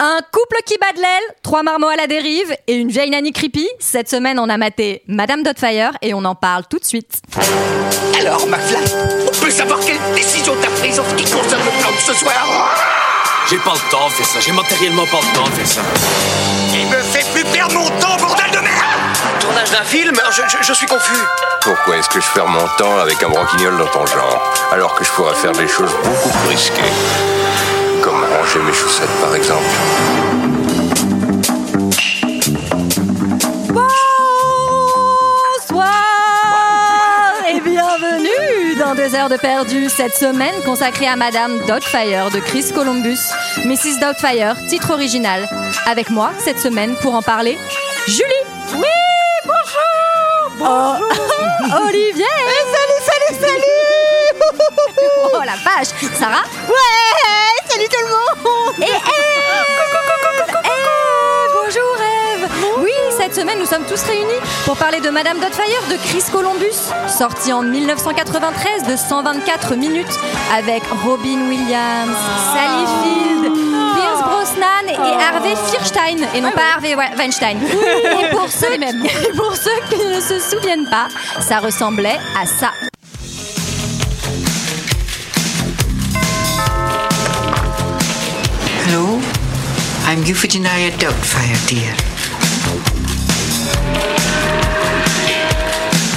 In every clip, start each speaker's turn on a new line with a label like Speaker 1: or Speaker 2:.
Speaker 1: Un couple qui bat de l'aile, trois marmots à la dérive et une vieille nanny creepy. Cette semaine, on a maté Madame Dotfire et on en parle tout de suite.
Speaker 2: Alors, McFly, on peut savoir quelle décision t'as prise en ce qui concerne le plan de ce soir
Speaker 3: J'ai pas le temps de faire ça, j'ai matériellement pas le temps de faire ça.
Speaker 2: Il me fait plus perdre mon temps, bordel de merde
Speaker 4: Tournage d'un film je, je- je suis confus.
Speaker 5: Pourquoi est-ce que je perds mon temps avec un broquignol dans ton genre, alors que je pourrais faire des choses beaucoup plus risquées Comme ranger mes chaussettes, par exemple.
Speaker 1: Bonsoir et bienvenue dans Deux heures de perdu, cette semaine consacrée à Madame Doubtfire de Chris Columbus, Mrs. Doubtfire, titre original. Avec moi, cette semaine, pour en parler, Julie Oui, bonjour Bonjour Oh, Olivier Salut, salut, salut Oh la vache Sarah Ouais Salut tout le monde Et Ève Bonjour Ève Oui, cette semaine, nous sommes tous réunis pour parler de Madame Dotfire de Chris Columbus, sorti en 1993 de 124 minutes avec Robin Williams, Sally Field, Pierce Brosnan et Harvey Fierstein, et non pas Harvey Wa- Weinstein. Et pour, ceux et pour ceux qui ne se souviennent pas, ça ressemblait à ça.
Speaker 6: Hello, I'm Euphigenia Doubtfire, dear.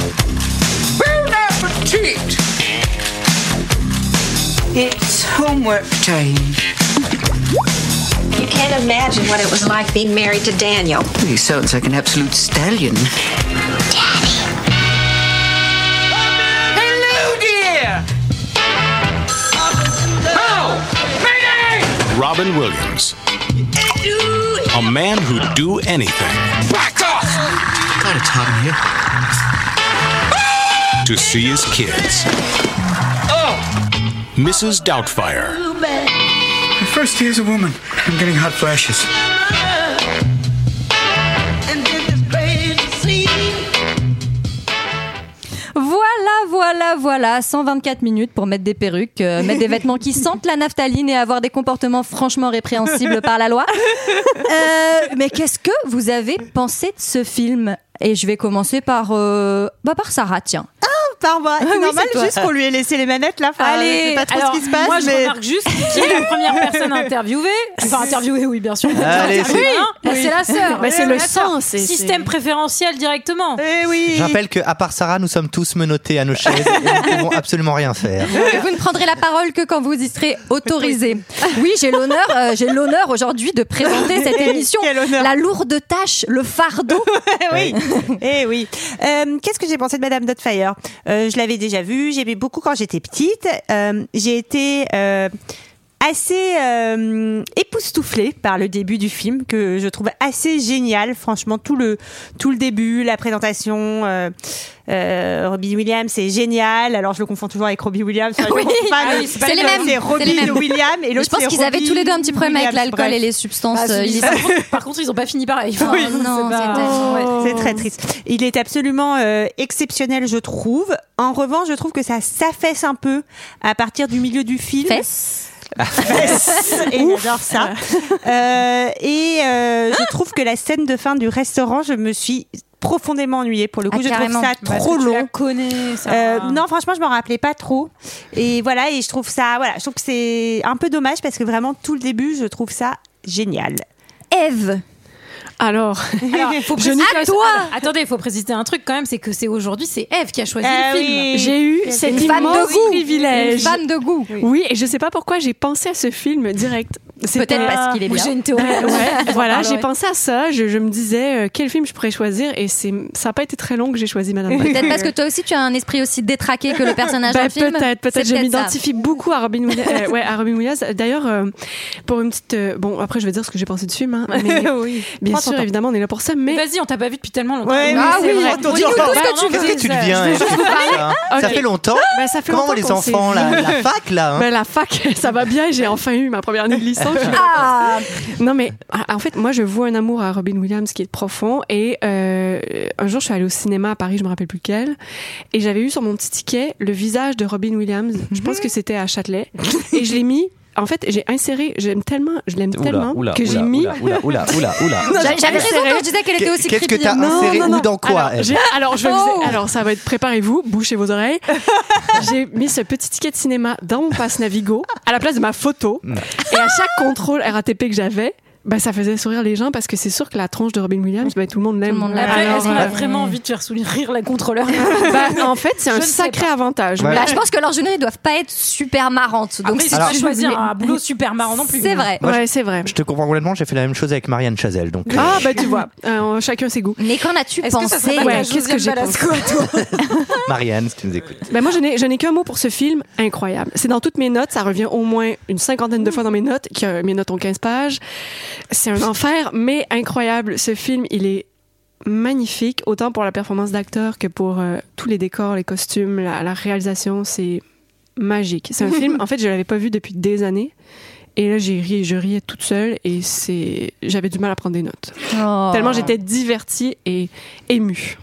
Speaker 2: Bon appétit
Speaker 6: It's homework time.
Speaker 7: You can't imagine what it was like being married to Daniel.
Speaker 6: He sounds like an absolute stallion.
Speaker 4: Hello, dear.
Speaker 3: Robin Williams. A man who'd do anything
Speaker 2: Back off
Speaker 6: God, it's hot in here.
Speaker 3: to see his kids. Mrs. Doubtfire.
Speaker 8: My first day as a woman. I'm getting hot flashes.
Speaker 1: Voilà, voilà, voilà, 124 minutes pour mettre des perruques, euh, mettre des vêtements qui sentent la naphtaline et avoir des comportements franchement répréhensibles par la loi. Euh, mais qu'est-ce que vous avez pensé de ce film Et je vais commencer par, euh, bah par Sarah, tiens. Ah,
Speaker 9: par moi. Ah, C'est
Speaker 1: oui,
Speaker 9: normal,
Speaker 1: c'est toi.
Speaker 9: juste qu'on lui ait laissé les manettes là. Enfin, je sais pas trop
Speaker 10: alors,
Speaker 9: ce qui se passe.
Speaker 10: Moi, je
Speaker 9: mais...
Speaker 10: remarque juste qui est la première personne interviewée. Enfin, interviewée, oui, bien sûr.
Speaker 11: Allez,
Speaker 10: Interviewée,
Speaker 11: Ah, c'est-
Speaker 10: hein.
Speaker 11: Oui. Bah, c'est le sang, c'est-
Speaker 10: Système
Speaker 11: c'est-
Speaker 10: préférentiel directement.
Speaker 9: Eh oui.
Speaker 11: Je rappelle que, à part Sarah, nous sommes tous menottés à nos chaises et nous ne pouvons absolument rien faire.
Speaker 1: Vous ne prendrez la parole que quand vous y serez autorisé. Oui, j'ai l'honneur, euh, j'ai l'honneur aujourd'hui de présenter cette émission.
Speaker 9: Quel honneur.
Speaker 1: La lourde tâche, le fardeau.
Speaker 9: Eh oui. Eh oui. Euh, Qu'est-ce que j'ai pensé de Madame Dotfire Euh, Je l'avais déjà vue. J'aimais beaucoup quand j'étais petite. Euh, j'ai été euh, assez euh, époustouflée par le début du film que je trouve assez génial. Franchement, tout le tout le début, la présentation. Euh, euh, Robbie Williams, c'est génial. Alors, je le confonds toujours avec Robbie Williams. Enfin, je
Speaker 1: Oui.
Speaker 9: confonds pas,
Speaker 1: Ah
Speaker 9: mais
Speaker 1: oui, c'est pas les
Speaker 9: le-
Speaker 1: mêmes.
Speaker 9: C'est
Speaker 1: C'est les
Speaker 9: Robbie
Speaker 1: mêmes.
Speaker 9: Williams et
Speaker 1: Je
Speaker 9: l'autre.
Speaker 1: pense
Speaker 9: c'est
Speaker 1: qu'ils avaient
Speaker 9: Robbie
Speaker 1: tous les deux un petit problème avec
Speaker 9: Williams.
Speaker 1: l'alcool
Speaker 9: Bref. Bah,
Speaker 1: et les substances
Speaker 10: Ah,
Speaker 1: euh,
Speaker 10: celui-ci,
Speaker 1: illicites.
Speaker 10: par, contre, par contre, ils ont pas fini pareil. Enfin,
Speaker 1: Oui,
Speaker 10: non,
Speaker 1: c'est pas-
Speaker 10: c'était- ouais.
Speaker 9: C'est très triste. Il est absolument euh, exceptionnel, je trouve. En revanche, je trouve que ça s'affaisse un peu à partir du milieu du film.
Speaker 1: Fesses.
Speaker 9: Fesse. Et j'adore ça. Euh, et euh,
Speaker 1: Ah.
Speaker 9: je trouve que la scène de fin du restaurant, je me suis profondément ennuyée pour le coup.
Speaker 1: Ah,
Speaker 9: je
Speaker 1: carrément.
Speaker 9: trouve ça
Speaker 10: Parce
Speaker 9: trop
Speaker 10: que Tu la
Speaker 9: long.
Speaker 10: connais, ça.
Speaker 9: Euh, non, franchement, je m'en rappelais pas trop. Et voilà, et je trouve ça, voilà, je trouve que c'est un peu dommage parce que vraiment tout le début, je trouve ça génial.
Speaker 1: Eve.
Speaker 11: Alors,
Speaker 10: Alors, faut
Speaker 11: Je
Speaker 10: préciser-
Speaker 1: À toi
Speaker 10: Ah, Attendez, il faut préciser un truc quand même, c'est que c'est aujourd'hui, c'est Eve qui a choisi
Speaker 9: Ah
Speaker 11: Eh
Speaker 10: le film.
Speaker 9: oui.
Speaker 11: j'ai eu cet
Speaker 1: Une femme de
Speaker 11: immense
Speaker 1: goût. Une
Speaker 11: privilège.
Speaker 1: femme de goût.
Speaker 11: Oui, et je sais pas pourquoi j'ai pensé à ce film direct. C'était-
Speaker 1: Peut-être parce qu'il est
Speaker 10: Moi,
Speaker 1: bien.
Speaker 10: J'ai une théorie.
Speaker 11: Ouais, voilà, j'ai
Speaker 10: parlerai.
Speaker 11: pensé à ça. Je, je me disais euh, quel film je pourrais choisir et c'est ça n'a pas été très long que j'ai choisi Madame. Butterfly.
Speaker 1: Peut-être parce que toi aussi tu as un esprit aussi détraqué que le personnage
Speaker 11: Bah,
Speaker 1: dans le film.
Speaker 11: peut-être, peut-être.
Speaker 1: C'est
Speaker 11: Je
Speaker 1: peut-être ça.
Speaker 11: m'identifie beaucoup à Robin Williams. euh, ouais, à Robin Williams. D'ailleurs, euh, pour une petite. euh, bon, après, je vais dire ce que j'ai pensé du film. hein, mais
Speaker 9: oui.
Speaker 11: bien
Speaker 9: Prends ton
Speaker 11: sûr,
Speaker 9: temps.
Speaker 11: évidemment, on est là pour ça. Mais
Speaker 10: Vas-y, on t'a pas vu depuis tellement longtemps.
Speaker 9: Ouais, mais
Speaker 11: Ah
Speaker 9: c'est
Speaker 11: oui,
Speaker 9: vrai.
Speaker 11: attends,
Speaker 9: Dis-nous
Speaker 11: attends,
Speaker 9: tout ce que
Speaker 10: Qu'est-ce que
Speaker 11: tu deviens,
Speaker 8: Hein, je sais pas, hein. Ça
Speaker 11: Ok.
Speaker 8: fait longtemps.
Speaker 11: bah, ça fait
Speaker 8: Comment vont
Speaker 11: longtemps
Speaker 8: les
Speaker 11: qu'on s'est
Speaker 8: enfants,
Speaker 11: vu.
Speaker 8: la, la fac, là hein
Speaker 11: Ben, la fac, ça va bien. J'ai enfin eu ma première année de licence. je suis
Speaker 1: Ah,
Speaker 11: Non, mais ah, en fait, moi, je vois un amour à Robin Williams qui est profond. Et euh, un jour, je suis allée au cinéma à Paris, je me rappelle plus lequel, et j'avais eu sur mon petit ticket le visage de Robin Williams. Je pense que c'était à Châtelet, et je l'ai mis en fait, j'ai inséré, j'aime tellement, je l'aime
Speaker 12: Oula,
Speaker 11: tellement
Speaker 12: oula,
Speaker 11: que j'ai
Speaker 12: oula,
Speaker 11: mis.
Speaker 12: oula, oula, oula, oula.
Speaker 11: Non,
Speaker 1: J'avais
Speaker 11: j'ai
Speaker 1: j'avais raison
Speaker 11: inséré-
Speaker 1: quand je disais qu'elle était aussi
Speaker 12: Qu'est-ce que
Speaker 1: creepy.
Speaker 12: t'as
Speaker 1: Non,
Speaker 12: inséré
Speaker 1: non,
Speaker 12: où
Speaker 1: non.
Speaker 12: dans quoi
Speaker 11: Alors,
Speaker 12: elle
Speaker 11: j'ai- alors, je vais
Speaker 1: Oh.
Speaker 11: vous- alors, ça va être préparez-vous, bouchez vos oreilles. J'ai mis ce petit ticket de cinéma dans mon passe Navigo à la place de ma photo. Et à chaque contrôle RATP que j'avais, ben, ça faisait sourire les gens parce que c'est sûr que la tronche de Robin Williams, ben, tout le monde l'aime.
Speaker 1: le monde l'aime.
Speaker 10: Après,
Speaker 11: Alors,
Speaker 10: est-ce qu'on
Speaker 11: euh,
Speaker 10: a vraiment envie de faire sourire la contrôleur
Speaker 11: ben, en fait, c'est
Speaker 10: Je
Speaker 11: un
Speaker 10: ne sais
Speaker 11: sacré avantage.
Speaker 12: Ouais.
Speaker 11: Mais-
Speaker 1: Bah, je pense que leurs journées ne doivent pas être super marrantes. Donc,
Speaker 10: Après,
Speaker 1: si
Speaker 10: c'est pas
Speaker 1: tu-
Speaker 10: choisir un boulot super marrant non plus. hein.
Speaker 1: C'est vrai.
Speaker 12: Moi, je-
Speaker 11: Ouais, c'est vrai.
Speaker 12: Je te comprends complètement, j'ai fait la même chose avec Marianne Chazelle. Donc, euh,
Speaker 11: Ah, bah tu vois, euh, chacun ses goûts.
Speaker 1: Mais qu'en as-tu
Speaker 10: Est-ce que ça
Speaker 1: pensé
Speaker 10: serait pas
Speaker 11: Ouais,
Speaker 10: la
Speaker 11: qu'est-ce que
Speaker 10: Josiane
Speaker 11: j'ai
Speaker 10: Balasco à toi
Speaker 12: Marianne, si tu nous écoutes.
Speaker 11: Ben moi, je n'ai je n'ai qu'un mot pour ce film incroyable. C'est dans toutes mes notes, ça revient au moins une cinquantaine de fois dans mes notes, que mes notes ont 15 pages. C'est un enfer, mais incroyable. Ce film, il est magnifique, autant pour la performance d'acteur que pour euh, tous les décors, les costumes, la, la réalisation. C'est magique. C'est un film, en fait, je l'avais pas vu depuis des années. Et là, j'ai ri, je riais toute seule et c'est, j'avais du mal à prendre des notes.
Speaker 1: Oh.
Speaker 11: Tellement j'étais divertie et émue.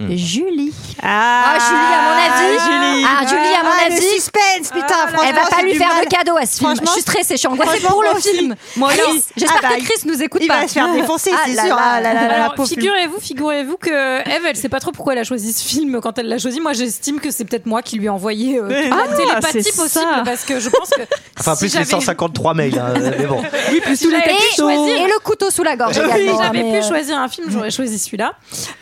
Speaker 11: Hmm.
Speaker 1: Julie.
Speaker 9: Ah,
Speaker 1: Ah, Julie, à mon avis.
Speaker 9: Julie.
Speaker 1: Ah, Julie, à mon
Speaker 9: Ah, le
Speaker 1: avis.
Speaker 9: suspense, putain, franchement.
Speaker 1: Elle va pas
Speaker 9: j'ai
Speaker 1: lui
Speaker 9: du
Speaker 1: faire
Speaker 9: mal.
Speaker 1: de cadeau à ce film. Je
Speaker 9: Franchement,
Speaker 1: suis stressée, je suis angoissée
Speaker 9: franchement,
Speaker 1: pour le
Speaker 9: moi aussi.
Speaker 1: film.
Speaker 9: Moi
Speaker 1: Chris,
Speaker 9: aussi.
Speaker 1: j'espère
Speaker 9: Ah, bah,
Speaker 1: que Chris nous écoute
Speaker 9: Il
Speaker 1: pas.
Speaker 9: va se faire défoncer,
Speaker 1: Ah
Speaker 9: c'est
Speaker 1: là
Speaker 9: sûr.
Speaker 1: là.
Speaker 9: Ah là là là,
Speaker 10: Alors,
Speaker 9: pauvre Julie.
Speaker 10: figurez-vous, figurez-vous que Eve, elle sait pas trop pourquoi elle a choisi ce film quand elle l'a choisi. Moi, j'estime que c'est peut-être moi qui lui ai envoyé euh, toute la
Speaker 11: Ah,
Speaker 10: télépathie
Speaker 11: c'est
Speaker 10: possible
Speaker 11: ça.
Speaker 10: parce que je pense que.
Speaker 12: Enfin,
Speaker 10: si
Speaker 12: plus les
Speaker 10: j'avais-
Speaker 12: 153 mails, hein, mais bon.
Speaker 11: Oui, plus
Speaker 10: tous les
Speaker 1: Et,
Speaker 10: textos.
Speaker 1: et le couteau sous la gorge
Speaker 10: Si
Speaker 1: également.
Speaker 10: j'avais
Speaker 1: mais,
Speaker 10: pu
Speaker 1: euh,
Speaker 10: choisir un film, j'aurais choisi celui-là.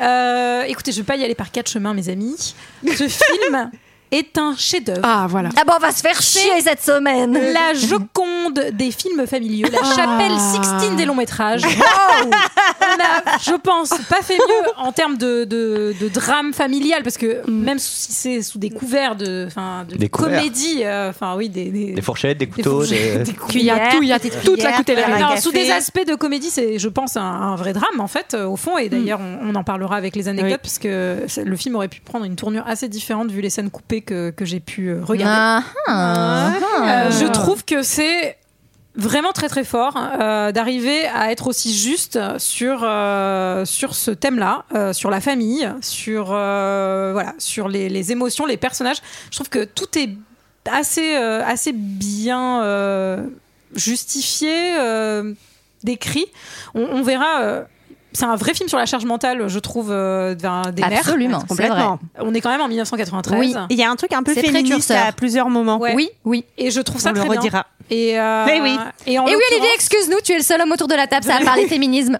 Speaker 10: Euh, écoutez, je vais pas y aller par quatre chemins, mes amis. Ce film est un chef-d'œuvre.
Speaker 11: Ah, voilà.
Speaker 1: Ah bon, on va se faire chier cette semaine.
Speaker 10: La Joconde des films familiaux, la
Speaker 11: Ah.
Speaker 10: chapelle Sixtine des longs métrages. On a, je pense, pas fait mieux en termes de, de- de drame familial, parce que
Speaker 1: Mm.
Speaker 10: même si c'est sous des couverts de, enfin, de
Speaker 12: Des couverts.
Speaker 10: comédies, euh, enfin oui, des, des-
Speaker 12: Des fourchettes, des
Speaker 10: des
Speaker 12: couteaux,
Speaker 10: fourchettes,
Speaker 12: des.
Speaker 10: des
Speaker 11: Qu'il y a
Speaker 1: Hier,
Speaker 11: tout, il y a toute la
Speaker 9: hier,
Speaker 11: coutellerie.
Speaker 9: un
Speaker 10: non,
Speaker 9: café.
Speaker 10: sous des aspects de comédie, c'est, je pense, un, un vrai drame, en fait, euh, au fond. Et d'ailleurs,
Speaker 1: Mm.
Speaker 10: on, on en parlera avec les anecdotes,
Speaker 11: Oui.
Speaker 10: parce que c'est- le film aurait pu prendre une tournure assez différente vu les scènes coupées que, que j'ai pu euh, regarder.
Speaker 1: Ah, ah, ah.
Speaker 10: Euh, je trouve que c'est vraiment très très fort euh, d'arriver à être aussi juste sur euh, sur ce thème-là, euh, sur la famille, sur euh, voilà, sur les, les émotions, les personnages. Je trouve que tout est assez euh, assez bien euh, justifié, euh, décrit. On, on verra. euh, c'est un vrai film sur la charge mentale, je trouve, euh, d'un- des mères.
Speaker 1: Absolument, c'est vrai.
Speaker 9: Complètement.
Speaker 10: On est quand même en 1993.
Speaker 1: Oui.
Speaker 9: Il y a un truc un peu
Speaker 1: C'est très
Speaker 9: féministe
Speaker 1: curseur.
Speaker 9: à plusieurs moments.
Speaker 10: Ouais.
Speaker 1: Oui, oui.
Speaker 10: Et je trouve ça
Speaker 9: On le
Speaker 10: très bien.
Speaker 9: redira.
Speaker 10: Et, euh,
Speaker 9: Mais oui.
Speaker 10: Et, en
Speaker 1: Et oui,
Speaker 10: l'occurrence,
Speaker 1: Olivier, excuse-nous, tu es le seul homme autour de la table, ça a parlé féminisme.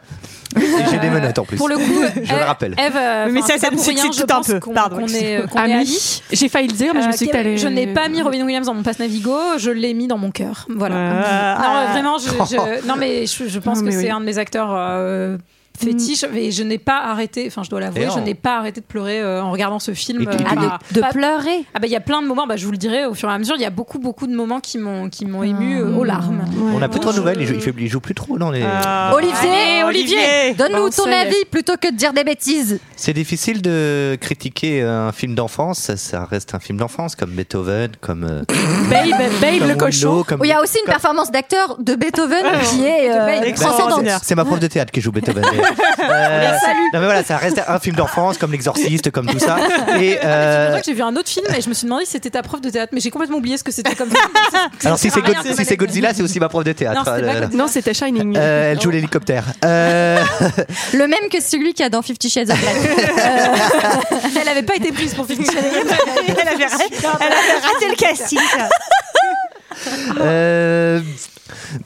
Speaker 12: Et J'ai des menottes en plus.
Speaker 10: Pour le coup,
Speaker 12: Je le rappelle.
Speaker 10: Eve, euh,
Speaker 9: Mais
Speaker 10: enfin,
Speaker 9: ça,
Speaker 10: c'est
Speaker 9: ça
Speaker 10: pas
Speaker 9: me
Speaker 10: pour
Speaker 9: suffit
Speaker 10: rien,
Speaker 9: tout
Speaker 10: je
Speaker 9: un
Speaker 10: pense
Speaker 9: peu.
Speaker 10: qu'on-
Speaker 9: Pardon,
Speaker 10: qu'on est, euh, qu'on est amis. Euh,
Speaker 11: Ami, j'ai failli le dire, mais Euh, je me suis dit que t'allais.
Speaker 10: je n'ai pas mis Robin Williams dans mon passe Navigo, je l'ai mis dans mon cœur. Voilà.
Speaker 9: Euh,
Speaker 10: non,
Speaker 9: ah.
Speaker 10: euh, vraiment, je,
Speaker 12: Oh.
Speaker 10: je- non, mais je, je pense
Speaker 11: Non,
Speaker 10: que
Speaker 11: mais
Speaker 10: c'est
Speaker 11: oui.
Speaker 10: un de mes acteurs euh, fétiches. Et je n'ai pas arrêté, enfin, je dois l'avouer, je
Speaker 12: Et en-
Speaker 10: n'ai pas arrêté de pleurer euh, en regardant ce film.
Speaker 12: Et tout-
Speaker 10: euh,
Speaker 1: Ah,
Speaker 10: par-
Speaker 1: de, de
Speaker 10: par-
Speaker 1: pleurer.
Speaker 10: Ah bah, il y a plein de moments, bah, je vous le dirai au fur et à mesure, il y a beaucoup, beaucoup de moments qui m'ont qui m'ont ému euh, aux larmes.
Speaker 12: On a plus
Speaker 10: Ouais.
Speaker 12: trop de nouvelles, ils jouent, ils jouent- ils jouent plus trop. Non, les-
Speaker 1: Ah.
Speaker 9: Euh,
Speaker 1: Olivier,
Speaker 9: allez,
Speaker 1: Olivier, donne-nous
Speaker 11: Bon, ça
Speaker 1: ton
Speaker 11: y est.
Speaker 1: avis plutôt que de dire des bêtises.
Speaker 12: C'est difficile de critiquer un film d'enfance, ça reste un film d'enfance, comme Beethoven, comme. euh,
Speaker 11: Babe, babe
Speaker 12: comme
Speaker 11: le cochon.
Speaker 12: Willow, comme-
Speaker 1: Oui, Oh, Il y a aussi une performance d'acteur de Beethoven qui est euh,
Speaker 9: Beethoven.
Speaker 1: transcendante.
Speaker 9: Extraordinaire.
Speaker 12: Ben, C'est ma prof de théâtre qui joue Beethoven. Euh, non mais voilà, ça reste un film d'enfance comme l'exorciste, comme tout ça. Et
Speaker 10: Ah, C'est pour
Speaker 12: euh,
Speaker 10: ça que j'ai vu un autre film et je me suis demandé si c'était ta prof de théâtre, mais j'ai complètement oublié ce que c'était comme film.
Speaker 12: alors
Speaker 10: Ça
Speaker 12: si c'est
Speaker 10: sert à
Speaker 12: God-
Speaker 10: rien comme
Speaker 12: si c'est
Speaker 10: anecdote.
Speaker 12: Godzilla, c'est aussi ma prof de théâtre.
Speaker 10: Non, c'est pas
Speaker 12: Euh,
Speaker 10: Godzilla.
Speaker 11: Non, c'était Shining.
Speaker 12: euh, elle joue l'hélicoptère. Euh,
Speaker 1: Le même que celui qui a dans Fifty Shades of Grey. Euh,
Speaker 10: Elle n'avait pas été prise pour Fifty Shades of Grey.
Speaker 9: Elle avait raté elle avait raté le casting. ça.
Speaker 12: euh,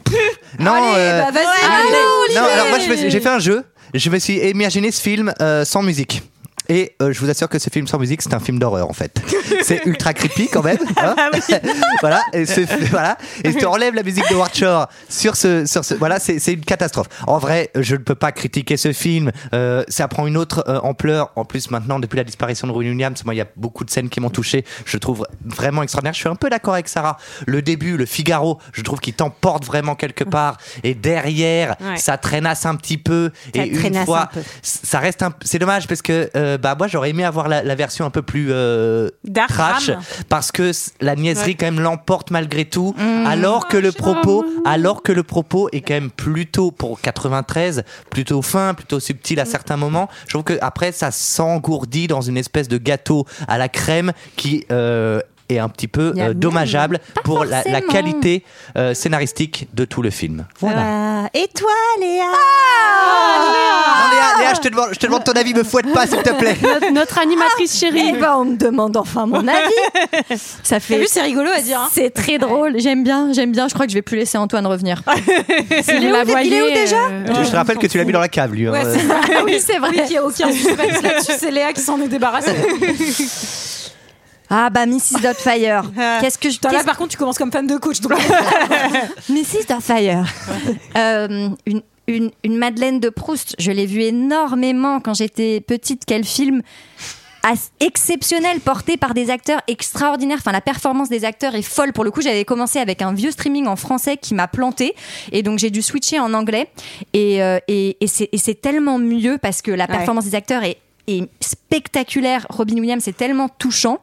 Speaker 12: pff, non. euh,
Speaker 10: Bah, vas-y,
Speaker 12: Allez.
Speaker 10: allez,
Speaker 12: Non,
Speaker 10: Olivier.
Speaker 12: alors moi je me suis- j'ai fait un jeu. Je me suis imaginé ce film euh, sans musique. Et euh, je vous assure que ce film sans musique, c'est un film d'horreur en fait. C'est ultra creepy quand même.
Speaker 10: Ah
Speaker 12: hein. voilà. Et ce, voilà. Et tu enlèves la musique de Watcher sur ce, sur ce. Voilà, c'est c'est une catastrophe. En vrai, je ne peux pas critiquer ce film. Euh, ça prend une autre euh, ampleur. En plus, maintenant, depuis la disparition de Roy Williams, moi, il y a beaucoup de scènes qui m'ont touché. Je trouve vraiment extraordinaire. Je suis un peu d'accord avec Sarah. Le début, le Figaro, je trouve qu'il t'emporte vraiment quelque part. Et derrière,
Speaker 9: Ouais.
Speaker 12: ça traînasse un petit peu.
Speaker 9: Ça
Speaker 12: et une
Speaker 9: traînasse
Speaker 12: fois,
Speaker 9: un peu.
Speaker 12: ça reste un. C'est dommage parce que euh, bah moi, j'aurais aimé avoir la, la version un peu plus euh,
Speaker 9: Dark.
Speaker 12: trash
Speaker 10: Ram.
Speaker 12: parce que c- la niaiserie quand même l'emporte malgré tout
Speaker 9: Mmh. Ah,
Speaker 12: alors que le propos alors que le propos est quand même plutôt pour 93 plutôt fin plutôt subtil
Speaker 9: Mmh.
Speaker 12: à certains moments je trouve que après ça s'engourdit dans une espèce de gâteau à la crème qui euh, et un petit peu
Speaker 9: Il y a
Speaker 12: euh, dommageable pour la, la
Speaker 9: forcément.
Speaker 12: qualité euh, scénaristique de tout le film. Voilà.
Speaker 1: Ah,
Speaker 9: Et toi, Léa Ah
Speaker 12: Non, Léa, Léa, ah, je te demande, je te demande ton avis, me fouette pas, s'il te plaît.
Speaker 1: Notre, animatrice chérie. Eh ben, on me demande enfin mon avis. Ça fait.
Speaker 10: T'as vu, c'est rigolo à dire, hein.
Speaker 1: C'est très drôle. J'aime bien, j'aime bien. Je crois que je vais plus laisser Antoine revenir. Si
Speaker 10: Il est
Speaker 1: vous la
Speaker 10: où dé- il
Speaker 1: voyez,
Speaker 10: est où déjà
Speaker 1: euh,
Speaker 12: Je te rappelle que tu l'as mis dans la cave, lui. hein.
Speaker 10: Ouais, c'est ça. Ah oui, c'est vrai. Il n'y a aucun suspense là-dessus. C'est Léa qui s'en est débarrassée.
Speaker 1: Ah bah Mrs. Dotfire. Qu'est-ce que je
Speaker 10: Attends, Là,
Speaker 1: qu'est-ce-
Speaker 10: par contre, tu commences comme fan de coach. donc-
Speaker 1: Mrs. Dotfire. Euh, une, une, une Madeleine de Proust. Je l'ai vue énormément quand j'étais petite. Quel film as- exceptionnel porté par des acteurs extraordinaires. Enfin, la performance des acteurs est folle. Pour le coup, j'avais commencé avec un vieux streaming en français qui m'a planté et donc j'ai dû switcher en anglais. Et, euh, et, et c'est- et c'est tellement mieux parce que la
Speaker 10: Ouais.
Speaker 1: performance des acteurs est, est spectaculaire. Robin Williams est tellement touchant.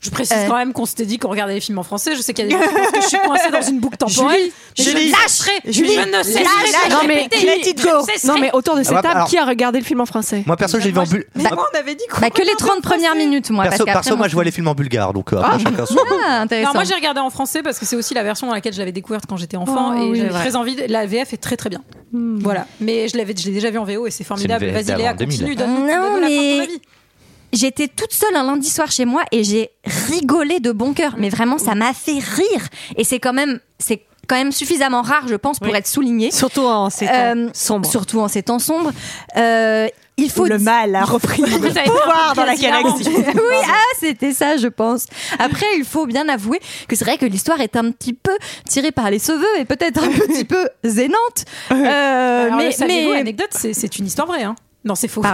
Speaker 10: Je précise
Speaker 1: Euh.
Speaker 10: quand même qu'on s'était dit qu'on regardait les films en français. Je sais qu'il y a des gens qui pensent que je suis coincée dans une boucle temporelle.
Speaker 11: Julie,
Speaker 10: mais
Speaker 11: Julie,
Speaker 10: je lâcherai.
Speaker 11: Julie,
Speaker 10: je ne
Speaker 11: lâche-
Speaker 10: cesserai
Speaker 11: lâche-
Speaker 10: de
Speaker 11: Non, mais-
Speaker 10: répéter.
Speaker 11: let it
Speaker 10: Je ne
Speaker 11: go.
Speaker 10: cesserai.
Speaker 11: Non, mais autour de cette
Speaker 12: Ah, bah,
Speaker 11: table,
Speaker 12: alors-
Speaker 11: qui a regardé le film en français
Speaker 12: Moi, perso, j'ai vu en bul-
Speaker 10: Mais moi, on avait dit qu'on
Speaker 1: Bah, que les 30 premières minutes, moi.
Speaker 12: Perso,
Speaker 1: parce qu'après,
Speaker 12: perso,
Speaker 1: on
Speaker 12: moi, je vois les films en bulgare, donc euh, après, chacun son-
Speaker 1: Ah,
Speaker 10: Non,
Speaker 1: intéressant.
Speaker 10: moi j'ai regardé en français parce que c'est aussi la version dans laquelle je l'avais découverte quand j'étais enfant
Speaker 1: Oh,
Speaker 10: et
Speaker 1: oui,
Speaker 10: j'avais
Speaker 1: c'est vrai.
Speaker 10: très envie. de- La VF est très très bien. Voilà. Mais je l'avais, je l'ai déjà vu en VO et c'est formidable.
Speaker 12: Mm. C'est une VF
Speaker 10: Vas-y Léa,
Speaker 12: d'avant 2000.
Speaker 10: continue. Donne-nous
Speaker 1: Non,
Speaker 10: donne-nous la fin de ton
Speaker 1: mais
Speaker 10: avis.
Speaker 1: j'étais toute seule un lundi soir chez moi et j'ai rigolé de bon cœur. Mais vraiment, ça m'a fait rire. Et c'est quand même, c'est quand même suffisamment rare, je pense, pour être souligné.
Speaker 9: Surtout en ces temps
Speaker 1: Euh,
Speaker 9: sombres.
Speaker 1: Surtout en ces temps sombres. Euh, il faut
Speaker 9: le mal a repris le
Speaker 10: Vous avez
Speaker 9: pouvoir
Speaker 10: pas
Speaker 9: dans la
Speaker 10: compris,
Speaker 9: galaxie.
Speaker 10: clairement.
Speaker 1: oui, ah, c'était ça, je pense. Après, il faut bien avouer que c'est vrai que l'histoire est un petit peu tirée par les cheveux et peut-être un petit peu zénante. Euh,
Speaker 10: Alors,
Speaker 1: mais,
Speaker 10: saviez-vous,
Speaker 1: mais- Ah.
Speaker 10: anecdote, c'est, c'est une histoire vraie. Hein. Non, c'est faux.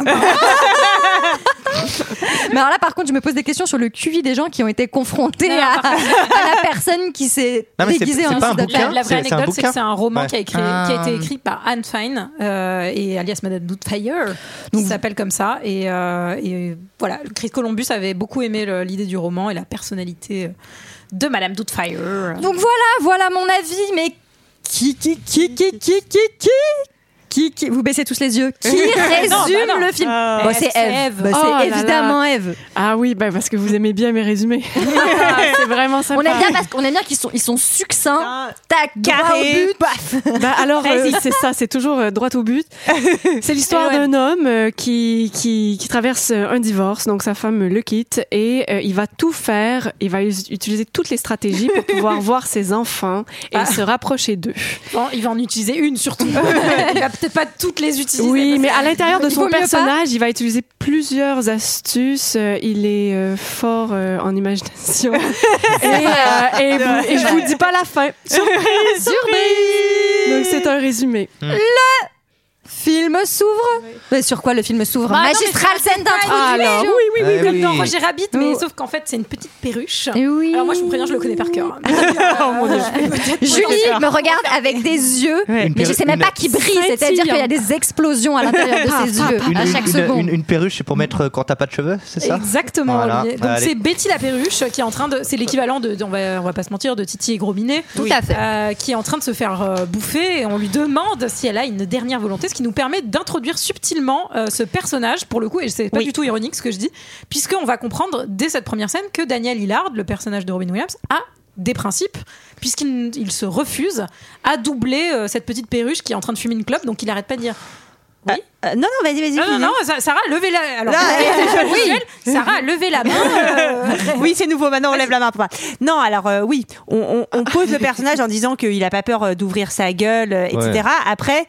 Speaker 1: Mais alors là, par contre, je me pose des questions sur le QI des gens qui ont été confrontés à, à la personne qui s'est
Speaker 12: Non, mais c'est-
Speaker 1: déguisée
Speaker 12: c'est
Speaker 1: en
Speaker 12: pas un
Speaker 1: Sidney
Speaker 12: bouquin,
Speaker 10: La, la vraie
Speaker 12: c'est- c'est un
Speaker 10: anecdote, c'est,
Speaker 12: bouquin.
Speaker 10: que c'est un roman
Speaker 12: Ouais.
Speaker 10: qui, a écrit- qui a été
Speaker 1: Ah.
Speaker 10: écrit par Anne Fine euh, et alias Madame Doubtfire, qui s'appelle comme ça. Et, euh, et voilà, Chris Columbus avait beaucoup aimé le- l'idée du roman et la personnalité euh, de Madame Doubtfire.
Speaker 1: Donc voilà, voilà mon avis, mais qui, qui, qui, qui, qui, qui, qui qui, qui- vous baissez tous les yeux. Qui résume
Speaker 10: Non, bah non.
Speaker 1: le film
Speaker 10: Ah.
Speaker 1: Bon,
Speaker 10: Eve,
Speaker 1: C'est
Speaker 10: c'est
Speaker 1: Eve.
Speaker 10: Eve.
Speaker 1: Bah,
Speaker 11: Euh, Oh là
Speaker 1: c'est évidemment Eve.
Speaker 11: Ah oui, bah, parce que vous aimez bien mes résumés. Ah,
Speaker 10: Ah,
Speaker 11: c'est vraiment sympa.
Speaker 1: On aime bien parce qu'on aime bien qu'ils sont, ils sont
Speaker 10: Ah,
Speaker 1: succincts, tac,
Speaker 9: Carré,
Speaker 1: carré,
Speaker 9: paf.
Speaker 11: Bah alors euh,
Speaker 10: Vas-y.
Speaker 11: c'est ça, c'est toujours euh, droit au but. C'est l'histoire
Speaker 1: Eh
Speaker 10: Et ouais.
Speaker 11: d'un homme euh, qui, qui qui traverse euh, un divorce, donc sa femme le quitte et euh, il va tout faire, il va us- utiliser toutes les stratégies pour pouvoir voir ses enfants et
Speaker 10: Ah.
Speaker 11: se rapprocher d'eux.
Speaker 10: Bon, il va en utiliser une surtout. il va peut-être pas toutes les utiliser.
Speaker 11: Oui,
Speaker 10: parce
Speaker 11: mais
Speaker 10: que-
Speaker 11: à l'intérieur de
Speaker 10: Il vaut
Speaker 11: son
Speaker 10: mieux pas.
Speaker 11: personnage, il va utiliser plusieurs astuces. Euh, Il est euh, fort euh, en imagination. et, euh, et vous- et je vous dis pas la fin. Surprise, surprise. Donc c'est un résumé.
Speaker 1: Mm. Film s'ouvre. Mais sur quoi le film s'ouvre
Speaker 10: Bah, non, mais
Speaker 1: Magistral
Speaker 10: c'est
Speaker 1: scène
Speaker 10: pas une
Speaker 1: d'introduction.
Speaker 11: Alors, oui, oui, oui,
Speaker 12: Eh
Speaker 11: bien
Speaker 12: oui.
Speaker 11: sûr.
Speaker 10: Non, Roger Rabbit, mais
Speaker 1: Oh.
Speaker 10: sauf qu'en fait, c'est une petite perruche.
Speaker 1: Eh oui. Oh,
Speaker 10: Alors moi, je vous préviens, je le connais par cœur. Euh,
Speaker 1: Julie me regarde avec des yeux,
Speaker 12: Une
Speaker 1: mais je
Speaker 12: perru-
Speaker 1: sais même
Speaker 12: une-
Speaker 1: pas qui brille. C'est-à-dire qu'il y a des explosions à l'intérieur de ses yeux
Speaker 12: Une,
Speaker 1: à
Speaker 12: une-
Speaker 1: chaque
Speaker 12: une-
Speaker 1: seconde.
Speaker 12: une- une perruche, c'est pour mettre euh, quand t'as pas de cheveux, c'est ça
Speaker 10: Exactement.
Speaker 12: Voilà.
Speaker 10: Olivier. Donc
Speaker 12: Allez.
Speaker 10: c'est Betty la perruche euh, qui est en train de, c'est l'équivalent de, de- on va, on va pas se mentir, de Titi et Gros Minet.
Speaker 1: Tout à fait.
Speaker 10: Euh, qui est en train de se faire euh, bouffer et on lui demande si elle a une dernière volonté, ce qui nous permet d'introduire subtilement euh, ce personnage pour le coup et c'est pas du tout ironique ce que je dis, puisqu'on va comprendre dès cette première scène que Daniel Hillard, le personnage de Robin Williams, a des principes puisqu'il il se refuse à doubler euh, cette petite perruche qui est en train de fumer une clope, donc il arrête pas de dire. Oui.
Speaker 9: Euh, non, non, vas-y, vas-y.
Speaker 10: Non, non,
Speaker 9: finis.
Speaker 10: non, Sa- Sarah, levez la. Alors,
Speaker 9: Là,
Speaker 10: oui, Sarah, levez la main. euh,
Speaker 9: oui, c'est nouveau. Maintenant, on lève la main. pour moi. Non, alors euh, oui, on, on- on pose le personnage en disant qu'il a pas peur euh, d'ouvrir sa gueule, euh, etc.
Speaker 12: Ouais.
Speaker 9: Après,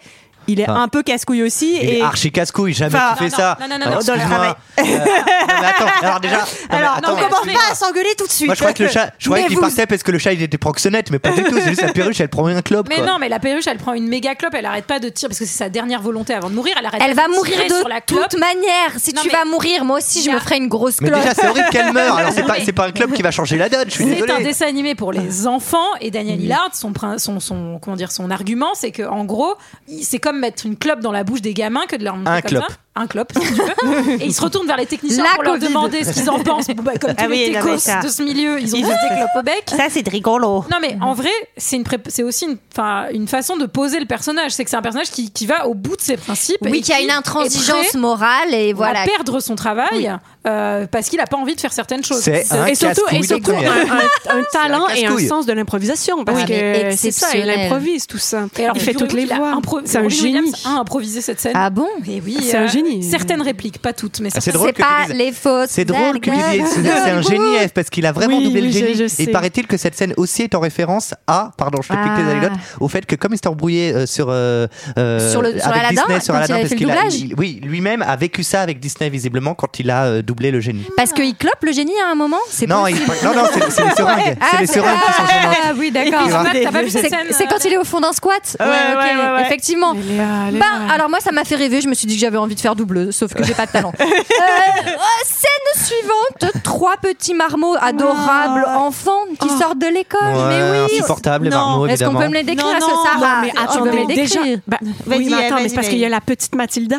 Speaker 9: il est
Speaker 12: Enfin,
Speaker 9: un peu casse-couille aussi.
Speaker 12: Il est
Speaker 9: et
Speaker 12: archi casse-couille, jamais
Speaker 9: Enfin,
Speaker 12: tu
Speaker 10: non,
Speaker 12: fais ça.
Speaker 10: non, non, non,
Speaker 12: Alors,
Speaker 10: non, dans le
Speaker 12: excuse-moi.
Speaker 9: travail.
Speaker 12: Euh,
Speaker 11: Ah,
Speaker 12: non, mais attends, alors déjà. non, mais
Speaker 9: alors,
Speaker 12: attends,
Speaker 9: on commence
Speaker 10: mais-
Speaker 9: pas à s'engueuler tout de suite.
Speaker 12: Moi, je croyais que le chat, je croyais
Speaker 1: Mais
Speaker 12: qu'il
Speaker 1: vous-
Speaker 12: partait parce que le chat il était proxénète, mais pas du tout. C'est juste la perruche, elle prend un club.
Speaker 10: Mais
Speaker 12: quoi.
Speaker 10: non, mais la perruche, elle prend une méga clope, elle arrête pas de tirer parce que c'est sa dernière volonté avant de mourir. Elle arrête
Speaker 1: Elle
Speaker 10: pas
Speaker 1: va mourir
Speaker 10: tirer sur
Speaker 1: de
Speaker 10: la clope.
Speaker 1: toute manière. Si
Speaker 10: Non,
Speaker 1: tu
Speaker 10: mais-
Speaker 1: vas mourir, moi aussi, je
Speaker 10: Y a-
Speaker 1: me ferai une grosse
Speaker 12: Mais
Speaker 1: clope.
Speaker 12: déjà, c'est horrible qu'elle meure. Alors, c'est
Speaker 10: Non,
Speaker 12: pas,
Speaker 10: mais-
Speaker 12: c'est pas un club qui va changer la donne. Je suis Ah.
Speaker 10: C'est un
Speaker 12: désolé.
Speaker 10: dessin animé pour les enfants et Daniel Hillard, son, prin- son, son, comment dire, son argument, c'est que en gros, il- c'est comme mettre une clope dans la bouche des gamins que de leur montrer
Speaker 12: Un
Speaker 10: comme
Speaker 12: clope.
Speaker 10: ça. un clope, si tu veux. et ils se retournent vers les techniciens
Speaker 9: La
Speaker 10: pour leur
Speaker 9: Covid.
Speaker 10: demander ce qu'ils en pensent. Bon, bah, comme tous
Speaker 9: Ah oui,
Speaker 10: les
Speaker 9: non, mais
Speaker 10: techos
Speaker 9: ça.
Speaker 10: de ce milieu, ils ont
Speaker 9: Ils
Speaker 10: tous
Speaker 9: ont-
Speaker 10: des clopes au bec.
Speaker 9: Ça, c'est de rigolo.
Speaker 10: Non, mais en vrai, c'est une pré- c'est aussi une, 'fin, une façon de poser le personnage. C'est que c'est un personnage qui, qui va au bout de ses principes.
Speaker 1: Oui,
Speaker 10: et
Speaker 1: qui a une
Speaker 10: est
Speaker 1: intransigeance
Speaker 10: prêt
Speaker 1: morale et voilà.
Speaker 10: À perdre son travail euh, parce qu'il n'a pas envie de faire certaines choses.
Speaker 12: C'est un
Speaker 11: Et surtout, et
Speaker 12: casse-couille de
Speaker 11: surtout
Speaker 12: première.
Speaker 11: un, un- un talent
Speaker 10: C'est un
Speaker 11: et un
Speaker 10: casse-couille.
Speaker 11: sens de l'improvisation. Parce
Speaker 10: Ah, mais
Speaker 11: que c'est ça, il
Speaker 10: exceptionnel.
Speaker 11: improvise tout ça.
Speaker 10: Et alors,
Speaker 11: il fait toutes les
Speaker 10: figurez-vous qu'il a
Speaker 11: voix.
Speaker 10: impro-
Speaker 11: C'est un
Speaker 10: Robbie
Speaker 11: génie.
Speaker 10: Williams a improvisé cette scène.
Speaker 1: Ah bon
Speaker 10: Et oui. euh,
Speaker 11: C'est un génie.
Speaker 10: Certaines répliques, pas toutes, mais
Speaker 12: Ah, c'est
Speaker 10: certaines.
Speaker 12: drôle que tu dises- C'est drôle que tu dises- C'est un génie, F, parce qu'il a vraiment
Speaker 10: Oui,
Speaker 12: doublé le
Speaker 10: oui, je-
Speaker 12: génie.
Speaker 10: je
Speaker 12: et
Speaker 10: sais.
Speaker 12: paraît-il que cette scène aussi est en référence à, pardon, je te pique tes
Speaker 1: Ah.
Speaker 12: anecdotes, au fait que comme il s'est embrouillé euh, sur, euh, euh,
Speaker 1: Sur le- sur
Speaker 12: avec
Speaker 1: Aladdin,
Speaker 12: Disney,
Speaker 1: quand
Speaker 12: sur
Speaker 1: il
Speaker 12: Aladdin,
Speaker 1: avait fait
Speaker 12: parce
Speaker 1: le
Speaker 12: qu'il a-
Speaker 1: doublage.
Speaker 12: il- oui, lui-même a vécu ça avec Disney visiblement quand il a euh, doublé le génie.
Speaker 1: Parce qu'il clope le génie à un moment C'est
Speaker 12: Non,
Speaker 1: possible.
Speaker 12: il- non, non, c'est- c'est les seringues. C'est les seringues qui sont gênantes.
Speaker 1: Ah oui, d'accord.
Speaker 12: Tu vois
Speaker 10: T'as pas vu cette
Speaker 1: C'est
Speaker 10: scène,
Speaker 1: c'est quand il est au fond d'un squat.
Speaker 10: Ouais,
Speaker 1: ok,
Speaker 10: ouais, ouais, ouais.
Speaker 1: Effectivement. Ben, alors moi, ça m'a fait rêver. Je me suis dit que j'avais envie de faire double, sauf que j'ai pas de talent. Euh, euh, scène suivante trois petits marmots adorables enfants qui sortent de l'école.
Speaker 12: Ouais,
Speaker 1: mais oui.
Speaker 12: insupportables, les marmots,
Speaker 1: Est-ce qu'on peut
Speaker 12: évidemment.
Speaker 1: me les décrire
Speaker 11: Non,
Speaker 1: à ce
Speaker 11: non,
Speaker 1: Sarah
Speaker 11: non, mais
Speaker 1: Tu peux
Speaker 11: attendez,
Speaker 1: ah, me les décrire
Speaker 11: déjà- bah, oui, mais
Speaker 1: Vas-y,
Speaker 11: attends, mais
Speaker 1: vas-y,
Speaker 11: c'est parce qu'il y a la petite Mathilda.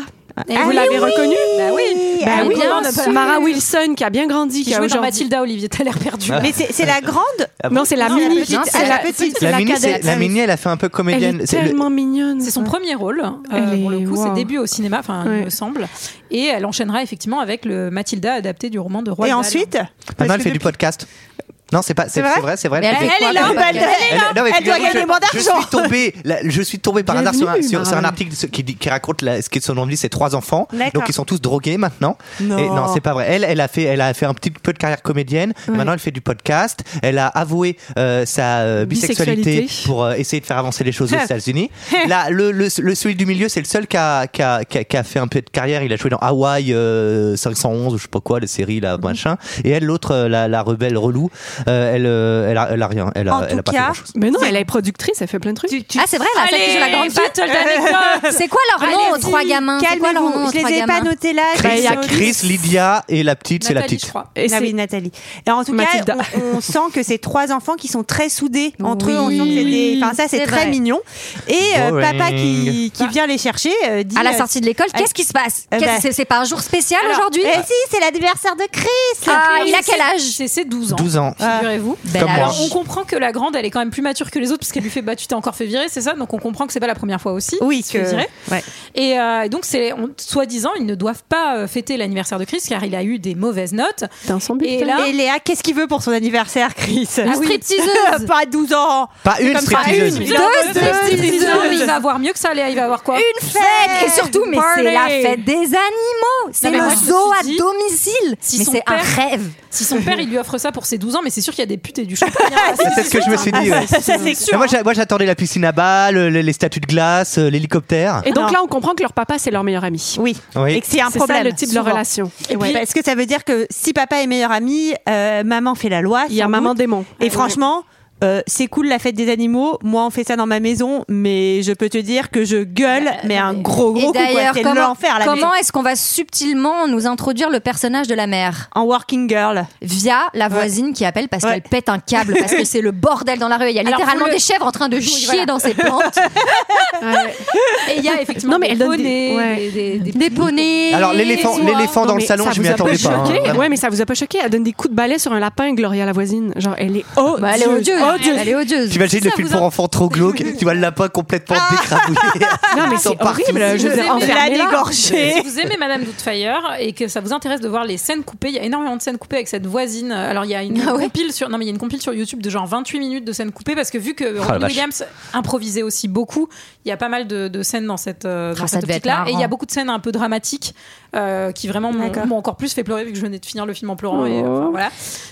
Speaker 1: Eh
Speaker 11: vous
Speaker 1: oui,
Speaker 11: l'avez
Speaker 1: oui.
Speaker 11: reconnue
Speaker 10: Bah oui.
Speaker 11: Bah
Speaker 10: Bah
Speaker 11: oui,
Speaker 10: bien sûr.
Speaker 11: Mara Wilson qui a bien grandi.
Speaker 10: Qui
Speaker 11: a
Speaker 10: jouait dans
Speaker 11: aujourd'hui- Ah
Speaker 10: Mathilda, Olivier, t'as l'air perdu.
Speaker 12: Ah.
Speaker 10: là.
Speaker 9: Mais c'est c'est la grande.
Speaker 11: Non, c'est la
Speaker 9: Non,
Speaker 11: mini.
Speaker 9: petite.
Speaker 11: C'est la petite.
Speaker 12: La,
Speaker 11: c'est
Speaker 12: mini, c'est-
Speaker 11: cadette.
Speaker 12: la mini, elle a fait un peu comédienne.
Speaker 11: Elle est
Speaker 12: C'est le-
Speaker 11: tellement mignonne.
Speaker 10: C'est son premier rôle, euh,
Speaker 11: Elle
Speaker 10: pour le
Speaker 11: est-
Speaker 10: coup,
Speaker 11: wow.
Speaker 10: ses débuts au cinéma, enfin,
Speaker 11: Ouais.
Speaker 10: il me semble. Et elle enchaînera effectivement avec le Mathilda adapté du roman de Roald
Speaker 9: Et
Speaker 10: Dahl.
Speaker 9: ensuite
Speaker 12: Maintenant, elle fait du podcast. Non, c'est pas. C'est
Speaker 10: vrai
Speaker 12: c'est vrai, c'est vrai.
Speaker 10: Mais elle-
Speaker 12: fait-
Speaker 10: elle est là,
Speaker 12: Elle-
Speaker 10: bah, elle- elle est
Speaker 12: elle-
Speaker 10: là.
Speaker 12: non, mais
Speaker 10: Elle doit
Speaker 12: figurez-vous,
Speaker 10: gagner
Speaker 12: je-
Speaker 10: moins d'argent.
Speaker 12: Je suis tombé. là, je suis tombé par hasard sur, un-
Speaker 10: Bienvenue,
Speaker 12: sur- sur un
Speaker 10: Marvel.
Speaker 12: article ce- qui, dit- qui raconte la- ce qui est son nom de vie, c'est trois enfants.
Speaker 10: D'accord.
Speaker 12: Donc ils sont tous drogués maintenant.
Speaker 10: Non.
Speaker 12: Et non, c'est pas vrai. Elle, elle a fait, elle a fait un petit peu de carrière comédienne.
Speaker 11: Ouais.
Speaker 12: Maintenant, elle fait du podcast. Elle a avoué euh, sa euh, bisexualité,
Speaker 11: Bisexualité.
Speaker 12: pour euh, essayer de faire avancer les choses aux États-Unis. Là, le, le, le celui du milieu, c'est le seul qui a, qui, a, qui a- qui a fait un peu de carrière. Il a joué dans Hawaii euh, 511 ou je sais pas quoi, les séries là,
Speaker 10: Mhm.
Speaker 12: machin. Et elle, l'autre, euh, la, la rebelle relou, euh, elle, euh, elle, a, elle a rien. Elle a, elle a pas fait grand-chose.
Speaker 11: Mais non, elle est productrice, elle fait plein de trucs.
Speaker 1: Ah, c'est vrai, là, celle qui joue la grande fille. C'est quoi leur nom aux trois gamins C'est quoi leur nom
Speaker 9: Calmez-vous,
Speaker 1: aux
Speaker 9: je
Speaker 1: trois
Speaker 9: les ai
Speaker 1: gamins
Speaker 9: pas notés là.
Speaker 10: bah,
Speaker 12: Chris,
Speaker 9: Ils sont-
Speaker 12: Chris, Lydia et la petite, c'est la petite.
Speaker 9: Et ah oui, Nathalie. Et en tout
Speaker 11: Mathilda.
Speaker 9: cas, on, on sent que ces trois enfants qui sont très soudés entre eux. On sent que c'est
Speaker 11: Oui.
Speaker 9: des- enfin, ça, c'est
Speaker 11: C'est
Speaker 9: très
Speaker 11: vrai.
Speaker 9: mignon. Et euh,
Speaker 11: Boring.
Speaker 9: papa qui, qui vient les chercher euh, dit
Speaker 1: À la sortie de l'école, qu'est-ce qui se passe
Speaker 9: Euh,
Speaker 1: Qu'est-ce-
Speaker 9: bah-
Speaker 1: C'est c'est pas un jour spécial
Speaker 9: Alors,
Speaker 1: aujourd'hui
Speaker 9: eh si, c'est l'anniversaire de Chris.
Speaker 1: Ah,
Speaker 10: Et
Speaker 1: il a
Speaker 10: c'est-
Speaker 1: quel âge
Speaker 10: C'est ses 12 ans.
Speaker 12: 12 ans.
Speaker 10: Figurez-vous.
Speaker 12: Bel Comme
Speaker 10: Alors,
Speaker 12: âge.
Speaker 10: on comprend que la grande, elle est quand même plus mature que les autres, parce qu'elle lui fait Bah, tu t'es encore fait virer, c'est ça Donc, on comprend que c'est pas la première fois aussi.
Speaker 9: Oui,
Speaker 10: qu'il se fait
Speaker 9: que-
Speaker 10: virer.
Speaker 9: ouais.
Speaker 10: Et euh, donc, c'est on- soi-disant, ils ne doivent pas euh, fêter l'anniversaire de Chris, car il a eu des mauvaises notes.
Speaker 9: Et,
Speaker 10: Et là,
Speaker 9: Léa, qu'est-ce qu'il veut pour son anniversaire, Chris
Speaker 1: Ah
Speaker 10: Une stripteaseuse.
Speaker 9: Pas 12 ans
Speaker 12: Pas
Speaker 9: C'est
Speaker 12: une
Speaker 9: comme ça.
Speaker 12: stripteaseuse.
Speaker 9: Une,
Speaker 12: Deux
Speaker 9: deux, stripteaseuses.
Speaker 10: Non, mais il va avoir mieux que ça, Léa. Il va avoir quoi
Speaker 1: Une fête Et surtout, mais c'est la fête des animaux C'est
Speaker 10: mais
Speaker 1: le
Speaker 10: moi, je me
Speaker 1: zoo à
Speaker 10: suis dit,
Speaker 1: domicile
Speaker 10: si
Speaker 1: Mais
Speaker 10: son
Speaker 1: c'est un
Speaker 10: père-
Speaker 1: rêve
Speaker 10: Si son père, il lui offre ça pour ses 12 ans, mais c'est sûr qu'il y a des putes et du hein, champagne. à la
Speaker 12: Ah, C'est ce que je me suis dit. ouais.
Speaker 10: Ah, ça, c'est
Speaker 12: Mais
Speaker 10: sûr,
Speaker 12: Moi, j'a- moi, j'attendais la piscine à balles, le- les statues de glace, euh, l'hélicoptère.
Speaker 11: Et donc là, on comprend que leur papa, c'est leur meilleur ami.
Speaker 9: Oui.
Speaker 12: Oui.
Speaker 9: Et que c'est un
Speaker 11: C'est
Speaker 9: problème.
Speaker 11: ça, le type de leur
Speaker 9: souvent.
Speaker 11: relation. Et ouais.
Speaker 9: Parce que ça veut dire que si papa est meilleur ami, euh, maman fait la loi.
Speaker 11: Il y a
Speaker 9: sans
Speaker 11: maman
Speaker 9: doute.
Speaker 11: démon.
Speaker 9: Et franchement. euh, c'est cool la fête des animaux. Moi, on fait ça dans ma maison, mais je peux te dire que je gueule,
Speaker 11: Euh,
Speaker 9: mais un gros gros
Speaker 1: Et
Speaker 9: coup. quoi.
Speaker 1: d'ailleurs,
Speaker 9: C'est
Speaker 1: comment,
Speaker 9: l'enfer la maison.
Speaker 1: comment est-ce qu'on va subtilement nous introduire le personnage de la mère
Speaker 9: En working girl.
Speaker 1: Via la voisine qui appelle parce qu'elle pète un câble, parce que c'est le bordel dans la rue. Il y a
Speaker 10: Alors,
Speaker 1: littéralement
Speaker 10: faut le-
Speaker 1: des chèvres en train de chier
Speaker 10: voilà.
Speaker 1: dans ses plantes.
Speaker 10: Et il y a effectivement
Speaker 11: Non, mais
Speaker 10: des
Speaker 11: elle donne des-
Speaker 10: poneys,
Speaker 11: ouais.
Speaker 10: des- des- des
Speaker 1: Des poneys.
Speaker 12: Alors, l'éléphant-
Speaker 1: des oies.
Speaker 12: l'éléphant- dans
Speaker 11: Non,
Speaker 12: le
Speaker 11: mais
Speaker 12: salon,
Speaker 11: ça
Speaker 12: je m'y
Speaker 11: vous a pas
Speaker 12: attendais pas, hein,
Speaker 11: choqué
Speaker 12: vraiment.
Speaker 11: ouais, mais ça vous a pas choqué. Elle donne des coups de balai sur un lapin, Gloria la voisine. Genre, elle est odieuse.
Speaker 1: Bah, elle est odieuse. Elle est odieuse.
Speaker 12: T'imagines
Speaker 1: Ça
Speaker 12: le film
Speaker 1: vous en- Ah.
Speaker 12: pour enfants trop glauque Tu vois le lapin complètement décrabouillé.
Speaker 11: Non, mais
Speaker 12: Ils sont
Speaker 11: c'est
Speaker 12: partis.
Speaker 11: horrible. Je veux dire,
Speaker 10: Vous aimez-
Speaker 11: enfermez-la.
Speaker 9: La dégorgée.
Speaker 10: Si vous aimez Madame Doubtfire et que ça vous intéresse de voir les scènes coupées, il y a énormément de scènes coupées avec cette voisine. Alors il y a une
Speaker 1: Ah ouais
Speaker 10: compile sur non mais il y a une compile sur YouTube de genre 28 minutes de scènes coupées parce que vu que
Speaker 12: Oh la
Speaker 10: Robin
Speaker 12: vache.
Speaker 10: Williams improvisait aussi beaucoup, il y a pas mal de, de scènes dans cette euh, dans
Speaker 1: Ah, ça
Speaker 10: cette
Speaker 1: devait être
Speaker 10: optique-là et il y
Speaker 1: marrant.
Speaker 10: a beaucoup de scènes un peu dramatiques euh, qui vraiment m'ont
Speaker 9: D'accord.
Speaker 10: m'ont encore plus fait pleurer vu que je venais de finir le film en
Speaker 1: Oh.
Speaker 10: pleurant et euh, enfin, voilà.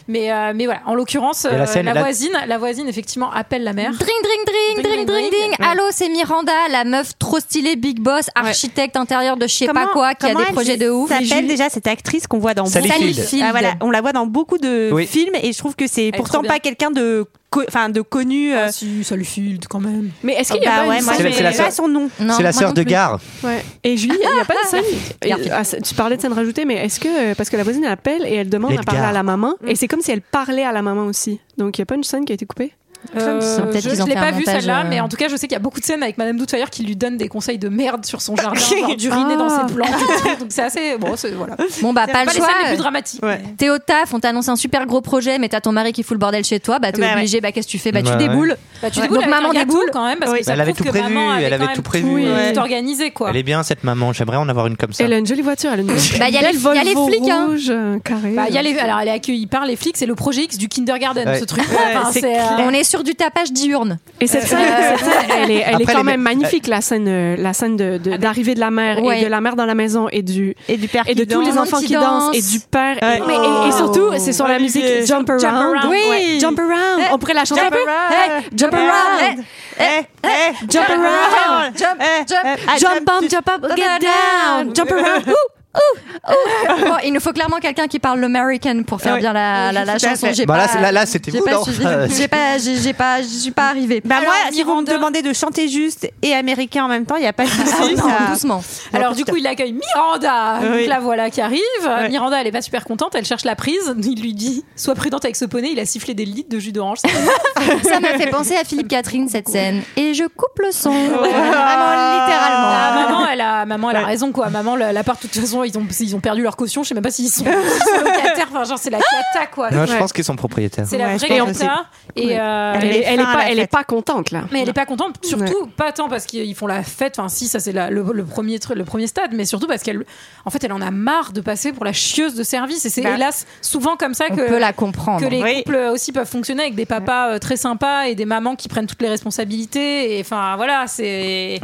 Speaker 10: Mais euh, mais voilà, en l'occurrence
Speaker 12: Et la
Speaker 10: euh, la,
Speaker 12: scène, la-
Speaker 10: voisine, la voisine effectivement appelle la mère.
Speaker 1: Dring, dring, dring, dring, dring, dring. Allô, c'est Miranda, la meuf trop stylée, big boss, architecte intérieure de je sais pas quoi, qui a
Speaker 9: comment
Speaker 1: des
Speaker 9: elle
Speaker 1: projets de ouf.
Speaker 9: s'appelle déjà cette actrice qu'on voit dans
Speaker 12: Sally
Speaker 9: beaucoup-
Speaker 12: Field. Sally
Speaker 1: Field.
Speaker 9: Ah, voilà, on la voit dans beaucoup de
Speaker 12: Oui.
Speaker 9: films et je trouve que c'est
Speaker 10: est
Speaker 9: pourtant
Speaker 10: trop bien.
Speaker 9: pas quelqu'un de co- enfin de connu.
Speaker 1: Ah,
Speaker 9: euh,
Speaker 10: Si, ça lui file quand même.
Speaker 11: Mais
Speaker 12: Ah,
Speaker 11: est-ce qu'il y a
Speaker 9: bah
Speaker 11: pas
Speaker 9: ouais,
Speaker 11: une
Speaker 9: moi
Speaker 12: C'est
Speaker 9: je
Speaker 12: la- c'est la
Speaker 9: connais pas
Speaker 12: sœur.
Speaker 9: son nom.
Speaker 1: Non,
Speaker 12: C'est la
Speaker 1: moi non
Speaker 12: sœur de
Speaker 1: plus.
Speaker 12: Gare.
Speaker 11: Ouais. Et Julie, il n'y a pas de scène. Et, ah, ça- tu parlais de scène rajoutée, mais est-ce que. euh, Parce que la voisine elle appelle et elle demande à
Speaker 12: Edgar.
Speaker 10: Mm.
Speaker 11: parler à la maman. Et c'est comme si elle parlait à la maman aussi. Donc il n'y a pas une scène qui a été coupée.
Speaker 10: Euh,
Speaker 1: ça. hein, Peut-être
Speaker 10: je
Speaker 1: qu'ils ont
Speaker 10: ne l'ai
Speaker 1: fait un
Speaker 10: pas vu
Speaker 1: montage,
Speaker 10: celle-là,
Speaker 1: euh,
Speaker 10: mais en tout cas, je sais qu'il y a beaucoup de scènes avec Madame Doubtfire qui lui donne des conseils de merde sur son jardin, genre d'uriner dans
Speaker 1: Ah.
Speaker 10: ses plantes. et tout. Donc c'est assez. Bon, c'est- voilà.
Speaker 1: Bon bah
Speaker 10: C'est
Speaker 1: pas le
Speaker 10: les
Speaker 1: choix.
Speaker 10: scènes les plus dramatiques. mais-
Speaker 1: T'es au taf, on t'annonce un super gros projet, mais t'as ton mari qui fout le bordel chez toi, bah t'es
Speaker 10: Bah ouais.
Speaker 1: obligé, bah qu'est-ce que tu fais Bah tu
Speaker 12: Bah ouais.
Speaker 1: déboules.
Speaker 10: Bah, tu
Speaker 1: Ouais.
Speaker 10: déboules
Speaker 1: Donc
Speaker 10: avec
Speaker 1: maman
Speaker 10: un gâteau,
Speaker 1: déboule
Speaker 10: quand même, parce que ça
Speaker 12: Bah, Elle avait
Speaker 10: prouve
Speaker 12: tout
Speaker 10: que
Speaker 12: prévu,
Speaker 10: maman
Speaker 12: elle avait
Speaker 10: quand
Speaker 12: tout
Speaker 10: même
Speaker 12: prévu. Ouais.
Speaker 10: tout organisé quoi.
Speaker 12: Elle est bien cette maman, j'aimerais en avoir une comme ça.
Speaker 11: Elle a une jolie voiture, elle a une
Speaker 10: Bah, il y a les-
Speaker 11: belle
Speaker 10: il y a les
Speaker 11: Volvo
Speaker 10: flics, hein.
Speaker 11: rouge, euh, carré.
Speaker 10: Bah, il y a les, alors elle est accueillie par les flics, c'est le projet X du kindergarten,
Speaker 11: Ouais.
Speaker 10: ce truc. euh,
Speaker 11: Ouais, c'est clair.
Speaker 1: On est sur du tapage diurne. Euh,
Speaker 11: Et cette scène, cette scène, elle est, elle est quand même magnifique, la scène, euh, la scène de- de- d'arrivée de, la mère
Speaker 1: Ouais.
Speaker 11: et de la mère dans la maison et du et du père et de
Speaker 1: qui
Speaker 11: tous
Speaker 1: danse.
Speaker 11: les enfants qui
Speaker 1: Qui
Speaker 11: dansent et
Speaker 1: danse.
Speaker 11: du père.
Speaker 1: Ouais.
Speaker 11: Et, mais- et- et surtout, c'est sur la musique Jump Around.
Speaker 1: Oui.
Speaker 11: Ouais, Jump Around. Eh, On pourrait la chanter un peu. Hey, jump Around. eh, Jump
Speaker 1: Jump
Speaker 11: Around. Eh,
Speaker 1: around. Jump, jump,
Speaker 11: Jump on, jump up, get down. Jump Around. Ouh.
Speaker 1: Bon, il nous faut clairement quelqu'un qui parle l'American pour faire bien la, la, la
Speaker 12: tout à
Speaker 1: chanson.
Speaker 12: fait.
Speaker 1: J'ai
Speaker 12: Bah là,
Speaker 1: pas-
Speaker 12: c'est- là- là, c'était
Speaker 1: j'ai
Speaker 12: vous,
Speaker 1: pas
Speaker 12: non
Speaker 1: suivi.
Speaker 12: Euh,
Speaker 1: J'ai pas, j'ai j'ai pas, je suis pas arrivée.
Speaker 9: Bah moi, si vous me demandez de chanter juste et américain en même temps, il n'y a pas de souci.
Speaker 10: Ah, non,
Speaker 9: ça-
Speaker 1: Ah doucement.
Speaker 10: Alors du coup, il accueille Miranda.
Speaker 9: Oui.
Speaker 10: Donc la voilà qui arrive.
Speaker 9: Ouais.
Speaker 10: Miranda, elle est pas super contente. Elle cherche la prise. Il lui dit "Sois prudente avec ce poney. Il a sifflé des litres de jus d'orange."
Speaker 1: Ça m'a fait penser à Philippe Catherine cette scène. Et je coupe le son. Vraiment, littéralement.
Speaker 10: Ah, maman, elle a, maman, elle a raison quoi. Maman, la- l'appart de toute façon, ils ont, ils ont perdu leur caution. Je sais même pas s'ils sont, s'ils sont locataires. Enfin, genre, c'est la cata quoi.
Speaker 12: Non, je
Speaker 10: Ouais.
Speaker 12: pense qu'ils sont propriétaires.
Speaker 10: C'est la vraie cata. Et euh,
Speaker 11: Elle, est- elle est pas, elle est pas contente là.
Speaker 10: Mais elle est pas contente, surtout pas tant parce qu'ils font la fête. Enfin, si ça c'est la- le, le premier tru- le premier stade, mais surtout parce qu'elle, en fait, elle en a marre de passer pour la chieuse de service. Et c'est
Speaker 1: Bah,
Speaker 10: hélas souvent comme ça
Speaker 1: on
Speaker 10: que
Speaker 1: peut la comprendre.
Speaker 10: que les
Speaker 1: Oui.
Speaker 10: couples aussi peuvent fonctionner avec des papas euh, très sympas et des mamans qui prennent toutes les responsabilités. Et enfin, voilà, c'est.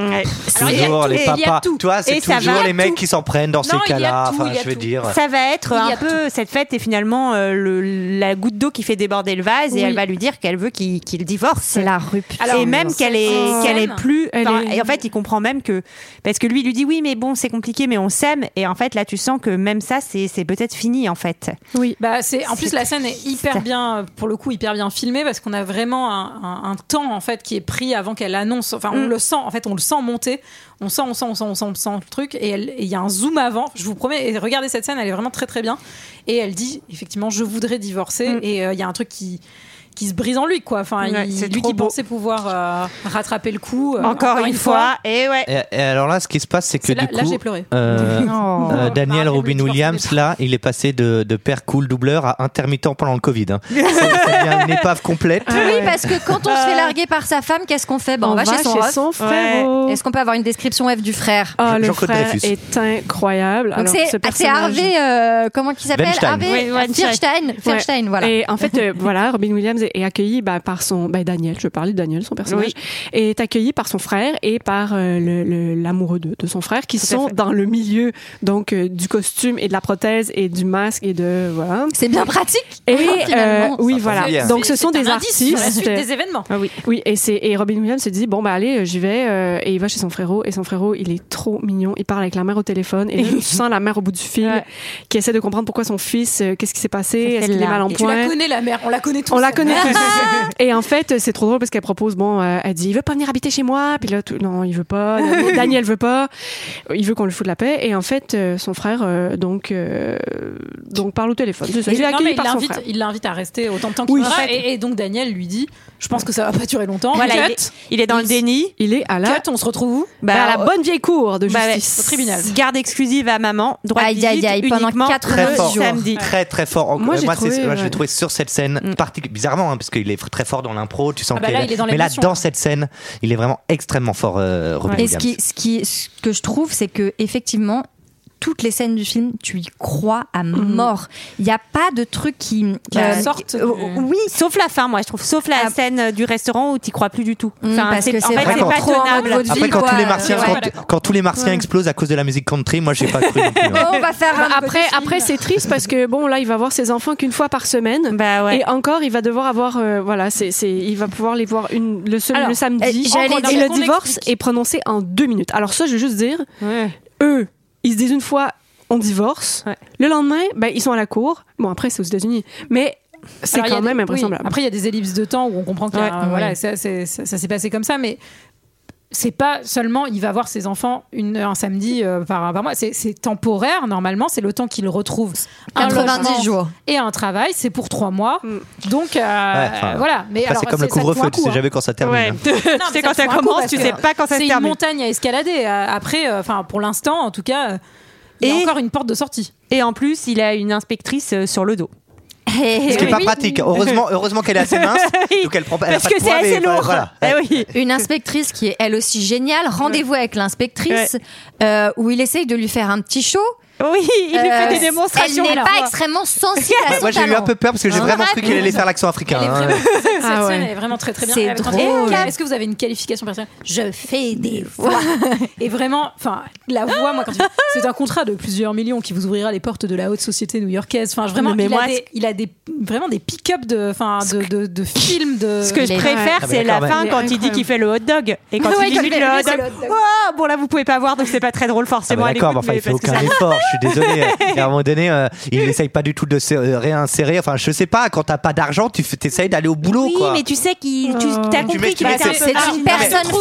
Speaker 10: Alors, il y a
Speaker 12: Toujours
Speaker 10: tout,
Speaker 12: les
Speaker 10: et il y a
Speaker 12: papas.
Speaker 10: tout.
Speaker 12: Toi, c'est
Speaker 10: Et ça
Speaker 12: toujours
Speaker 10: va.
Speaker 12: les mecs qui s'en prennent dans ces
Speaker 10: Non, il y a
Speaker 12: cas-là.
Speaker 10: tout,
Speaker 12: Enfin,
Speaker 10: il y a
Speaker 12: je veux
Speaker 10: tout.
Speaker 12: dire.
Speaker 9: Ça va être
Speaker 10: Il y a
Speaker 9: un peu cette fête est finalement euh, le- la goutte d'eau qui fait déborder le vase
Speaker 10: Oui.
Speaker 9: et elle va lui dire qu'elle veut qu'il qu'il divorce. C'est
Speaker 1: la rupture.
Speaker 9: et même qu'elle est
Speaker 10: Oh.
Speaker 9: qu'elle est plus.
Speaker 11: Elle
Speaker 9: enfin,
Speaker 11: est-
Speaker 9: Et en fait, il comprend même que parce que lui il lui dit oui mais bon c'est compliqué mais on s'aime et en fait là tu sens que même ça c'est c'est peut-être fini en fait.
Speaker 11: Oui.
Speaker 10: Bah, c'est en plus la scène est hyper bien euh, pour le coup hyper bien filmée parce qu'on a vraiment un, un- un temps en fait qui est pris avant qu'elle annonce. Enfin, on
Speaker 11: Mm.
Speaker 10: le sent en fait, on le sent monter. On sent, on sent, on sent, on sent, on sent le truc et elle- et il y a un zoom avant. Je vous promets, et regardez cette scène, elle est vraiment très très bien. Et elle dit effectivement, je voudrais divorcer
Speaker 11: Mm.
Speaker 10: et euh, il y a un truc qui qui se brise en lui quoi. Enfin,
Speaker 9: Ouais,
Speaker 10: il-
Speaker 9: c'est
Speaker 10: lui
Speaker 9: trop
Speaker 10: qui
Speaker 9: beau.
Speaker 10: pensait pouvoir euh, rattraper le coup. euh,
Speaker 9: Encore, une, fois. et ouais.
Speaker 12: Et, et alors là, ce qui se passe, c'est que
Speaker 10: C'est
Speaker 12: du
Speaker 10: là-
Speaker 12: coup,
Speaker 10: là, j'ai pleuré.
Speaker 12: euh,
Speaker 10: Non.
Speaker 12: euh, Daniel
Speaker 10: Ah,
Speaker 12: Robin
Speaker 10: le divorce,
Speaker 12: Williams,
Speaker 10: c'est
Speaker 12: là, il est passé de, de père cool doubleur à intermittent pendant le Covid. hein. C'est- c'est bien une épave complète.
Speaker 10: Ah,
Speaker 1: Oui, parce que quand on se fait larguer par sa femme, qu'est-ce qu'on fait Bah, on, va chez son, ref.
Speaker 11: frère.
Speaker 1: Est-ce qu'on peut avoir une description F du frère
Speaker 11: Ah, le
Speaker 12: Jean-Claude
Speaker 11: frère
Speaker 12: Dreyfus.
Speaker 11: est incroyable.
Speaker 1: Donc
Speaker 11: Alors,
Speaker 1: c'est
Speaker 11: ce
Speaker 1: ah, c'est
Speaker 11: personnage-
Speaker 1: Harvey, euh, comment qu'il s'appelle
Speaker 12: Weinstein.
Speaker 1: Harvey
Speaker 11: Ouais,
Speaker 1: Fierstein.
Speaker 11: Ouais.
Speaker 1: Fierstein, voilà.
Speaker 11: Et en fait, euh, voilà, Robin Williams est, est accueilli bah, par son bah, Daniel. Je parlais de Daniel, son personnage, et est accueilli par son frère et par euh, le- le- l'amoureux de, de son frère, qui
Speaker 1: Tout à
Speaker 11: sont
Speaker 1: fait.
Speaker 11: dans le milieu donc euh, du costume et de la prothèse et du masque et de voilà.
Speaker 1: C'est bien pratique.
Speaker 11: Et
Speaker 1: Oui,
Speaker 11: euh,
Speaker 1: finalement.
Speaker 11: oui,
Speaker 12: Ça
Speaker 11: voilà.
Speaker 12: tombe bien.
Speaker 11: Donc ce
Speaker 10: C'est
Speaker 11: sont
Speaker 10: un
Speaker 11: des
Speaker 10: indice sur
Speaker 11: artistes.
Speaker 10: la suite des événements.
Speaker 11: Ah oui. Oui, et c'est et Robin Williams se dit bon bah allez, euh, j'y vais euh, et il va chez son frérot et son frérot, il est trop mignon, il parle avec la mère au téléphone et là, tu sens la mère au bout du fil qui essaie de comprendre pourquoi son fils euh, qu'est-ce qui s'est passé, est-ce qu'il est mal en
Speaker 10: Et tu la
Speaker 11: point.
Speaker 10: connais la mère, on la connaît tous.
Speaker 11: On la connaît tous. Et en fait, c'est trop drôle parce qu'elle propose, bon, euh, elle dit, il veut pas venir habiter chez moi. Puis là, tout- non, il veut pas. Non, Daniel veut pas. Il veut qu'on lui foute la paix. Et en fait, euh, son frère, euh, donc, euh, donc parle au téléphone. C'est ça, Il est
Speaker 10: Non, mais
Speaker 11: accueilli
Speaker 10: il
Speaker 11: par son
Speaker 10: l'invite-
Speaker 11: frère.
Speaker 10: Il l'invite à rester autant de temps qu'il
Speaker 11: Oui.
Speaker 10: voudra.
Speaker 11: En fait-
Speaker 10: Et, et donc Daniel lui dit Je pense que ça va pas durer longtemps.
Speaker 9: Voilà, il
Speaker 10: Cut.
Speaker 9: est, il est dans le déni.
Speaker 11: Il est à la,
Speaker 10: Cut, on se retrouve où Bah,
Speaker 11: à Bah, la
Speaker 9: au-
Speaker 11: bonne vieille cour de
Speaker 9: bah ouais,
Speaker 11: justice.
Speaker 10: Au tribunal.
Speaker 9: Garde exclusive à maman. Droit de
Speaker 1: Aïe,
Speaker 9: visite
Speaker 1: aïe, aïe, pendant
Speaker 9: uniquement
Speaker 1: 80
Speaker 9: le
Speaker 12: Très fort,
Speaker 9: samedi.
Speaker 12: très très fort.
Speaker 11: Moi, j'ai
Speaker 12: c'est-
Speaker 11: trouvé,
Speaker 12: moi,
Speaker 11: ouais.
Speaker 12: je l'ai trouvé sur cette scène, particu- bizarrement, hein, parce qu'il est très fort dans l'impro. Tu
Speaker 10: Mm.
Speaker 12: sens
Speaker 10: Ah bah
Speaker 12: qu'il
Speaker 10: là,
Speaker 12: est-
Speaker 10: il est dans
Speaker 12: mais là,
Speaker 10: l'émotion.
Speaker 12: dans cette scène, il est vraiment extrêmement fort, euh, Robin
Speaker 1: Et ce,
Speaker 12: Williams.
Speaker 1: qui, ce, qui, ce que je trouve, c'est que effectivement, toutes les scènes du film, tu y crois à mort. Il n'y a pas de truc Mhm. qui
Speaker 10: Qui sorte
Speaker 1: euh,
Speaker 9: oh.
Speaker 10: du-
Speaker 1: oui,
Speaker 9: Mm. Sauf la fin, moi, je trouve. Sauf la scène euh, du restaurant où t'y crois plus du tout.
Speaker 1: Mm,
Speaker 9: Enfin,
Speaker 1: parce que
Speaker 9: en
Speaker 1: c'est
Speaker 9: fait,
Speaker 12: vraiment
Speaker 9: pas
Speaker 1: trop en mode
Speaker 9: tenable. Ah,
Speaker 1: vaudeville.
Speaker 12: Après, quand
Speaker 1: quoi,
Speaker 12: tous les
Speaker 1: euh,
Speaker 12: martiens,
Speaker 1: ouais.
Speaker 12: quand,
Speaker 1: Ouais.
Speaker 12: quand tous les martiens explosent à cause de la musique country, moi, j'ai pas cru. non plus, hein.
Speaker 1: on va faire un
Speaker 11: Après,
Speaker 1: petit film.
Speaker 11: après c'est triste parce que bon là il va voir ses enfants qu'une fois par semaine
Speaker 9: Bah ouais.
Speaker 11: et encore il va devoir avoir euh, voilà c'est c'est- il va pouvoir les voir une le, seul,
Speaker 10: Alors,
Speaker 11: le samedi
Speaker 9: Eh,
Speaker 1: euh, j'allais
Speaker 11: et
Speaker 1: dire
Speaker 11: le
Speaker 10: qu'on
Speaker 11: divorce
Speaker 10: l'explique.
Speaker 11: est prononcé en deux minutes alors ça je veux juste dire eux, ils se disent une fois on divorce.
Speaker 9: Ouais.
Speaker 11: Le lendemain, ben, ils sont à la cour. Bon, après, c'est aux États-Unis. Mais c'est
Speaker 10: Alors, il y a
Speaker 11: quand même
Speaker 10: des-
Speaker 11: impressionnant.
Speaker 10: oui. Après, il y a des ellipses de temps où on comprend qu'il y a
Speaker 11: Ouais.
Speaker 10: un- voilà, ça, c'est- ça- ça s'est passé comme ça, mais. c'est pas seulement il va voir ses enfants une, un samedi euh, par, par mois, c'est c'est temporaire normalement, c'est le temps qu'il retrouve un
Speaker 1: 90
Speaker 10: logement
Speaker 1: jours.
Speaker 10: et un travail, c'est pour trois mois.
Speaker 11: Mm.
Speaker 10: Donc euh,
Speaker 12: enfin,
Speaker 10: voilà, mais
Speaker 12: enfin,
Speaker 10: alors,
Speaker 12: c'est comme
Speaker 10: ça
Speaker 12: le
Speaker 10: te
Speaker 12: couvre-feu,
Speaker 10: fout un
Speaker 12: tu sais
Speaker 10: coup, hein.
Speaker 12: jamais quand ça termine.
Speaker 10: Ouais.
Speaker 12: hein.
Speaker 10: Non, mais
Speaker 9: sais
Speaker 10: te
Speaker 9: quand
Speaker 10: fout
Speaker 9: ça
Speaker 10: un coup
Speaker 9: commence,
Speaker 10: parce
Speaker 9: tu
Speaker 10: que
Speaker 9: sais pas quand ça se
Speaker 10: C'est une
Speaker 9: termine.
Speaker 10: montagne à escalader. Euh, Après, enfin pour l'instant, en tout cas, euh, il y a encore une porte de sortie.
Speaker 13: Et en plus, il a une inspectrice euh, sur le dos.
Speaker 12: Ce qui n'est pas pratique. Heureusement, heureusement qu'elle est assez mince. Donc elle prend, elle a pas de poids, mais, enfin, voilà.
Speaker 1: Eh Une inspectrice qui est elle aussi géniale. Rendez-vous avec l'inspectrice euh, où il essaye de lui faire un petit show. Euh,
Speaker 9: Oui,
Speaker 13: il lui fait des démonstrations.
Speaker 1: Elle n'est
Speaker 13: Alors,
Speaker 1: pas
Speaker 13: moi-
Speaker 1: extrêmement sensible à son
Speaker 12: Moi j'ai eu un
Speaker 1: talent.
Speaker 12: peu peur parce que j'ai
Speaker 1: Hein,
Speaker 12: vraiment cru
Speaker 1: rapide.
Speaker 12: qu'elle allait faire l'accent africain. hein.
Speaker 10: Cette
Speaker 1: Ah
Speaker 10: scène,
Speaker 1: ouais.
Speaker 10: elle est vraiment très très bien.
Speaker 1: C'est
Speaker 10: Et quand-
Speaker 1: drôle.
Speaker 10: Et Est-ce que vous avez une qualification personnelle Je fais des voix. et vraiment, enfin, la voix, moi, quand tu- c'est un contrat de plusieurs millions qui vous ouvrira les portes de la haute société new-yorkaise. Enfin, vraiment,
Speaker 9: Mais
Speaker 10: il,
Speaker 9: moi,
Speaker 10: a des,
Speaker 9: ce-
Speaker 10: il a des vraiment des pick-up de, enfin, de, de, de films de.
Speaker 9: Ce que je
Speaker 10: Ah,
Speaker 9: préfère,
Speaker 12: Ah,
Speaker 9: c'est la fin quand il dit qu'il fait le hot dog. Et quand
Speaker 10: Ouais,
Speaker 9: il
Speaker 10: quand
Speaker 9: dit
Speaker 10: il fait
Speaker 9: le
Speaker 10: lui,
Speaker 9: hot
Speaker 10: c'est
Speaker 9: dog.
Speaker 10: le hot dog.
Speaker 9: Ouah, bon, là, vous pouvez pas voir, donc c'est pas très drôle
Speaker 12: Ah
Speaker 9: forcément.
Speaker 12: bah
Speaker 9: à
Speaker 12: D'accord, mais
Speaker 9: l'écoute,
Speaker 12: enfin,
Speaker 9: mais
Speaker 12: il fait
Speaker 9: parce que
Speaker 12: aucun
Speaker 9: ça-
Speaker 12: effort. Je suis désolé. Et à un moment donné, euh, il n'essaye pas du tout de se euh, réinsérer. Enfin, je sais pas. Quand t'as pas d'argent, tu essayes d'aller au boulot.
Speaker 9: Oui,
Speaker 12: quoi.
Speaker 9: mais tu sais qu'il. Tu as compris
Speaker 12: mets-
Speaker 9: qu'il
Speaker 12: mais
Speaker 9: était un peu.
Speaker 12: c'est-
Speaker 9: marginal.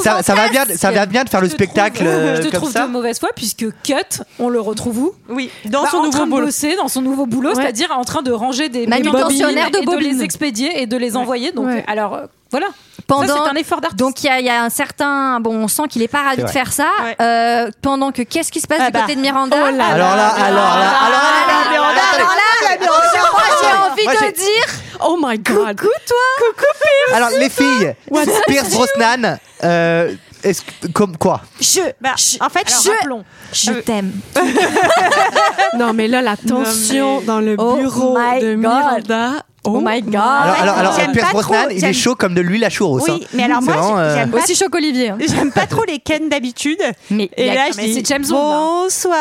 Speaker 12: ça, ça va bien, ça va bien de faire le spectacle euh,
Speaker 10: Je te
Speaker 12: comme
Speaker 10: trouve
Speaker 12: ça.
Speaker 10: de mauvaise foi puisque Cut, on le retrouve où
Speaker 9: Oui, dans
Speaker 10: Bah,
Speaker 9: son
Speaker 10: en
Speaker 9: nouveau
Speaker 10: train de
Speaker 9: boulot.
Speaker 10: bosser dans son nouveau boulot, c'est-à-dire en train de ranger des
Speaker 1: Manutentionnaire
Speaker 10: bobines
Speaker 1: de
Speaker 10: et de
Speaker 1: bobines.
Speaker 10: les expédier et de les envoyer. Donc
Speaker 1: Ouais.
Speaker 10: alors euh, voilà.
Speaker 1: pendant
Speaker 10: Ça, c'est un effort d'artiste.
Speaker 1: donc il y, a- il y a un certain bon on sent qu'il est pas ravi
Speaker 10: C'est
Speaker 1: de
Speaker 10: vrai.
Speaker 1: faire ça euh, pendant que qu'est-ce qui se passe
Speaker 10: Ah
Speaker 1: du
Speaker 10: bah.
Speaker 1: côté de Miranda
Speaker 12: Alors là, alors là, alors là,
Speaker 1: alors là, oh, alors là,
Speaker 12: alors là,
Speaker 1: moi, j'ai
Speaker 12: Moi,
Speaker 1: envie
Speaker 12: j'ai-
Speaker 1: de dire
Speaker 11: oh my god coucou
Speaker 1: toi
Speaker 11: coucou
Speaker 12: Alors les filles,
Speaker 9: What's up,
Speaker 12: Pierce
Speaker 9: you?
Speaker 12: Brosnan, euh, est-ce que- comme quoi
Speaker 9: Je. Euh, en fait,
Speaker 10: Alors,
Speaker 9: je.
Speaker 10: rappelons.
Speaker 1: Je t'aime.
Speaker 11: non, mais là, la tension dans le
Speaker 1: Oh
Speaker 11: bureau
Speaker 1: my
Speaker 11: de
Speaker 1: God.
Speaker 11: Miranda. Oh,
Speaker 1: my god.
Speaker 12: Alors, alors, alors,
Speaker 9: Ah, j'aime
Speaker 12: Pierce
Speaker 9: pas
Speaker 12: Brosnan,
Speaker 9: trop,
Speaker 12: il est
Speaker 9: j'aime-
Speaker 12: chaud comme de l'huile à churros. hein.
Speaker 9: Oui, mais alors moi,
Speaker 12: C'est vraiment, euh,
Speaker 9: j'aime pas-
Speaker 1: aussi chaud qu'Olivier. hein.
Speaker 9: J'aime pas trop les Ken d'habitude.
Speaker 1: Mais
Speaker 9: Et
Speaker 1: il y a-
Speaker 9: là, je
Speaker 1: mais
Speaker 9: dis
Speaker 1: c'est James Bond,
Speaker 9: bonsoir.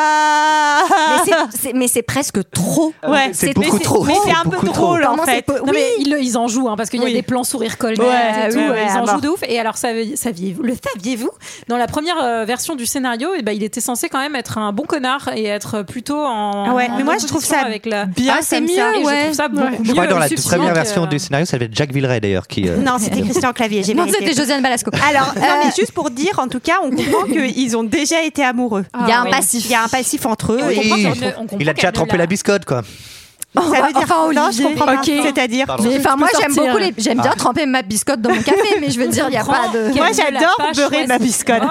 Speaker 1: mais c'est- c'est- mais c'est presque trop
Speaker 9: Ouais, Ah, c'est beaucoup trop. Mais c'est un peu drôle, en
Speaker 1: Comment c'est
Speaker 9: fait.
Speaker 1: po-
Speaker 10: Non, mais ils, le- ils en jouent hein, parce qu'il y
Speaker 9: Oui.
Speaker 10: a des plans sourire collet
Speaker 9: Ouais,
Speaker 10: et tout,
Speaker 9: oui,
Speaker 10: euh,
Speaker 9: ouais,
Speaker 10: ils
Speaker 9: à
Speaker 10: en
Speaker 9: mort.
Speaker 10: jouent de ouf. Et alors saviez- saviez-vous le saviez-vous dans la première euh, version du scénario, et ben il était censé quand même être un bon connard et être plutôt en.
Speaker 9: Ah ouais,
Speaker 10: en
Speaker 9: mais moi, je trouve
Speaker 10: opposition
Speaker 9: ça
Speaker 10: avec la...
Speaker 9: bien Ah, c'est comme ça. mieux,
Speaker 10: Et Je
Speaker 9: ouais.
Speaker 10: trouve ça beaucoup
Speaker 9: Ouais.
Speaker 12: Je
Speaker 10: mieux.
Speaker 12: crois que dans la
Speaker 10: subtilement
Speaker 12: première
Speaker 10: que-
Speaker 12: version du scénario, ça devait être Jack Villeray d'ailleurs qui. euh,
Speaker 9: Non, c'était Christian Clavier. J'ai
Speaker 1: Non,
Speaker 9: vérifié.
Speaker 1: c'était Josiane Balasco.
Speaker 9: Alors, non, mais juste pour dire, en tout cas, on comprend qu'ils ont déjà été amoureux.
Speaker 1: Il y a un passif.
Speaker 9: Il y a un passif entre eux.
Speaker 12: Oui,
Speaker 9: et-
Speaker 12: il a déjà trempé la biscotte quoi.
Speaker 9: Ça veut dire Non,
Speaker 1: enfin,
Speaker 9: je
Speaker 1: Olivier.
Speaker 9: comprends pas.
Speaker 1: Ok.
Speaker 9: C'est-à-dire.
Speaker 12: Pardon.
Speaker 1: Mais enfin, moi j'aime beaucoup les. J'aime bien
Speaker 12: Ah.
Speaker 1: tremper ma biscotte dans mon café, mais je veux dire, il n'y a pas de.
Speaker 9: Moi, j'adore beurrer ma biscotte.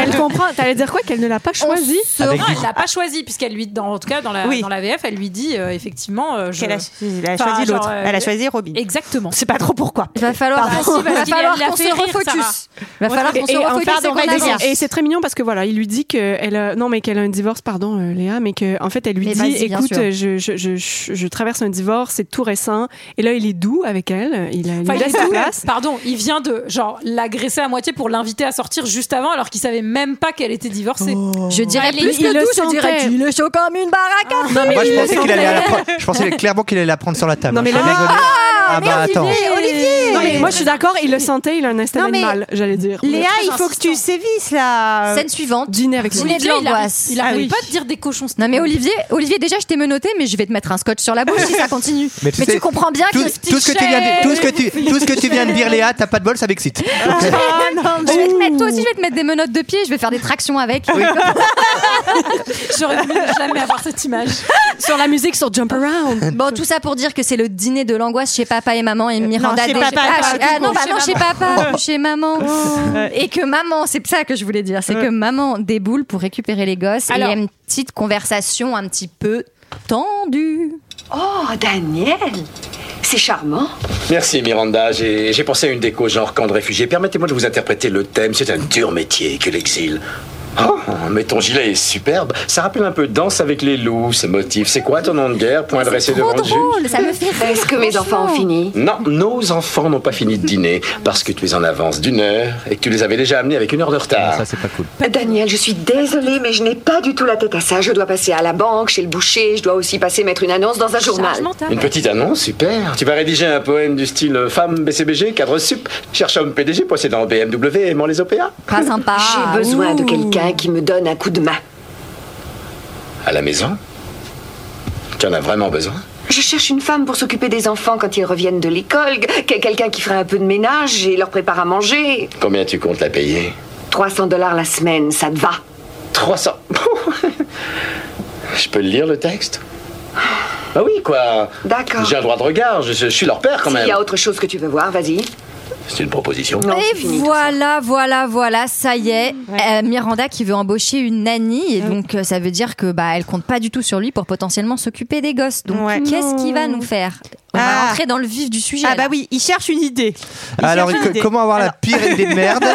Speaker 11: Elle comprend. T'allais dire quoi Qu'elle ne l'a pas choisi
Speaker 10: Non,
Speaker 12: Avec du-
Speaker 10: elle l'a pas choisi puisqu'elle lui, dans, en tout cas dans la,
Speaker 9: Oui.
Speaker 10: dans la VF, elle lui dit euh, effectivement. euh, je-
Speaker 9: Qu'elle a- Elle a
Speaker 10: Enfin,
Speaker 9: choisi
Speaker 10: genre,
Speaker 9: l'autre.
Speaker 10: euh,
Speaker 9: Elle a choisi Robin.
Speaker 10: Exactement.
Speaker 9: C'est pas trop pourquoi.
Speaker 1: Il va falloir,
Speaker 10: Bah, si, parce
Speaker 1: il va
Speaker 10: qu'il
Speaker 1: falloir
Speaker 10: l'a
Speaker 1: qu'on
Speaker 10: fait
Speaker 1: se
Speaker 10: rire, Sarah.
Speaker 1: refocus. Il va falloir qu'on se
Speaker 11: Et, en
Speaker 1: refocus.
Speaker 11: fait,
Speaker 1: et qu'on
Speaker 11: on va dire-
Speaker 1: avance.
Speaker 11: et c'est très mignon parce que voilà, il lui dit que elle a, non mais qu'elle a un divorce, pardon euh, Léa, mais que en fait elle lui
Speaker 1: Mais
Speaker 11: dit,
Speaker 1: vas-y, bien
Speaker 11: écoute,
Speaker 1: sûr.
Speaker 11: euh, je, je, je, je- je traverse un divorce, c'est tout récent. Et là, il est doux avec elle, il, a- il
Speaker 10: Enfin,
Speaker 11: lui
Speaker 10: il
Speaker 11: laisse
Speaker 10: est
Speaker 11: la
Speaker 10: tout-
Speaker 11: place.
Speaker 10: Pardon, il vient de genre l'agresser à moitié pour l'inviter à sortir juste avant alors qu'il savait même pas qu'elle était divorcée.
Speaker 9: Oh.
Speaker 1: Je dirais
Speaker 10: Il-
Speaker 1: Ah, plus
Speaker 10: il
Speaker 1: que
Speaker 10: le
Speaker 1: tout, je dirais
Speaker 10: sentait.
Speaker 1: qu'il est chaud comme une baraque Ah. à
Speaker 11: Non,
Speaker 12: Moi Ah bah, je
Speaker 11: il le
Speaker 12: pensais qu'il
Speaker 11: sentait.
Speaker 12: allait, la pre- je pensais clairement qu'il allait la prendre sur la table.
Speaker 11: Non, mais
Speaker 12: Je suis
Speaker 11: le-
Speaker 12: désolé. Ah bah attends.
Speaker 9: Olivier
Speaker 11: Non, mais moi je suis d'accord, il le sentait, il a un instinct
Speaker 9: Non, mais-
Speaker 11: animal, j'allais dire.
Speaker 9: Léa, il faut que tu sévisses là.
Speaker 1: Scène suivante.
Speaker 11: Dîner avec
Speaker 1: euh, Dîner de
Speaker 10: Olivier, il Ah
Speaker 1: l'angoisse.
Speaker 10: arrête- Il arrête
Speaker 9: Ah oui.
Speaker 10: pas de dire des cochons.
Speaker 1: Non mais Olivier, Olivier déjà je t'ai menotté mais je vais te mettre un scotch sur la bouche si ça continue.
Speaker 12: Mais
Speaker 1: Mais
Speaker 12: tu
Speaker 1: tu,
Speaker 12: sais,
Speaker 1: comprends bien
Speaker 12: Tout,
Speaker 1: que
Speaker 12: tout ce que tu viens de, tout ce que tu, tout ce que tu viens de dire, Léa, t'as pas de bol, ça m'excite.
Speaker 9: Ah, non,
Speaker 1: Je vais te mettre, toi aussi je vais te mettre des menottes de pied, je vais faire des tractions avec.
Speaker 10: J'aurais voulu ne jamais avoir cette image.
Speaker 11: Sur la musique, sur Jump Around.
Speaker 1: Bon, tout ça pour dire que c'est le dîner de l'angoisse chez papa et maman et Miranda.
Speaker 9: chez
Speaker 1: Day-
Speaker 9: papa,
Speaker 1: Ah,
Speaker 9: pas
Speaker 1: chez-
Speaker 9: du
Speaker 1: ah,
Speaker 9: tout,
Speaker 1: non, bah
Speaker 10: chez
Speaker 1: non, chez
Speaker 10: maman.
Speaker 1: papa, chez maman. Et que maman, c'est ça que je voulais dire, c'est que maman déboule pour récupérer les gosses
Speaker 10: Alors.
Speaker 1: et il y a une petite conversation un petit peu tendue.
Speaker 7: Oh, Daniel, c'est charmant.
Speaker 2: Merci Miranda, j'ai j'ai pensé à une déco genre camp de réfugiés. Permettez-moi de vous interpréter le thème, c'est un dur métier que l'exil. Oh, mais ton gilet est superbe, ça rappelle un peu Danse avec les loups, ce motif. C'est quoi ton nom de guerre Point dressé devant
Speaker 1: Trop
Speaker 2: le juge
Speaker 1: drôle, ça me fait rire.
Speaker 7: Est-ce que mes enfants ont
Speaker 1: franchement.
Speaker 7: fini
Speaker 2: Non, nos enfants n'ont pas fini de dîner parce que tu es en avance d'une heure et que tu les avais déjà amenés avec une heure de retard.
Speaker 12: Ça c'est pas cool.
Speaker 7: Euh, Daniel, je suis désolée, mais je n'ai pas du tout la tête à ça. Je dois passer à la banque, chez le boucher, je dois aussi passer mettre une annonce dans un journal.
Speaker 2: Une petite annonce, super. Tu vas rédiger un poème du style euh, femme BCBG, cadre sup, cherche homme PDG, possédant BMW, aimant les OPA.
Speaker 1: Pas sympa.
Speaker 7: J'ai besoin de quelqu'un qui me donne un coup de main.
Speaker 2: À la maison Tu en as vraiment besoin
Speaker 7: Je cherche une femme pour s'occuper des enfants quand ils reviennent de l'école, que- quelqu'un qui fera un peu de ménage et leur prépare à manger.
Speaker 2: Combien tu comptes la payer
Speaker 7: 300 dollars la semaine, ça te va
Speaker 2: 300 Je peux le lire le texte Bah oui, quoi.
Speaker 7: D'accord.
Speaker 2: J'ai un droit de regard, je, je suis leur père Ah, quand
Speaker 7: S'il
Speaker 2: même.
Speaker 7: y a autre chose que tu veux voir, vas-y.
Speaker 2: C'est une proposition.
Speaker 1: et voilà, voilà, voilà, ça y est, Euh, Miranda qui veut embaucher une nanny et donc euh, ça veut dire que bah elle compte pas du tout sur lui pour potentiellement s'occuper des gosses. Donc qu'est-ce qu'il va nous faire On va rentrer dans le vif du sujet. Ah bah
Speaker 9: oui, il cherche une idée.
Speaker 12: Alors, que- comment avoir la pire idée de merde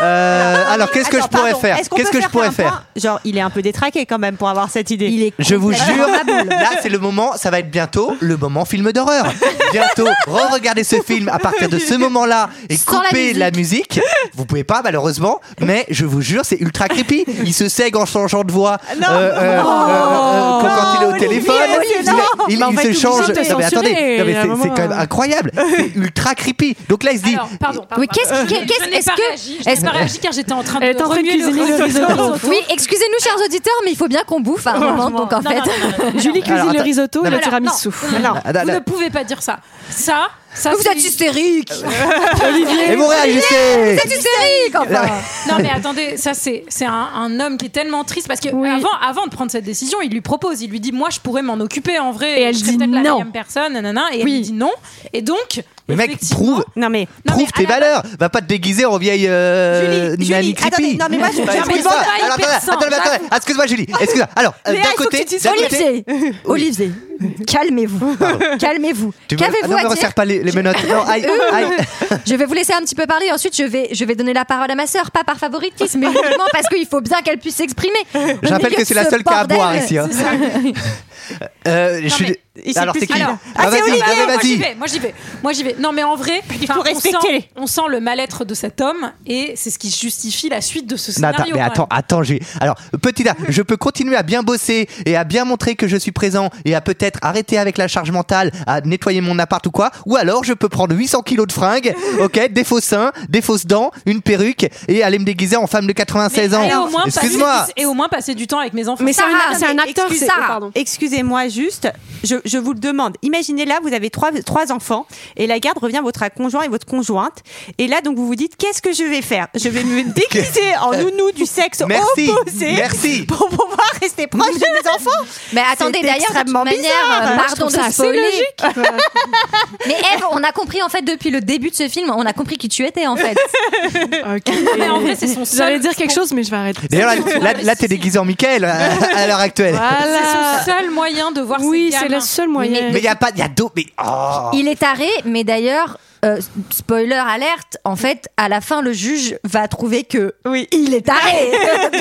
Speaker 12: Euh, Alors, qu'est-ce que je pourrais faire
Speaker 9: Est-ce qu'on
Speaker 12: Qu'est-ce
Speaker 9: peut
Speaker 12: que je
Speaker 9: faire
Speaker 12: pourrais
Speaker 9: un
Speaker 12: faire
Speaker 9: point Genre, il est un peu détraqué quand même pour avoir cette idée.
Speaker 1: Il est
Speaker 12: Je vous jure, là c'est le moment, ça va être bientôt le moment film d'horreur. Bientôt, re-regardez ce film à partir de ce moment-là et
Speaker 1: Sans la
Speaker 12: coupez la musique. Vous pouvez pas malheureusement, mais je vous jure, c'est ultra creepy. Il se sègue en changeant de voix
Speaker 9: Non. Oh.
Speaker 12: quand-
Speaker 9: Non,
Speaker 12: euh, quand il est
Speaker 10: Oh,
Speaker 12: au
Speaker 9: Olivier,
Speaker 12: téléphone.
Speaker 9: Olivier,
Speaker 12: il-
Speaker 9: non.
Speaker 12: il
Speaker 9: Bah, on
Speaker 12: il
Speaker 9: va
Speaker 12: se
Speaker 9: être
Speaker 12: change.
Speaker 9: obligé de te
Speaker 12: Non, mais attendez,
Speaker 9: censurer,
Speaker 12: non, mais
Speaker 9: il y a un
Speaker 12: c'est-
Speaker 9: moment, hein.
Speaker 12: c'est quand même incroyable. C'est ultra creepy. Donc là il se dit,
Speaker 10: Pardon, pardon.
Speaker 1: Oui, qu'est-ce
Speaker 10: pardon.
Speaker 1: qu'est- qu'est-ce-
Speaker 10: Je n'ai
Speaker 1: est-ce
Speaker 10: pas
Speaker 1: que-
Speaker 10: réagi, Je n'ai
Speaker 1: est-ce-
Speaker 10: pas réagi car j'étais en train de
Speaker 1: Elle est en train de
Speaker 10: remuer le
Speaker 1: cuisiner le
Speaker 10: risotto.
Speaker 1: risotto. Oui, excusez-nous, chers auditeurs, mais il faut bien qu'on bouffe à un moment. Donc en
Speaker 10: Non,
Speaker 1: fait,
Speaker 10: non,
Speaker 11: Julie
Speaker 12: cuisine Alors, le attends, risotto et
Speaker 10: non,
Speaker 12: le
Speaker 10: mais-
Speaker 12: tiramisu.
Speaker 10: Non, non, non,
Speaker 12: Ah, là,
Speaker 10: vous
Speaker 12: là.
Speaker 10: ne pouvez pas dire ça. Ça, ça
Speaker 1: Vous
Speaker 10: c'est-
Speaker 1: êtes hystérique
Speaker 10: Olivier.
Speaker 12: Et vous réagissez.
Speaker 1: Olivier, Vous êtes hystérique enfin
Speaker 10: Non mais attendez, ça c'est c'est un, un homme qui est tellement triste parce que avant avant de prendre cette décision, il lui propose, il lui dit moi je pourrais m'en occuper en vrai.
Speaker 11: Et elle
Speaker 10: je serais
Speaker 11: dit
Speaker 10: peut-être la
Speaker 11: non.
Speaker 10: meilleure personne, nanana, et elle lui dit non. Et donc
Speaker 12: mais mec, prouve,
Speaker 9: Non mais
Speaker 12: prouve tes valeurs. Va pas te déguiser en vieille euh,
Speaker 9: Julie,
Speaker 12: nanny
Speaker 9: Julie,
Speaker 12: creepy.
Speaker 9: attendez, non, mais moi, je-
Speaker 12: Bah,
Speaker 9: je-
Speaker 12: excuse-moi.
Speaker 9: je vois pas
Speaker 12: Alors,
Speaker 9: hyper
Speaker 12: attendez,
Speaker 9: sans,
Speaker 12: attendez,
Speaker 9: j'avoue.
Speaker 12: attendez. Excuse-moi, Julie. Excuse-moi. Alors, euh,
Speaker 9: Léa,
Speaker 12: d'un
Speaker 9: il faut
Speaker 12: côté,
Speaker 9: que tu dises
Speaker 12: d'un côté-
Speaker 1: Olivier, Olivier, calmez-vous, calmez-vous,
Speaker 12: Tu me- Ah
Speaker 1: qu'avez-vous à
Speaker 12: non, me
Speaker 1: dire Euh,
Speaker 12: resserre pas les, les menottes. Non, aïe, aïe.
Speaker 1: Je vais vous laisser un petit peu parler. Ensuite, je vais, je vais donner la parole à ma sœur, pas par favoritisme, mais uniquement parce qu'il faut bien qu'elle puisse s'exprimer.
Speaker 12: Je rappelle que c'est la seule qui a à boire ici. hein. Euh, je suis.
Speaker 9: ici,
Speaker 12: Alors,
Speaker 9: plus
Speaker 12: c'est qui
Speaker 9: qu'il-
Speaker 12: là
Speaker 9: Ah,
Speaker 12: Ah,
Speaker 9: c'est
Speaker 12: vas-y,
Speaker 9: Olivier,
Speaker 12: vas-y,
Speaker 10: moi j'y
Speaker 12: vas-y.
Speaker 10: vais, moi j'y vais, moi j'y vais. Non mais en vrai, enfin, on
Speaker 9: respecter.
Speaker 10: sent, on sent le mal-être de cet homme et c'est ce qui justifie la suite de ce
Speaker 12: Non,
Speaker 10: scénario.
Speaker 12: attends, mais
Speaker 10: quand
Speaker 12: attends, attends, j'ai. Alors, petit A, je peux continuer à bien bosser et à bien montrer que je suis présent et à peut-être arrêter avec la charge mentale, à nettoyer mon appart ou quoi. Ou alors, je peux prendre 800 kilos de fringues, ok, des faux seins, des fausses dents, une perruque et aller me déguiser en femme de 96
Speaker 10: même.
Speaker 12: ans.
Speaker 10: Et au moins passer-
Speaker 12: Excuse-moi.
Speaker 10: et au moins passer du temps avec mes enfants.
Speaker 11: Mais c'est un-
Speaker 9: Sarah,
Speaker 11: c'est un,
Speaker 9: mais
Speaker 11: acteur,
Speaker 9: excuse-
Speaker 11: c'est.
Speaker 9: Sarah,
Speaker 11: oh, pardon.
Speaker 9: Excusez-moi juste, je, je vous le demande. Imaginez là, vous avez trois, trois enfants et la garde revient à votre conjoint et votre conjointe. Et là, donc, vous vous dites, qu'est-ce que je vais faire Je vais me déguiser en nounou du sexe
Speaker 12: Merci,
Speaker 9: opposé
Speaker 12: merci.
Speaker 9: pour pouvoir rester proche de mes enfants.
Speaker 1: Mais attendez,
Speaker 9: C'est
Speaker 1: d'ailleurs, de toute
Speaker 9: extrêmement
Speaker 1: manière,
Speaker 9: bizarre.
Speaker 1: euh,
Speaker 9: Moi, je
Speaker 1: pardon
Speaker 9: trouve ça
Speaker 1: de
Speaker 9: assez
Speaker 1: spoiler.
Speaker 9: logique.
Speaker 1: Mais Eve, on a compris en fait depuis le début de ce film, on a compris qui tu étais en fait.
Speaker 11: Ok.
Speaker 10: mais en vrai, c'est son seul-
Speaker 11: J'allais dire quelque chose, mais je vais arrêter.
Speaker 12: D'ailleurs, là, là, là, t'es déguisé en Michael à, à l'heure actuelle.
Speaker 11: Voilà.
Speaker 10: C'est son seul moyen de voir
Speaker 11: Oui,
Speaker 10: ses
Speaker 11: c'est le
Speaker 10: gamins.
Speaker 11: seul moyen.
Speaker 12: Mais il y a pas, il y a d'autres. Mais oh.
Speaker 1: Il est taré, mais d'ailleurs, euh, spoiler alerte, en fait, à la fin, le juge va trouver que
Speaker 9: Oui.
Speaker 1: il est taré.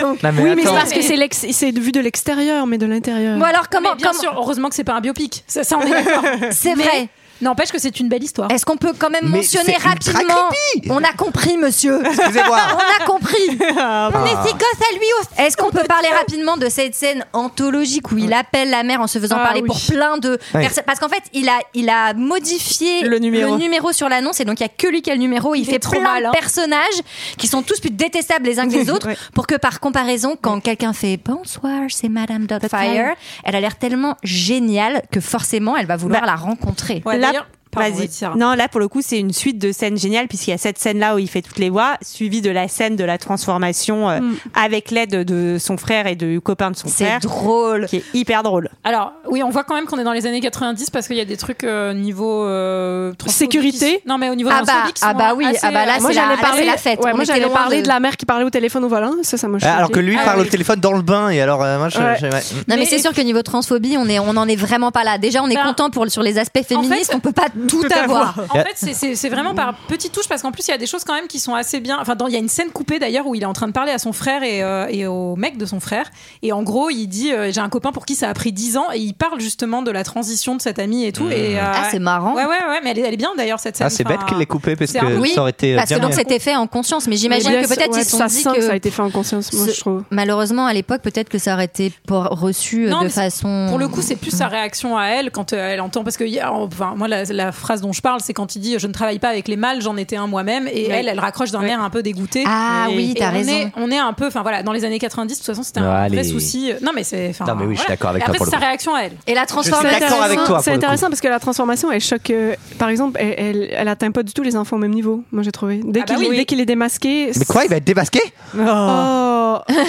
Speaker 1: Donc,
Speaker 12: Non,
Speaker 11: Oui, mais c'est
Speaker 12: attends.
Speaker 11: parce que c'est l'ex- c'est vu de l'extérieur, mais de l'intérieur.
Speaker 1: bon alors
Speaker 10: Comment,
Speaker 1: comment,
Speaker 10: bien
Speaker 1: comment-
Speaker 10: sûr, heureusement que c'est pas un biopic. Ça, ça on est d'accord.
Speaker 1: c'est
Speaker 10: Mais
Speaker 1: vrai.
Speaker 10: N'empêche que c'est une belle histoire.
Speaker 1: Est-ce qu'on peut quand même
Speaker 12: Mais
Speaker 1: mentionner
Speaker 12: c'est ultra
Speaker 1: rapidement
Speaker 12: creepy.
Speaker 1: On a compris, monsieur.
Speaker 12: Excusez-moi.
Speaker 1: On a compris.
Speaker 9: Ah.
Speaker 1: On est ses gosses à lui aussi. Est-ce qu'on peut parler rapidement de cette scène anthologique où il appelle la mère en se faisant
Speaker 11: Ah
Speaker 1: parler
Speaker 11: oui.
Speaker 1: pour plein de
Speaker 12: Oui.
Speaker 1: personnes Parce qu'en fait, il a, il a modifié
Speaker 11: Le numéro.
Speaker 1: sur l'annonce et donc il n'y a que lui qui a le numéro. Il,
Speaker 10: Il
Speaker 1: fait
Speaker 10: est trop
Speaker 1: plein
Speaker 10: malin.
Speaker 1: de personnages qui sont tous plus détestables les uns que les autres
Speaker 9: Ouais.
Speaker 1: pour que par comparaison, quand quelqu'un fait bonsoir, c'est Madame Dotfire,
Speaker 11: Doubtfire.
Speaker 1: elle a l'air tellement géniale que forcément elle va vouloir
Speaker 9: Bah,
Speaker 1: la rencontrer.
Speaker 10: Ouais,
Speaker 9: Là-
Speaker 10: d'ailleurs- pardon,
Speaker 9: Vas-y.
Speaker 10: vas-y, Sarah.
Speaker 9: Non, là pour le coup, c'est une suite de scènes géniales puisqu'il y a cette scène-là où il fait toutes les voix, suivie de la scène de la transformation euh, avec l'aide de son frère et du copain de son
Speaker 1: Mm. C'est
Speaker 9: frère,
Speaker 1: drôle.
Speaker 9: qui est hyper drôle.
Speaker 10: Alors, oui, on voit quand même qu'on est dans les années 90 parce qu'il y a des trucs euh, niveau. euh, transphobie
Speaker 11: Sécurité.
Speaker 10: qui s- Non, mais au niveau
Speaker 1: Ah bah,
Speaker 10: transphobie qui sont
Speaker 1: ah bah oui,
Speaker 10: assez,
Speaker 1: ah bah là,
Speaker 10: euh,
Speaker 1: c'est la- là, c'est la fête.
Speaker 11: ouais,
Speaker 1: On
Speaker 11: moi,
Speaker 1: était
Speaker 11: j'allais
Speaker 1: loin
Speaker 11: parler
Speaker 1: de-
Speaker 11: de... la mère qui parlait au téléphone au volant. Ça, ça m'a choqué.
Speaker 12: Alors que lui
Speaker 10: Ah
Speaker 12: parle
Speaker 10: oui.
Speaker 12: au téléphone dans le bain et alors euh, moi je,
Speaker 11: Ouais.
Speaker 12: je- ouais.
Speaker 1: Non mais,
Speaker 10: Mais
Speaker 1: c'est sûr que niveau transphobie, on est on en est vraiment pas là. Déjà, on est
Speaker 10: Ben,
Speaker 1: content pour sur les aspects féministes,
Speaker 10: fait,
Speaker 1: on peut pas tout avoir.
Speaker 10: En fait, c'est- c'est c'est vraiment par petites touches parce qu'en plus, il y a des choses quand même qui sont assez bien. Enfin, dans- il y a une scène coupée d'ailleurs où il est en train de parler à son frère et, euh, et au mec de son frère. Et en gros, il dit euh, J'ai un copain pour qui ça a pris 10 ans et il parle justement de la transition de cet ami et tout.
Speaker 12: Mmh.
Speaker 10: Et, euh,
Speaker 1: Ah, c'est marrant.
Speaker 10: Ouais, ouais, ouais, mais elle est, elle est bien d'ailleurs cette scène.
Speaker 12: Ah c'est
Speaker 10: Enfin,
Speaker 12: bête qu'il l'ait coupé parce
Speaker 10: c'est un-
Speaker 12: que
Speaker 1: Oui,
Speaker 12: ça aurait été euh,
Speaker 1: Parce que
Speaker 12: bien
Speaker 1: donc
Speaker 12: mieux.
Speaker 1: c'était fait en conscience, mais j'imagine
Speaker 11: Mais
Speaker 1: que
Speaker 11: bien,
Speaker 1: peut-être
Speaker 11: ouais,
Speaker 1: ils se sont
Speaker 11: ça
Speaker 1: dit
Speaker 11: sent
Speaker 1: que,
Speaker 11: ça a été fait en conscience, moi,
Speaker 1: ce-
Speaker 11: je trouve.
Speaker 1: malheureusement à l'époque peut-être que ça aurait été pour- reçu euh,
Speaker 10: Non,
Speaker 1: de
Speaker 10: mais c'est-
Speaker 1: façon
Speaker 10: Pour le coup, c'est plus sa réaction à elle quand euh, elle entend. Parce que, il y a- enfin, moi, la, la phrase dont je parle, c'est quand il dit Je ne travaille pas avec les mâles, j'en étais un moi-même. Et elle, elle raccroche d'un air un peu dégoûté.
Speaker 14: Ah
Speaker 10: Et-
Speaker 14: oui,
Speaker 10: et
Speaker 14: t'as
Speaker 10: on
Speaker 14: raison.
Speaker 10: est- on est un peu, enfin voilà, dans les années 90, de toute façon, c'était un
Speaker 12: Ouais,
Speaker 10: vrai
Speaker 12: les-
Speaker 10: souci. Non, mais c'est. enfin,
Speaker 12: Non, mais oui, je suis
Speaker 10: voilà.
Speaker 12: d'accord avec
Speaker 10: Et
Speaker 12: toi
Speaker 10: Après,
Speaker 12: pour
Speaker 10: c'est
Speaker 12: le
Speaker 10: sa réaction à elle.
Speaker 1: Et la
Speaker 12: transformation- d'accord avec toi, pour
Speaker 11: C'est
Speaker 12: le coup.
Speaker 11: intéressant parce que la transformation, elle choque. euh, par exemple, elle, elle, elle atteint pas du tout les enfants au même niveau, moi j'ai trouvé. Dès
Speaker 10: Ah bah
Speaker 11: qu'il
Speaker 10: oui.
Speaker 11: dès qu'il est démasqué.
Speaker 12: Mais quoi, il va être démasqué
Speaker 11: Oh.
Speaker 10: Ah, bah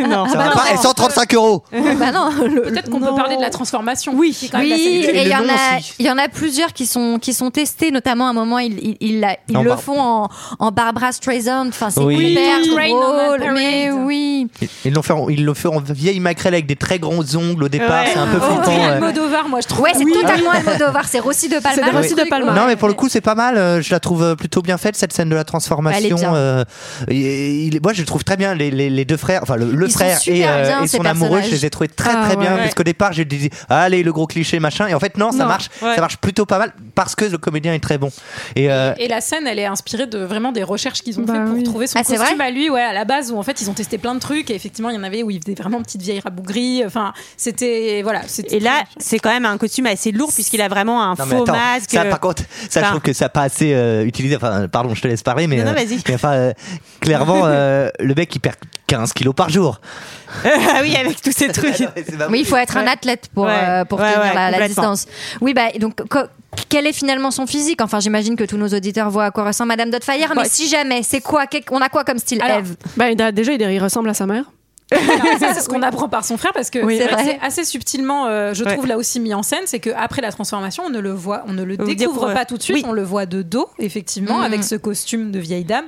Speaker 10: non.
Speaker 11: non.
Speaker 12: Ça va pas Elle 135 euros
Speaker 1: Bah non, le-
Speaker 10: Peut-être qu'on peut parler de la transformation. Oui, c'est quand même assez
Speaker 1: Oui,
Speaker 10: dégueu.
Speaker 1: et il y, en a, il y en a plusieurs qui sont, qui sont testés, notamment à un moment, ils, ils, ils la- ils
Speaker 12: En
Speaker 1: le
Speaker 12: bar-
Speaker 1: font en, en Barbara Streisand. Enfin, c'est
Speaker 12: Oui.
Speaker 1: hyper
Speaker 10: Oui. Rain on my
Speaker 1: drôle, mais oui.
Speaker 12: Ils- Ils l'ont fait, en- ils l'ont fait en vieille maquerelle avec des très grands ongles au départ,
Speaker 10: Ouais.
Speaker 12: c'est un peu
Speaker 10: Oh, on dirait
Speaker 12: flippant. ouais.
Speaker 10: Almodovar, moi, je trouve.
Speaker 1: Ouais, c'est
Speaker 10: Oui.
Speaker 1: totalement Almodovar, c'est Rossi de Palma.
Speaker 12: Oui.
Speaker 1: le truc, ouais.
Speaker 12: Non, mais pour le coup, c'est pas mal. euh, Je la trouve euh, plutôt bien faite, cette scène de la
Speaker 1: Elle est
Speaker 12: transformation.
Speaker 1: bien.
Speaker 12: euh, il- il- moi, je le trouve très bien. Les, les- les deux frères, enfin, le, le
Speaker 1: Ils sont
Speaker 12: frère et, euh,
Speaker 1: super bien,
Speaker 12: et
Speaker 1: ces
Speaker 12: son amoureux, je
Speaker 1: personnages.
Speaker 12: les ai trouvés très
Speaker 1: Ah,
Speaker 12: très bien.
Speaker 1: ouais.
Speaker 12: Parce qu'au départ, j'ai dit, allez, le gros cliché, machin. Et en fait, non, ça
Speaker 10: Non,
Speaker 12: marche.
Speaker 10: ouais.
Speaker 12: Ça marche plutôt pas mal parce que le comédien est très bon. Et, euh,
Speaker 10: Et la scène, elle est inspirée de vraiment des recherches qu'ils ont fait pour trouver son
Speaker 1: Ah, c'est
Speaker 10: costume
Speaker 1: vrai
Speaker 10: à lui, ouais, à la base où en fait ils ont testé plein de trucs et effectivement il y en avait où il faisait vraiment petite vieille rabougrie. Enfin, c'était voilà. c'était-
Speaker 9: Et là, c'est quand même un costume assez lourd puisqu'il a vraiment un
Speaker 12: Non, mais
Speaker 9: faux
Speaker 12: attends,
Speaker 9: masque. euh,
Speaker 12: Ça, par contre, ça, je
Speaker 9: Enfin,
Speaker 12: trouve que ça n'a pas assez euh, utilisé. Enfin, pardon, je te laisse parler, mais.
Speaker 9: Non, non,
Speaker 12: euh,
Speaker 9: vas-y.
Speaker 12: mais enfin, euh, clairement, euh, le mec, il perd 15 kilos par jour.
Speaker 9: Ah oui, avec tous ces trucs.
Speaker 1: Oui, il faut être un athlète pour,
Speaker 9: Bah Ouais.
Speaker 1: euh, pour
Speaker 9: Ouais,
Speaker 1: tenir
Speaker 9: ouais,
Speaker 1: la, la
Speaker 9: complètement.
Speaker 1: distance. Oui, bah, donc, co- quel est finalement son physique Enfin, j'imagine que tous nos auditeurs voient à quoi ressemble Madame Dotfire, mais
Speaker 11: Ouais.
Speaker 1: si jamais, c'est quoi Qu'est- On a quoi comme style,
Speaker 11: Alors,
Speaker 1: Eve
Speaker 11: ben, il a- déjà, il il ressemble à sa mère.
Speaker 10: Alors, ça, c'est ce qu'on apprend par son frère parce que
Speaker 11: Oui.
Speaker 10: c'est
Speaker 11: C'est
Speaker 10: vrai que
Speaker 11: vrai.
Speaker 10: c'est assez subtilement, euh, je
Speaker 11: Ouais.
Speaker 10: trouve là aussi mis en scène, c'est que après la transformation, on ne le voit, on ne le
Speaker 11: Vous
Speaker 10: découvre
Speaker 11: découvrez.
Speaker 10: pas tout de suite,
Speaker 11: Oui.
Speaker 10: on le voit de dos effectivement
Speaker 1: Mm-hmm.
Speaker 11: Mhm.
Speaker 10: avec ce costume de vieille dame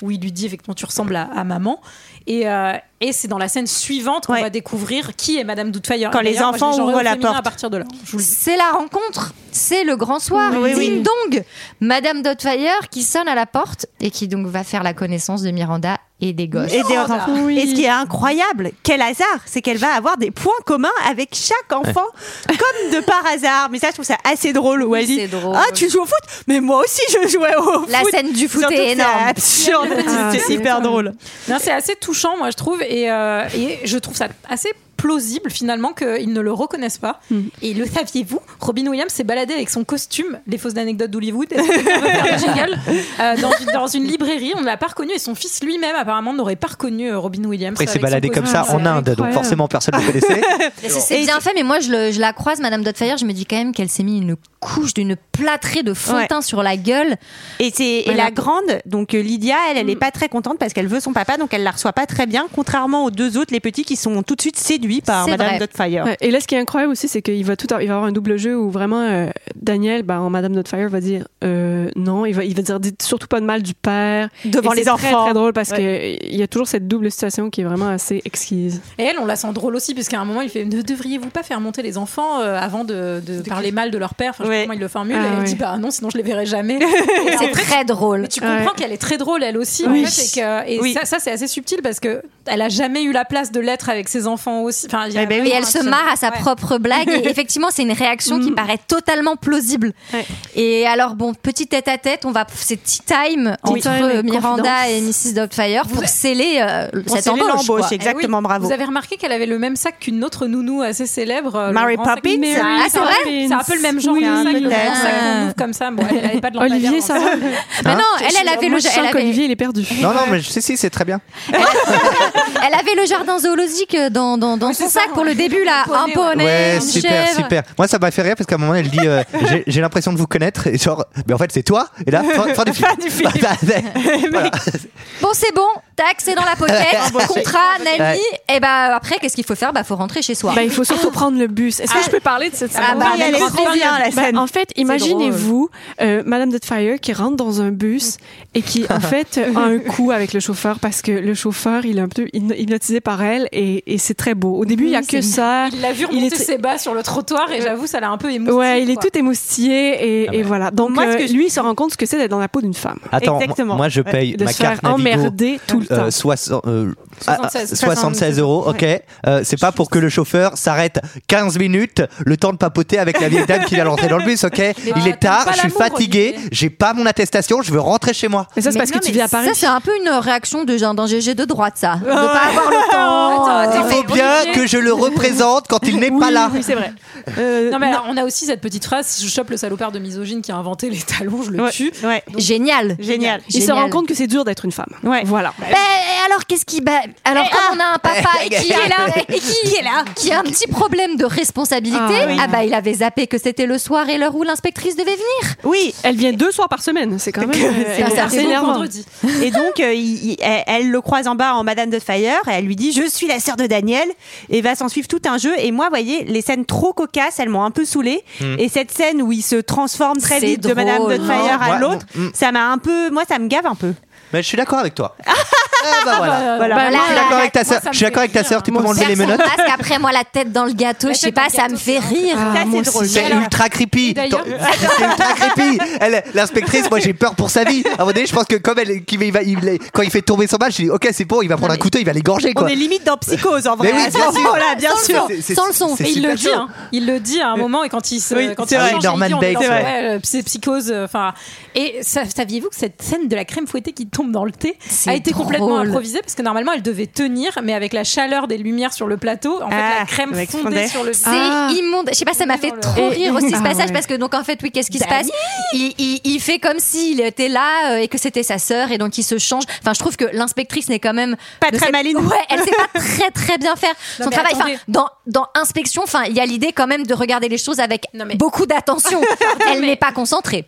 Speaker 10: où il lui dit effectivement tu ressembles à, à maman et euh, et c'est dans la scène suivante qu'on va découvrir qui est Madame Doubtfire.
Speaker 9: Quand
Speaker 10: Et
Speaker 9: les
Speaker 10: d'ailleurs, moi, je l'ai
Speaker 9: enfants
Speaker 10: genré au
Speaker 9: ouvrent la
Speaker 10: féminin à
Speaker 9: porte.
Speaker 10: partir de là. Je vous le dis.
Speaker 1: C'est la rencontre, c'est le grand soir.
Speaker 10: Oui, oui, oui.
Speaker 1: Ding dong Madame Dotfire qui sonne à la porte et qui donc va faire la connaissance de Miranda et des gosses.
Speaker 9: Et, des enfants. Et ce qui est incroyable, quel hasard, c'est qu'elle va avoir des points communs avec chaque enfant, comme de par hasard. Mais ça, je trouve ça assez drôle. Où elle dit, ah, tu joues au foot Mais moi aussi, je jouais au
Speaker 1: La
Speaker 9: foot.
Speaker 1: scène du foot
Speaker 9: Surtout
Speaker 1: est
Speaker 9: que
Speaker 1: énorme.
Speaker 9: C'est absurde,
Speaker 10: Ah,
Speaker 9: c'est
Speaker 10: c'est
Speaker 9: hyper
Speaker 10: énorme.
Speaker 9: drôle.
Speaker 10: Non, c'est assez touchant, moi, je trouve. Et, euh, et je trouve ça assez plausible, finalement, qu'ils ne le reconnaissent pas. Et le saviez-vous Robin Williams s'est baladé avec son costume, les fausses anecdotes d'Hollywood, est-ce que ça veut faire le jingle Euh, dans, une, dans une librairie. On ne l'a pas reconnu. Et son fils lui-même, apparemment, n'aurait pas reconnu euh, Robin Williams.
Speaker 12: Après, il s'est
Speaker 10: avec son
Speaker 12: baladé comme
Speaker 10: costume.
Speaker 12: ça en Inde, donc forcément, personne ne le connaissait.
Speaker 1: Mais c'est- C'est bien fait, mais moi je, le- je la croise, Madame Dotfire, je me dis quand même qu'elle s'est mis une couche d'une plâtrée de fond de
Speaker 9: Ouais.
Speaker 1: teint sur la gueule.
Speaker 9: Et c'est et
Speaker 1: Voilà.
Speaker 9: la grande, donc euh, Lydia, elle,
Speaker 11: Mm.
Speaker 9: elle est pas très contente parce qu'elle veut son papa, donc elle la reçoit pas très bien, contrairement aux deux autres, les petits, qui sont tout de suite séduits par
Speaker 12: Ah,
Speaker 11: C'est
Speaker 9: Madame
Speaker 11: vrai.
Speaker 9: Dotfire.
Speaker 11: Ouais, et là, ce qui est incroyable aussi, c'est qu'il va tout, il va avoir un double jeu où vraiment euh, Daniel, bah, en Madame Notfire, va dire euh, non, il va, il va dire dites surtout pas de mal du père
Speaker 9: Devant
Speaker 11: Et
Speaker 9: les
Speaker 11: c'est très,
Speaker 9: enfants.
Speaker 11: Très drôle parce
Speaker 9: Ouais.
Speaker 11: que il y a toujours cette double situation qui est vraiment assez exquise.
Speaker 10: Et elle, on la sent drôle aussi, puisqu'à un moment, il fait Ne devriez-vous pas faire monter les enfants euh, avant de, de parler mal de leur père Enfin, je sais pas comment il le formule.
Speaker 11: Ah,
Speaker 10: et elle
Speaker 11: ouais.
Speaker 10: dit Bah non, sinon je les verrai jamais. Et en
Speaker 1: C'est
Speaker 10: fait,
Speaker 1: très drôle.
Speaker 10: Tu comprends qu'elle est très drôle, elle aussi.
Speaker 1: Oui.
Speaker 10: en fait, et que- et
Speaker 1: Oui.
Speaker 10: ça, ça, c'est assez subtil parce que elle a jamais eu la place de l'être avec ses enfants aussi. Enfin, il y a
Speaker 1: Eh ben Et
Speaker 10: vraiment
Speaker 1: elle
Speaker 10: un
Speaker 1: se
Speaker 10: truc-
Speaker 1: marre à sa
Speaker 10: Ouais. Mm.
Speaker 1: propre blague. Et effectivement, c'est une réaction qui paraît totalement plausible. Et alors, bon, petit tête à tête, on va. C'est tea time
Speaker 10: Tea
Speaker 1: entre
Speaker 10: time et
Speaker 1: euh, Miranda
Speaker 10: confidence.
Speaker 1: et Mrs. Doubtfire pour sceller euh,
Speaker 10: Pour
Speaker 1: cette
Speaker 10: sceller
Speaker 1: embauche.
Speaker 10: l'embauche,
Speaker 1: quoi.
Speaker 10: Eh oui. Vous avez remarqué qu'elle avait le même sac qu'une autre nounou assez célèbre, euh, le
Speaker 9: Mary
Speaker 10: grand sac-
Speaker 9: Poppins
Speaker 10: Mary
Speaker 9: Ah, c'est vrai
Speaker 10: Poppins. C'est un peu le même genre
Speaker 9: Oui,
Speaker 10: de sac, le
Speaker 9: peut-être.
Speaker 10: grand sac qu'on ouvre comme ça. Bon, elle, elle avait pas de lampadaire
Speaker 11: Olivier,
Speaker 10: dans
Speaker 11: ça
Speaker 10: sa-
Speaker 11: va
Speaker 1: Mais
Speaker 12: Hein
Speaker 1: non, elle, elle avait
Speaker 11: Moi,
Speaker 1: le.
Speaker 11: je
Speaker 1: ja-
Speaker 11: sens
Speaker 1: elle avait-
Speaker 11: qu'Olivier, il est perdu.
Speaker 12: Non, non, mais je sais si, c'est très bien.
Speaker 1: Elle avait le jardin zoologique euh, dans, dans, dans son sac pour le début, là. Un poney,
Speaker 12: Ouais,
Speaker 1: une
Speaker 12: super,
Speaker 1: chèvre.
Speaker 12: super. Moi, ça m'a fait rire parce qu'à un moment, elle dit euh, J'ai- J'ai l'impression de vous connaître. Et genre, mais en fait, c'est toi. Et là, fin, fin du film. Voilà.
Speaker 1: Bon, c'est bon, tac, c'est dans la
Speaker 12: Ah,
Speaker 1: pochette. Contrat, Nami. Et bah, après, qu'est-ce qu'il faut faire Bah, faut rentrer chez soi.
Speaker 11: Bah, il faut surtout prendre le bus. Est-ce que je peux parler de cette scène
Speaker 1: Ah bah,
Speaker 9: Oui, elle est trop
Speaker 10: hein,
Speaker 9: bien, la
Speaker 11: Bah,
Speaker 9: scène.
Speaker 11: En fait,
Speaker 9: C'est
Speaker 11: imaginez-vous euh, Madame Dotfire qui rentre dans un bus et qui en fait a un coup avec le chauffeur parce que le chauffeur il est un peu hypno- hypnotisé par elle et, et c'est très beau. Au début, il y a
Speaker 10: Oui,
Speaker 11: que
Speaker 10: c'est-
Speaker 11: ça.
Speaker 10: Il l'a vu remonter
Speaker 11: tr-
Speaker 10: ses bas sur le trottoir et j'avoue, ça l'a un peu ému.
Speaker 11: Ouais, il est tout émoustillé et, et voilà. Donc
Speaker 10: Moi, ce que
Speaker 11: euh,
Speaker 10: je-
Speaker 11: lui, il se rend compte ce que c'est d'être dans la peau d'une femme.
Speaker 12: Ah Attends, moi, moi, je paye
Speaker 11: de
Speaker 12: ma
Speaker 11: se
Speaker 12: carte
Speaker 11: faire
Speaker 12: Navigo,
Speaker 11: emmerder tout le
Speaker 12: euh,
Speaker 11: temps.
Speaker 12: 60, euh, ah,
Speaker 11: 76.
Speaker 12: 76 euros, ok.
Speaker 11: Ouais.
Speaker 12: Euh, c'est pas pour que le chauffeur s'arrête 15 minutes, le temps de papoter avec la vieille dame qui vient rentrer dans le bus, ok. Il est tard,
Speaker 1: pas
Speaker 12: je suis
Speaker 1: l'amour,
Speaker 12: fatigué, j'ai pas mon attestation, je veux rentrer chez moi.
Speaker 11: Mais ça, c'est parce que tu vis à Paris.
Speaker 1: Ça, c'est un peu une réaction de genre d'un GG de droite, ça.
Speaker 9: de
Speaker 11: Ah.
Speaker 9: pas avoir le temps.
Speaker 12: Il faut bien que je le représente quand il n'est pas là.
Speaker 10: Oui, c'est vrai. non, mais alors, on a aussi cette petite phrase si je chope le salopard de misogyne qui a inventé les talons, je le tue.
Speaker 1: Génial.
Speaker 10: Génial.
Speaker 11: Il se rend compte que c'est dur d'être une femme. Voilà.
Speaker 1: Bah, alors qu'est-ce qui bah, alors
Speaker 11: Eh,
Speaker 1: comme
Speaker 11: ah.
Speaker 1: on a un papa
Speaker 11: Eh,
Speaker 1: et qui
Speaker 11: eh,
Speaker 1: est là
Speaker 11: eh,
Speaker 1: et qui est là qui a un petit problème de responsabilité ah,
Speaker 11: Ah, oui.
Speaker 1: bah il avait zappé que c'était le soir et l'heure où l'inspectrice devait venir
Speaker 11: oui elle vient deux soirs par semaine c'est quand même
Speaker 9: C'est
Speaker 11: euh,
Speaker 9: assez
Speaker 11: assez énervant.
Speaker 9: énervant. Et donc, euh, il- il- elle, elle le croise en bas en Madame de Fire et elle lui dit Je suis la sœur de Daniel. Et va s'en suivre tout un jeu. Et moi, voyez, les scènes trop cocasses, elles m'ont un peu saoulée.
Speaker 11: Mm.
Speaker 9: Et cette scène où il se transforme très
Speaker 11: C'est
Speaker 9: vite de
Speaker 11: drôle,
Speaker 9: Madame de Fire
Speaker 12: hein.
Speaker 9: à
Speaker 12: Ouais,
Speaker 9: l'autre, ça m'a un peu. Moi, ça me gave un peu.
Speaker 12: Mais je suis d'accord avec toi. bah, voilà.
Speaker 9: Voilà.
Speaker 12: Je suis d'accord avec ta sœur.
Speaker 9: moi, ça
Speaker 12: Je suis
Speaker 9: me
Speaker 12: d'accord avec ta sœur. Tu peux
Speaker 1: Mon
Speaker 12: m'enlever les
Speaker 1: hein. personne
Speaker 12: menottes.
Speaker 1: passe qu'après moi la tête dans le gâteau je sais pas ça me fait rire
Speaker 12: Ah, moi aussi. C'est ultra creepy.
Speaker 1: d'ailleurs-
Speaker 12: Ton- C'est ultra creepy. Elle- L'inspectrice, moi j'ai peur pour sa vie. À un moment donné, je pense que comme elle, qu'il va- il va- il- quand il fait tomber son bal, je dis ok c'est bon, il va prendre un couteau, il va l'égorger
Speaker 9: On
Speaker 12: quoi.
Speaker 9: est limite dans psychose en vrai.
Speaker 12: Mais oui,
Speaker 9: à ce
Speaker 12: bien sûr.
Speaker 9: moment-là, bien
Speaker 12: Sans le
Speaker 9: sûr.
Speaker 12: son, C'est- c'est- sans le son. c'est
Speaker 10: Et il
Speaker 12: super
Speaker 10: le dit,
Speaker 12: chaud.
Speaker 10: hein. il le dit à un moment et quand il se,
Speaker 12: Oui,
Speaker 10: quand
Speaker 12: c'est
Speaker 10: il
Speaker 12: vrai.
Speaker 10: change,
Speaker 12: Norman
Speaker 10: il dit, on est dans-
Speaker 12: Bates,
Speaker 10: ouais,
Speaker 12: ouais.
Speaker 10: euh, c'est psychose. euh, Enfin, et sa- saviez-vous que cette scène de la crème fouettée qui tombe dans le thé a été
Speaker 1: drôle.
Speaker 10: complètement improvisée parce que normalement elle devait tenir, mais avec la chaleur des lumières sur le plateau, en fait la
Speaker 12: Ah,
Speaker 10: crème fondait, sur le. Ah.
Speaker 1: C'est immonde. Je sais pas, ça m'a fait trop
Speaker 10: Et-
Speaker 1: rire aussi ce
Speaker 10: Ah
Speaker 1: passage
Speaker 10: ouais.
Speaker 1: parce que donc en fait, oui, qu'est-ce qui se
Speaker 10: Bah
Speaker 1: passe il, il- il fait comme s'il était là euh, et que c'était sa sœur et donc il se change. Enfin, je trouve que l'inspectrice n'est quand même
Speaker 9: pas
Speaker 1: très maline. Ouais, elle sait pas très très bien faire
Speaker 10: Non,
Speaker 1: son
Speaker 10: mais
Speaker 1: travail. Enfin,
Speaker 10: attendez.
Speaker 1: dans dans inspection, enfin, il y a l'idée quand même de regarder les choses avec beaucoup d'attention. elle n'est pas concentrée.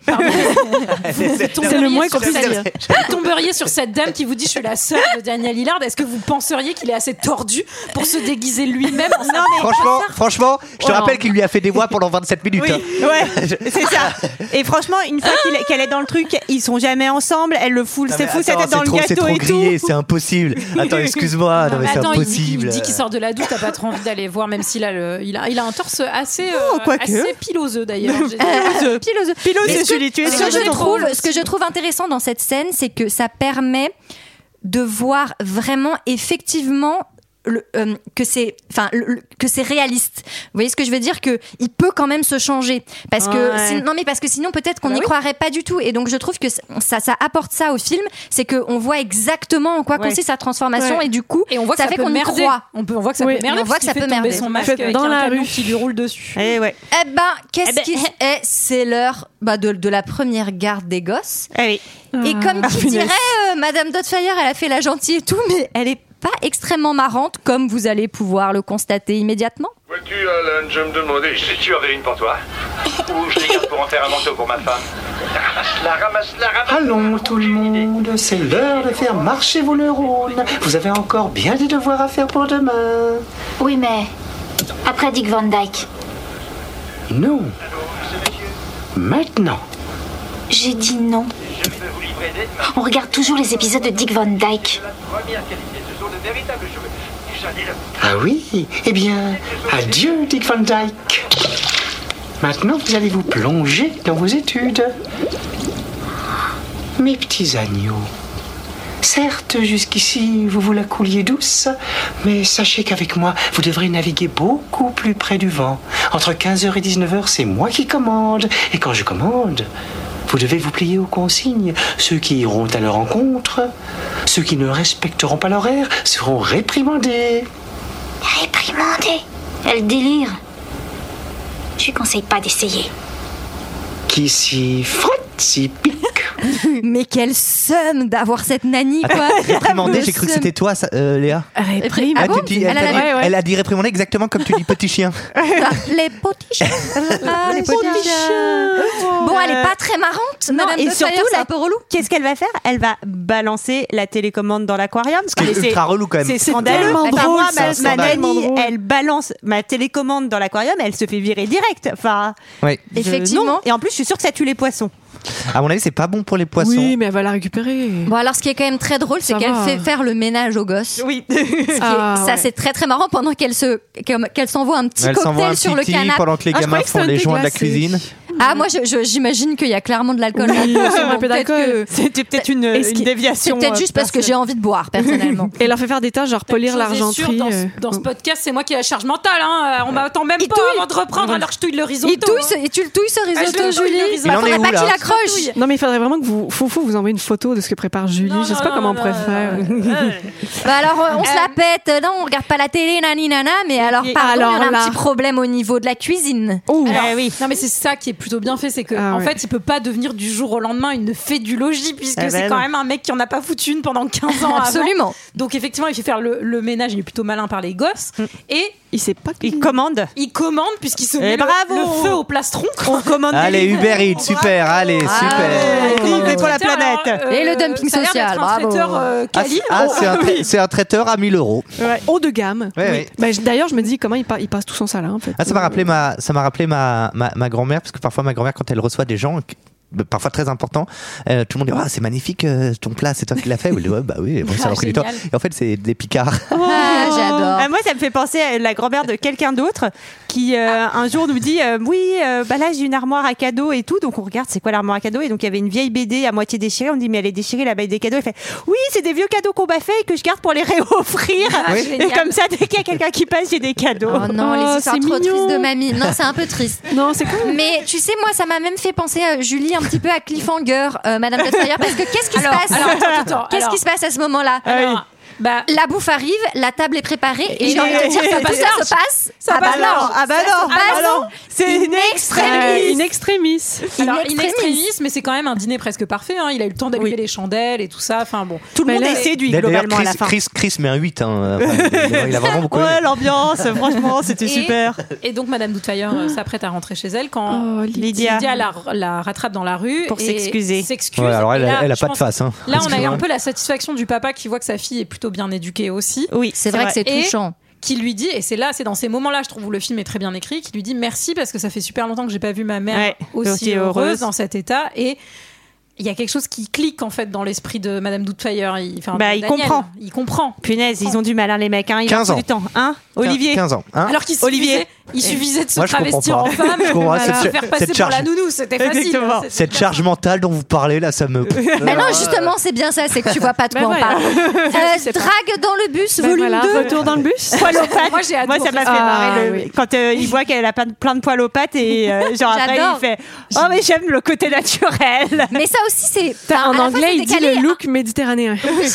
Speaker 10: C'est le moins qu'on puisse dire. Vous tomberiez sur cette dame qui vous dit je suis la sœur de Daniel Hillard. Est-ce que vous penseriez qu'il est assez tordu pour se déguiser lui-même en sa-
Speaker 12: Franchement, franchement, je te
Speaker 10: Oh.
Speaker 12: rappelle qu'il lui a fait des voix pendant 27 minutes. hein.
Speaker 9: Ouais, c'est ça. Et franchement, une fois qu'il- qu'elle est dans le truc, ils sont jamais ensemble. Elle le fout,
Speaker 12: Non,
Speaker 9: c'est
Speaker 12: Ah, mais
Speaker 9: fou, sa
Speaker 12: attends,
Speaker 9: tête dans
Speaker 12: c'est
Speaker 9: le
Speaker 12: trop-
Speaker 9: gâteau
Speaker 12: C'est trop
Speaker 9: et tout.
Speaker 12: grillé, c'est impossible. Attends, excuse-moi, Ah, non mais c'est
Speaker 10: Bah, Attends, il dit-
Speaker 12: impossible.
Speaker 10: Il dit qu'il sort de la douche, t'as pas trop envie d'aller voir, même s'il a, le- il a, il a un torse assez, euh,
Speaker 9: Oh, quoique.
Speaker 10: assez piloseux d'ailleurs.
Speaker 1: Euh, pilose.
Speaker 9: Pilose,
Speaker 1: Mais ce que-
Speaker 9: Julie, tu es
Speaker 1: ce
Speaker 9: sûre
Speaker 1: que
Speaker 9: de
Speaker 1: je
Speaker 9: ton
Speaker 1: trouve,
Speaker 9: rôle
Speaker 1: ce que je trouve intéressant dans cette scène, c'est que ça permet de voir vraiment effectivement le, euh, que c'est enfin le- le- que c'est réaliste. Vous voyez ce que je veux dire que il peut quand même se changer parce que
Speaker 9: Ouais.
Speaker 1: sin- non mais parce que sinon peut-être qu'on
Speaker 9: Bah
Speaker 1: n'y
Speaker 9: oui.
Speaker 1: croirait pas du tout et donc je trouve que c- ça ça apporte ça au film, c'est que on voit exactement en quoi
Speaker 10: Ouais.
Speaker 1: consiste sa transformation
Speaker 10: Ouais.
Speaker 1: et du coup
Speaker 10: Et on voit que
Speaker 1: ça,
Speaker 10: ça
Speaker 1: fait
Speaker 10: peut
Speaker 1: qu'on y
Speaker 10: merder.
Speaker 1: croit.
Speaker 10: On peut- on voit que ça peut merder
Speaker 1: on voit
Speaker 10: parce
Speaker 1: que ça
Speaker 10: qu'il
Speaker 1: peut
Speaker 10: fait tomber
Speaker 1: merder.
Speaker 10: son masque avec
Speaker 1: dans
Speaker 10: un
Speaker 1: la
Speaker 10: camion
Speaker 1: rue.
Speaker 10: qui lui roule dessus.
Speaker 9: Eh ouais.
Speaker 1: Eh ben, qu'est-ce qui est C'est l'heure bah, de, de la première garde des gosses. Et comme
Speaker 9: Ah,
Speaker 1: qui
Speaker 9: punaise.
Speaker 1: dirait, euh, Madame Dotfire, elle a fait la gentille et tout, mais elle est pas extrêmement marrante, comme vous allez pouvoir le constater immédiatement.
Speaker 14: Vois-tu, Alan, je me demandais si tu avais une pour toi. Ou je les garde pour en faire un manteau pour ma femme. Ramasse-la, ramasse-la, ramasse-la.
Speaker 15: Allons tout le monde, c'est l'heure de faire marcher vos neurones. Vous avez encore bien des devoirs à faire pour demain.
Speaker 16: Oui, mais après Dick Van Dyke,
Speaker 15: Non. Maintenant.
Speaker 16: j'ai dit non. On regarde toujours les épisodes de Dick Van Dyke.
Speaker 15: Ah oui Eh bien, adieu Dick Van Dyke. Maintenant, vous allez vous plonger dans vos études. Mes petits agneaux. Certes, jusqu'ici, vous vous la couliez douce, mais sachez qu'avec moi, vous devrez naviguer beaucoup plus près du vent. Entre 15h et 19h, c'est moi qui commande. Et quand je commande, vous devez vous plier aux consignes. Ceux qui iront à leur rencontre, ceux qui ne respecteront pas l'horaire, seront réprimandés.
Speaker 16: Réprimandé Elle délire. Je lui conseille pas d'essayer.
Speaker 15: Qui s'y frotte, s'y pique.
Speaker 1: mais quel seum d'avoir cette nanny, quoi.
Speaker 12: Réprimandé,
Speaker 1: Le
Speaker 12: j'ai cru que
Speaker 1: seum.
Speaker 12: c'était toi, ça, euh, Léa.
Speaker 1: Réprime- Ah
Speaker 12: Ouais,
Speaker 1: bon
Speaker 12: t'as dit-
Speaker 1: Elle
Speaker 12: elle,
Speaker 1: a
Speaker 12: t'a dit-
Speaker 1: la- ouais, ouais.
Speaker 12: elle a dit réprimandé exactement comme tu dis petit chien.
Speaker 1: Les petits chiens. Ah, les petits chiens. Bon, elle est pas très marrante,
Speaker 9: Oh, Non,
Speaker 1: Madame
Speaker 9: et
Speaker 1: Dotfire,
Speaker 9: surtout,
Speaker 1: c'est
Speaker 9: la-
Speaker 1: un peu relou.
Speaker 9: Qu'est-ce qu'elle va faire Elle va balancer la télécommande dans l'aquarium. Ce
Speaker 12: qui est ultra relou, quand même.
Speaker 9: C'est
Speaker 12: C'est
Speaker 9: scandaleux.
Speaker 12: tellement
Speaker 9: Enfin,
Speaker 12: drôle,
Speaker 9: moi,
Speaker 12: ça,
Speaker 9: ma-
Speaker 12: scandale.
Speaker 9: ma
Speaker 12: Tellement
Speaker 9: nanny,
Speaker 12: drôle.
Speaker 9: elle balance ma télécommande dans l'aquarium, elle se fait virer direct. Enfin,
Speaker 12: Ouais.
Speaker 9: je- non. Et en plus, je suis sûre que ça tue les poissons.
Speaker 12: À mon avis, c'est pas bon pour les poissons.
Speaker 11: Oui, mais elle va la récupérer.
Speaker 1: Bon, alors ce qui est quand même très drôle, c'est
Speaker 11: Ça
Speaker 1: qu'elle
Speaker 11: va.
Speaker 1: fait faire le ménage aux gosses.
Speaker 9: Oui.
Speaker 11: Ah,
Speaker 1: Ça,
Speaker 11: ouais.
Speaker 1: c'est très très marrant pendant qu'elle se, qu'elle qu'elle s'envoie un petit
Speaker 12: Elle s'envoie
Speaker 1: cocktail
Speaker 12: un
Speaker 1: sur le
Speaker 12: petit
Speaker 1: canapé.
Speaker 12: pendant que les gamins font les joints de la cuisine.
Speaker 1: Ah, moi, je- je- j'imagine qu'il y a clairement de l'alcool.
Speaker 11: Oui,
Speaker 1: là-dedans.
Speaker 11: sûrement un peu
Speaker 1: Peut-être
Speaker 11: d'alcool.
Speaker 1: que- Bah,
Speaker 11: C'était peut-être une-
Speaker 1: Est-ce
Speaker 11: une
Speaker 1: qu'il-
Speaker 11: déviation,
Speaker 1: C'est peut-être juste
Speaker 11: euh,
Speaker 1: parce que j'ai envie de boire, personnellement.
Speaker 11: Et leur fait faire des tâches, genre polir
Speaker 10: Chose est sûre,
Speaker 11: l'argenterie.
Speaker 10: Dans,
Speaker 11: euh,
Speaker 10: ce- dans ce podcast, c'est moi qui ai la charge mentale. Hein. Euh, On m'attend même pas avant de reprendre alors que je touille le risotto. hein. Bah,
Speaker 1: Il touille ce- et tu le touilles
Speaker 10: Ah,
Speaker 1: ce risotto, Julie
Speaker 10: Il en est
Speaker 1: Faudrait
Speaker 10: où,
Speaker 1: pas
Speaker 10: là
Speaker 1: qu'il accroche
Speaker 11: Non, mais il faudrait vraiment que vous, faut, faut vous envoyer une photo de ce que prépare Julie. je sais pas comment on pourrait faire.
Speaker 1: Bah alors, euh, on se la pète. Euh, Non, on regarde pas la télé, nani, nana. Mais alors,
Speaker 10: Et
Speaker 1: pardon,
Speaker 10: alors
Speaker 1: il y en a
Speaker 10: là.
Speaker 1: un petit problème au niveau de la cuisine.
Speaker 10: Alors, Non mais c'est ça qui est plutôt bien fait, c'est que
Speaker 1: Ah
Speaker 10: en
Speaker 1: ouais.
Speaker 10: fait il peut pas devenir du jour au lendemain une fédulogie puisque
Speaker 1: Ah ben
Speaker 10: c'est quand
Speaker 1: non.
Speaker 10: même un mec qui en a pas foutu une pendant 15 ans. avant.
Speaker 1: Absolument.
Speaker 10: Donc effectivement il fait faire le, le ménage, il est plutôt malin par les gosses et
Speaker 11: il sait pas.
Speaker 10: Il
Speaker 9: commande.
Speaker 10: Il commande puisqu'il se
Speaker 9: Et
Speaker 10: met le-
Speaker 9: bravo.
Speaker 10: le feu au plastron.
Speaker 9: On commande.
Speaker 12: Allez, Uber Eats, super, allez, super.
Speaker 9: Vive pour la planète.
Speaker 1: Et le dumping
Speaker 10: ça a l'air
Speaker 1: social,
Speaker 10: d'être un
Speaker 1: bravo.
Speaker 10: traiteur, euh,
Speaker 12: Ah,
Speaker 10: quali.
Speaker 12: ah,
Speaker 10: Oh,
Speaker 12: c'est un,
Speaker 10: oui.
Speaker 12: tra- c'est un traiteur à 1000 euros.
Speaker 11: Ouais. Haut de gamme.
Speaker 12: Ouais,
Speaker 11: Oui.
Speaker 12: ouais.
Speaker 11: Ben, je- D'ailleurs, je me dis comment il, pa- il passe tout son salaire en fait.
Speaker 12: Ah, ça m'a rappelé ma, ça m'a rappelé ma, ma, ma grand-mère parce que parfois ma grand-mère quand elle reçoit des gens euh, parfois très importants euh, tout le monde dit Ah, c'est magnifique euh, ton plat c'est toi qui l'as fait Elle dit, Ouais, bah oui bon, ça a
Speaker 9: Ah,
Speaker 12: pris du temps
Speaker 9: génial.
Speaker 12: et en fait c'est des picards
Speaker 11: euh, Oh.
Speaker 1: Ah, j'adore.
Speaker 9: Ah, moi, ça me fait penser à la grand-mère de quelqu'un d'autre qui, euh,
Speaker 1: Ah.
Speaker 9: un jour, nous dit euh, Oui, euh, bah là, j'ai une armoire à cadeaux et tout. Donc, on regarde, c'est quoi l'armoire à cadeaux Et donc, il y avait une vieille BD à moitié déchirée. On dit Mais elle est déchirée, la BD des cadeaux. Elle fait Oui, c'est des vieux cadeaux qu'on m'a fait et que je garde pour les réoffrir.
Speaker 1: Ah, Oui.
Speaker 9: Et
Speaker 1: génial.
Speaker 9: comme ça, dès qu'il y a quelqu'un qui passe, j'ai des cadeaux.
Speaker 1: Oh non, les histoires trop tristes de mamie. Non, c'est un peu triste.
Speaker 11: Non, c'est cool.
Speaker 1: Mais tu sais, moi, ça m'a même fait penser, à Julie, un petit peu à Cliffhanger, euh, Madame Dostayer, parce que qu'est-ce qui se
Speaker 10: Alors,
Speaker 1: passe
Speaker 10: alors, attends, attends, attends,
Speaker 1: Qu'est-ce qui
Speaker 10: alors.
Speaker 1: se passe à ce moment-là
Speaker 10: Alors, bah,
Speaker 1: La bouffe arrive, la table est préparée, et j'ai
Speaker 10: Et-
Speaker 1: envie de te dire que
Speaker 10: ça
Speaker 1: tout ça
Speaker 10: passe.
Speaker 1: se passe.
Speaker 10: Ça
Speaker 1: ah bah
Speaker 10: passe.
Speaker 1: non,
Speaker 10: Ah bah
Speaker 1: ça
Speaker 10: non,
Speaker 1: se passe
Speaker 10: ah bah non.
Speaker 9: C'est
Speaker 1: in extremis.
Speaker 11: Euh, in extremis.
Speaker 10: Alors,
Speaker 1: In
Speaker 10: in extremis, mais c'est quand même un dîner presque parfait. hein. Il a eu le temps d'allumer les chandelles et tout ça. Enfin bon,
Speaker 9: tout
Speaker 12: Mais
Speaker 1: Bah,
Speaker 12: là- D'ailleurs, Chris, Chris, Chris met un 8 hein. Enfin, il a vraiment beaucoup aimé.
Speaker 9: Oh, l'ambiance, franchement, c'était
Speaker 10: Et-
Speaker 9: super.
Speaker 10: Et donc, Madame Doutfire euh, s'apprête à rentrer chez elle quand
Speaker 9: Oh, Lydia.
Speaker 10: Lydia, la, la rattrape dans la rue
Speaker 9: Pour
Speaker 10: et
Speaker 9: s'excuser.
Speaker 10: s'excuse.
Speaker 12: Ouais, alors elle,
Speaker 10: Et là,
Speaker 12: elle a
Speaker 10: je
Speaker 12: pas de
Speaker 10: pense-
Speaker 12: face. Hein.
Speaker 10: Là, on a eu
Speaker 12: Excuse-moi.
Speaker 10: un peu la satisfaction du papa qui voit que sa fille est plutôt bien éduquée aussi.
Speaker 9: Oui,
Speaker 1: c'est vrai que c'est
Speaker 10: Et
Speaker 1: touchant.
Speaker 10: Qui lui dit, et c'est là, c'est dans ces moments-là, je trouve, où le film est très bien écrit, qui lui dit merci parce que ça fait super longtemps que j'ai pas vu ma mère
Speaker 9: Ouais,
Speaker 10: aussi,
Speaker 9: aussi
Speaker 10: heureuse.
Speaker 9: heureuse.
Speaker 10: dans cet état. Et il y a quelque chose qui clique en fait dans l'esprit de Madame Doubtfire. Il, enfin,
Speaker 9: Bah,
Speaker 10: de
Speaker 9: il
Speaker 10: Daniel.
Speaker 9: comprend.
Speaker 10: Il comprend.
Speaker 9: Punaise, ils ont du mal, hein, les mecs. Hein, ils
Speaker 12: 15
Speaker 9: ont
Speaker 12: ans.
Speaker 9: du temps. Hein, Olivier
Speaker 12: 15 ans. hein.
Speaker 10: Alors qu'il
Speaker 9: Olivier.
Speaker 10: suffisait, il suffisait de se
Speaker 12: Moi, je comprends
Speaker 10: travestir
Speaker 12: pas.
Speaker 10: en femme
Speaker 12: Je
Speaker 10: et
Speaker 12: comprends,
Speaker 10: de se
Speaker 12: cette-
Speaker 10: faire passer
Speaker 12: cette
Speaker 10: pour la
Speaker 12: charge-
Speaker 10: nounou, c'était facile. hein,
Speaker 9: Exactement.
Speaker 10: C'était-
Speaker 12: Cette charge mentale dont vous parlez là, ça me. Euh,
Speaker 1: Mais non, justement, c'est bien ça, c'est que tu vois pas de quoi
Speaker 11: Ben
Speaker 1: on
Speaker 11: voilà.
Speaker 1: parle. Euh,
Speaker 11: Je sais pas.
Speaker 1: drague dans le bus,
Speaker 11: Ben
Speaker 1: volume
Speaker 11: voilà,
Speaker 1: 2.
Speaker 11: retour dans le bus.
Speaker 9: Poil aux pattes.
Speaker 10: Moi, j'ai adoré.
Speaker 9: ça m'a fait
Speaker 10: Ah,
Speaker 9: marrer. le-
Speaker 10: oui.
Speaker 9: Quand euh, il voit qu'elle a plein de, plein de poils aux pattes et euh, genre après
Speaker 1: J'adore.
Speaker 9: il fait Oh, mais j'aime le côté naturel.
Speaker 1: Mais ça aussi, c'est.
Speaker 11: en
Speaker 1: à la fois,
Speaker 11: anglais,
Speaker 1: c'est
Speaker 11: il dit
Speaker 1: décalé.
Speaker 10: hein.
Speaker 11: le look méditerranéen.
Speaker 1: Et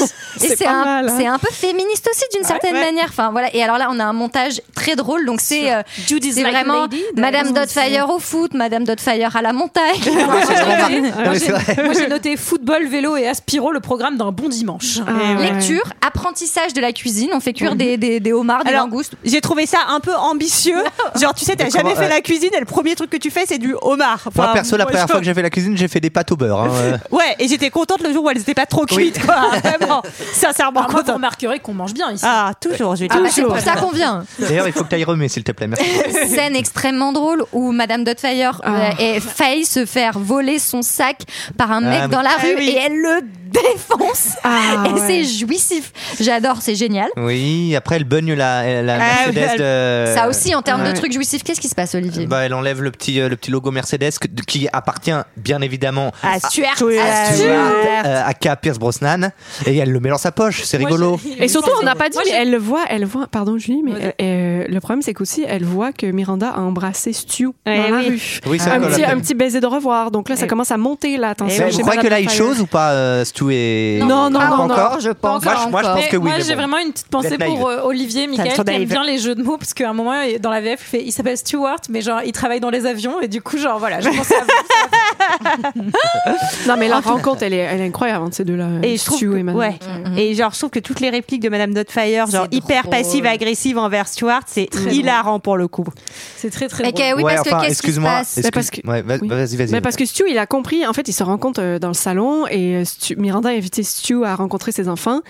Speaker 1: c'est
Speaker 11: pas
Speaker 1: un,
Speaker 11: mal, hein.
Speaker 1: c'est un peu féministe aussi d'une certaine manière. Enfin voilà. Et alors là, on a un montage très drôle. Donc c'est euh,
Speaker 10: Judy's
Speaker 1: c'est
Speaker 10: Like
Speaker 1: vraiment
Speaker 10: Lady, d'ailleurs,
Speaker 1: Madame
Speaker 10: c'est-
Speaker 1: Dotfire au foot, Madame Dotfire à la montagne.
Speaker 10: Moi, j'ai noté-
Speaker 12: Non, mais c'est vrai.
Speaker 10: moi, j'ai noté football, vélo et aspiro, le programme d'un bon dimanche.
Speaker 1: Ah, Lecture, apprentissage de la cuisine. On fait cuire des, des, des homards, des
Speaker 9: Alors,
Speaker 1: langoustes.
Speaker 9: j'ai trouvé ça un peu ambitieux. Genre, tu sais, t'as
Speaker 12: Mais comment-
Speaker 9: jamais fait
Speaker 12: ouais.
Speaker 9: la cuisine et le premier truc que tu fais, c'est du homard.
Speaker 12: Moi,
Speaker 9: Enfin,
Speaker 12: perso, la
Speaker 9: moi,
Speaker 12: première
Speaker 9: je-
Speaker 12: fois que j'ai fait la cuisine, j'ai fait des pâtes au beurre. hein, euh.
Speaker 9: Ouais, et j'étais contente le jour où elles n'étaient pas trop cuites, quoi. Vraiment,
Speaker 10: Alors, Ah,
Speaker 9: sincèrement
Speaker 10: moi, vous
Speaker 9: contente.
Speaker 10: remarquerez qu'on mange bien ici.
Speaker 9: Ah, toujours, j'ai
Speaker 1: Ah, bah, c'est pour ça qu'on vient.
Speaker 12: D'ailleurs, il faut que tu ailles remuer, s'il te plaît. Merci.
Speaker 1: scène extrêmement drôle où Madame Dotfire euh, est failli se faire voler son sac par un
Speaker 12: Ah,
Speaker 1: mec
Speaker 12: mais-
Speaker 1: dans la
Speaker 9: Ah
Speaker 1: rue
Speaker 9: oui.
Speaker 1: et elle le défonce
Speaker 11: Ah,
Speaker 1: et
Speaker 11: ouais.
Speaker 1: c'est jouissif. J'adore, c'est génial.
Speaker 12: Oui, après, elle bugne la, la
Speaker 1: Ah,
Speaker 12: Mercedes de.
Speaker 1: Ça aussi en termes
Speaker 12: Ouais.
Speaker 1: de trucs jouissifs, qu'est-ce qui se passe Olivier
Speaker 12: Bah, elle enlève le petit, euh, le petit logo Mercedes que- qui appartient bien évidemment
Speaker 1: Ah,
Speaker 9: À Stuart.
Speaker 12: à Stuart, euh, aka Pierce Brosnan, et elle le met dans sa poche, c'est rigolo.
Speaker 11: Et surtout, on n'a pas dit,
Speaker 10: Moi,
Speaker 11: mais
Speaker 10: j'ai-
Speaker 11: elle le voit, elle voit, pardon Julie, mais euh, euh, le problème c'est qu'aussi, elle voit que Miranda a embrassé Stu dans
Speaker 9: Eh
Speaker 11: la
Speaker 9: oui.
Speaker 11: rue.
Speaker 12: Oui, ça,
Speaker 11: un,
Speaker 12: on
Speaker 11: petit,
Speaker 12: l'appelle.
Speaker 11: un petit baiser de revoir, donc là ça
Speaker 9: Eh.
Speaker 11: commence à monter là,
Speaker 12: Mais
Speaker 11: attention.
Speaker 12: vous croyez que là, il chose ou pas, euh, Stu et.
Speaker 11: Non, non,
Speaker 12: Pas
Speaker 11: non, non.
Speaker 12: encore
Speaker 11: Je pense
Speaker 12: Moi, je, moi, je
Speaker 11: encore.
Speaker 12: pense que
Speaker 10: Mais
Speaker 12: oui.
Speaker 10: moi,
Speaker 12: mais
Speaker 10: j'ai
Speaker 12: bon.
Speaker 10: vraiment une petite pensée
Speaker 12: Vous êtes
Speaker 10: pour
Speaker 12: naïve.
Speaker 10: euh, Olivier, Michael,
Speaker 12: trop
Speaker 10: qui aime
Speaker 12: naïve.
Speaker 10: bien les jeux de mots, parce qu'à un moment, dans la VF, il, fait, il s'appelle Stewart, mais genre, il travaille dans les avions, et du coup, genre, voilà, je pense à vous.
Speaker 11: Non, mais la rencontre, elle est, elle est incroyable entre ces deux-là.
Speaker 9: Et je trouve
Speaker 11: Stu
Speaker 9: que-
Speaker 11: et Madame.
Speaker 9: ouais.
Speaker 10: Mm-hmm.
Speaker 9: Et genre, je trouve que toutes les répliques de Madame Dotfire, genre hyper passive, agressive envers Stuart, c'est hilarant pour le coup.
Speaker 10: C'est très, très
Speaker 1: Mais
Speaker 10: drôle.
Speaker 1: que- oui,
Speaker 12: Ouais,
Speaker 1: parce que
Speaker 12: enfin,
Speaker 1: qu'est-ce qui se
Speaker 12: excuse-moi.
Speaker 1: passe
Speaker 11: Mais
Speaker 12: excuse-
Speaker 11: Bah, parce que-
Speaker 12: ouais, va- Vas-y, vas-y.
Speaker 11: Mais parce que Stu, il a compris. En fait, ils se rencontrent euh, dans le salon et euh, Stu- Miranda a invité Stu à rencontrer ses enfants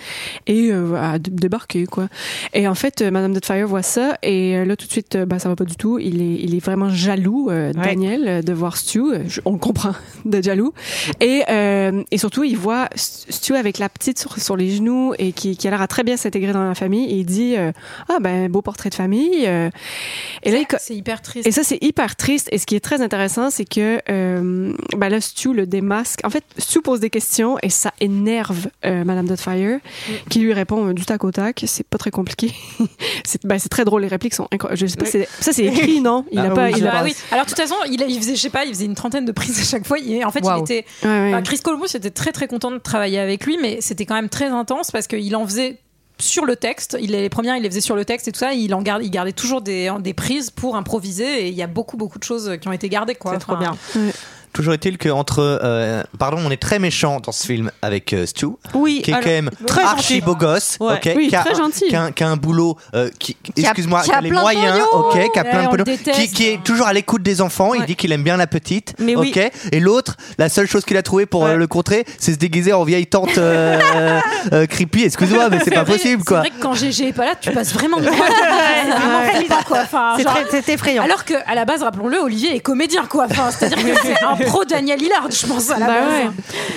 Speaker 11: et euh, à d- débarquer, quoi. Et en fait, euh, Madame Dotfire voit ça et euh, là, tout de suite, euh, bah, ça va pas du tout. Il est, il est vraiment jaloux, euh, Daniel, euh, de voir Stu. Euh, je- on le comprend, de jaloux. Et, euh, et surtout, il voit S- Stu avec la petite sur, sur les genoux et qui, qui a l'air à très bien s'intégrer dans la famille. Et il dit euh, Ah, ben, beau portrait de famille. euh. Et là, il co-
Speaker 10: C'est hyper triste.
Speaker 11: et ça, c'est hyper triste. Et ce qui est très intéressant, c'est que euh, ben là, Stu le démasque. En fait, Stu pose des questions et ça énerve euh, Madame Dotfire,
Speaker 10: Mm.
Speaker 11: qui lui répond euh, du tac au tac. C'est pas très compliqué. c'est ben, c'est très drôle. Les répliques sont incroyables. Je sais pas, si c'est- ça, c'est écrit, non Il a pas. il a-
Speaker 10: Ah oui. Alors, de toute façon, il, a- il faisait, je sais pas, il faisait une trentaine de prises à chaque fois. Il- en fait, il
Speaker 11: Waouh.
Speaker 10: était.
Speaker 11: Ouais, ouais.
Speaker 10: enfin, Chris Columbus était très très content de travailler avec lui, mais c'était quand même très intense parce qu'il en faisait sur le texte. Il, les premières, il les faisait sur le texte et tout ça. et il en gardait, il gardait toujours des, des prises pour improviser. Et il y a beaucoup beaucoup de choses qui ont été gardées. quoi.
Speaker 9: trop
Speaker 10: Enfin,
Speaker 12: Toujours est-il que entre, euh, pardon, on est très méchant dans ce film avec euh, Stu,
Speaker 9: Oui,
Speaker 12: qui est
Speaker 9: alors,
Speaker 12: quand même
Speaker 9: très
Speaker 12: archi
Speaker 9: gentil.
Speaker 12: beau gosse,
Speaker 9: Ouais.
Speaker 12: ok,
Speaker 9: Oui,
Speaker 12: qui a,
Speaker 9: très gentil.
Speaker 12: qui a un- qui a un boulot, euh, qui,
Speaker 9: Qui a-
Speaker 12: excuse-moi,
Speaker 9: qui a
Speaker 12: les
Speaker 9: plein de
Speaker 12: moyens,
Speaker 9: pognon.
Speaker 12: ok, qui a plein
Speaker 9: Ouais,
Speaker 12: de
Speaker 9: on
Speaker 12: pognon,
Speaker 9: le déteste.
Speaker 12: qui, qui est toujours à l'écoute des enfants. Il dit qu'il aime bien la petite,
Speaker 9: Mais
Speaker 12: ok.
Speaker 9: oui.
Speaker 12: Et l'autre, la seule chose qu'il a trouvé pour euh, le contrer, c'est se déguiser en vieille tante euh, euh, creepy. Excuse-moi, mais c'est pas
Speaker 10: vrai-
Speaker 12: possible, quoi.
Speaker 10: C'est vrai que quand GG est pas là, tu passes vraiment de
Speaker 9: Ouais, c'est vraiment
Speaker 10: C'est quoi. Enfin,
Speaker 9: C'est
Speaker 10: genre-
Speaker 9: très- c'est effrayant.
Speaker 10: Alors que à la base, rappelons-le, Olivier est comédien quoi. Enfin, c'est-à-dire que c'est un pro Daniel Hillard, je pense à la
Speaker 1: Bah
Speaker 10: base.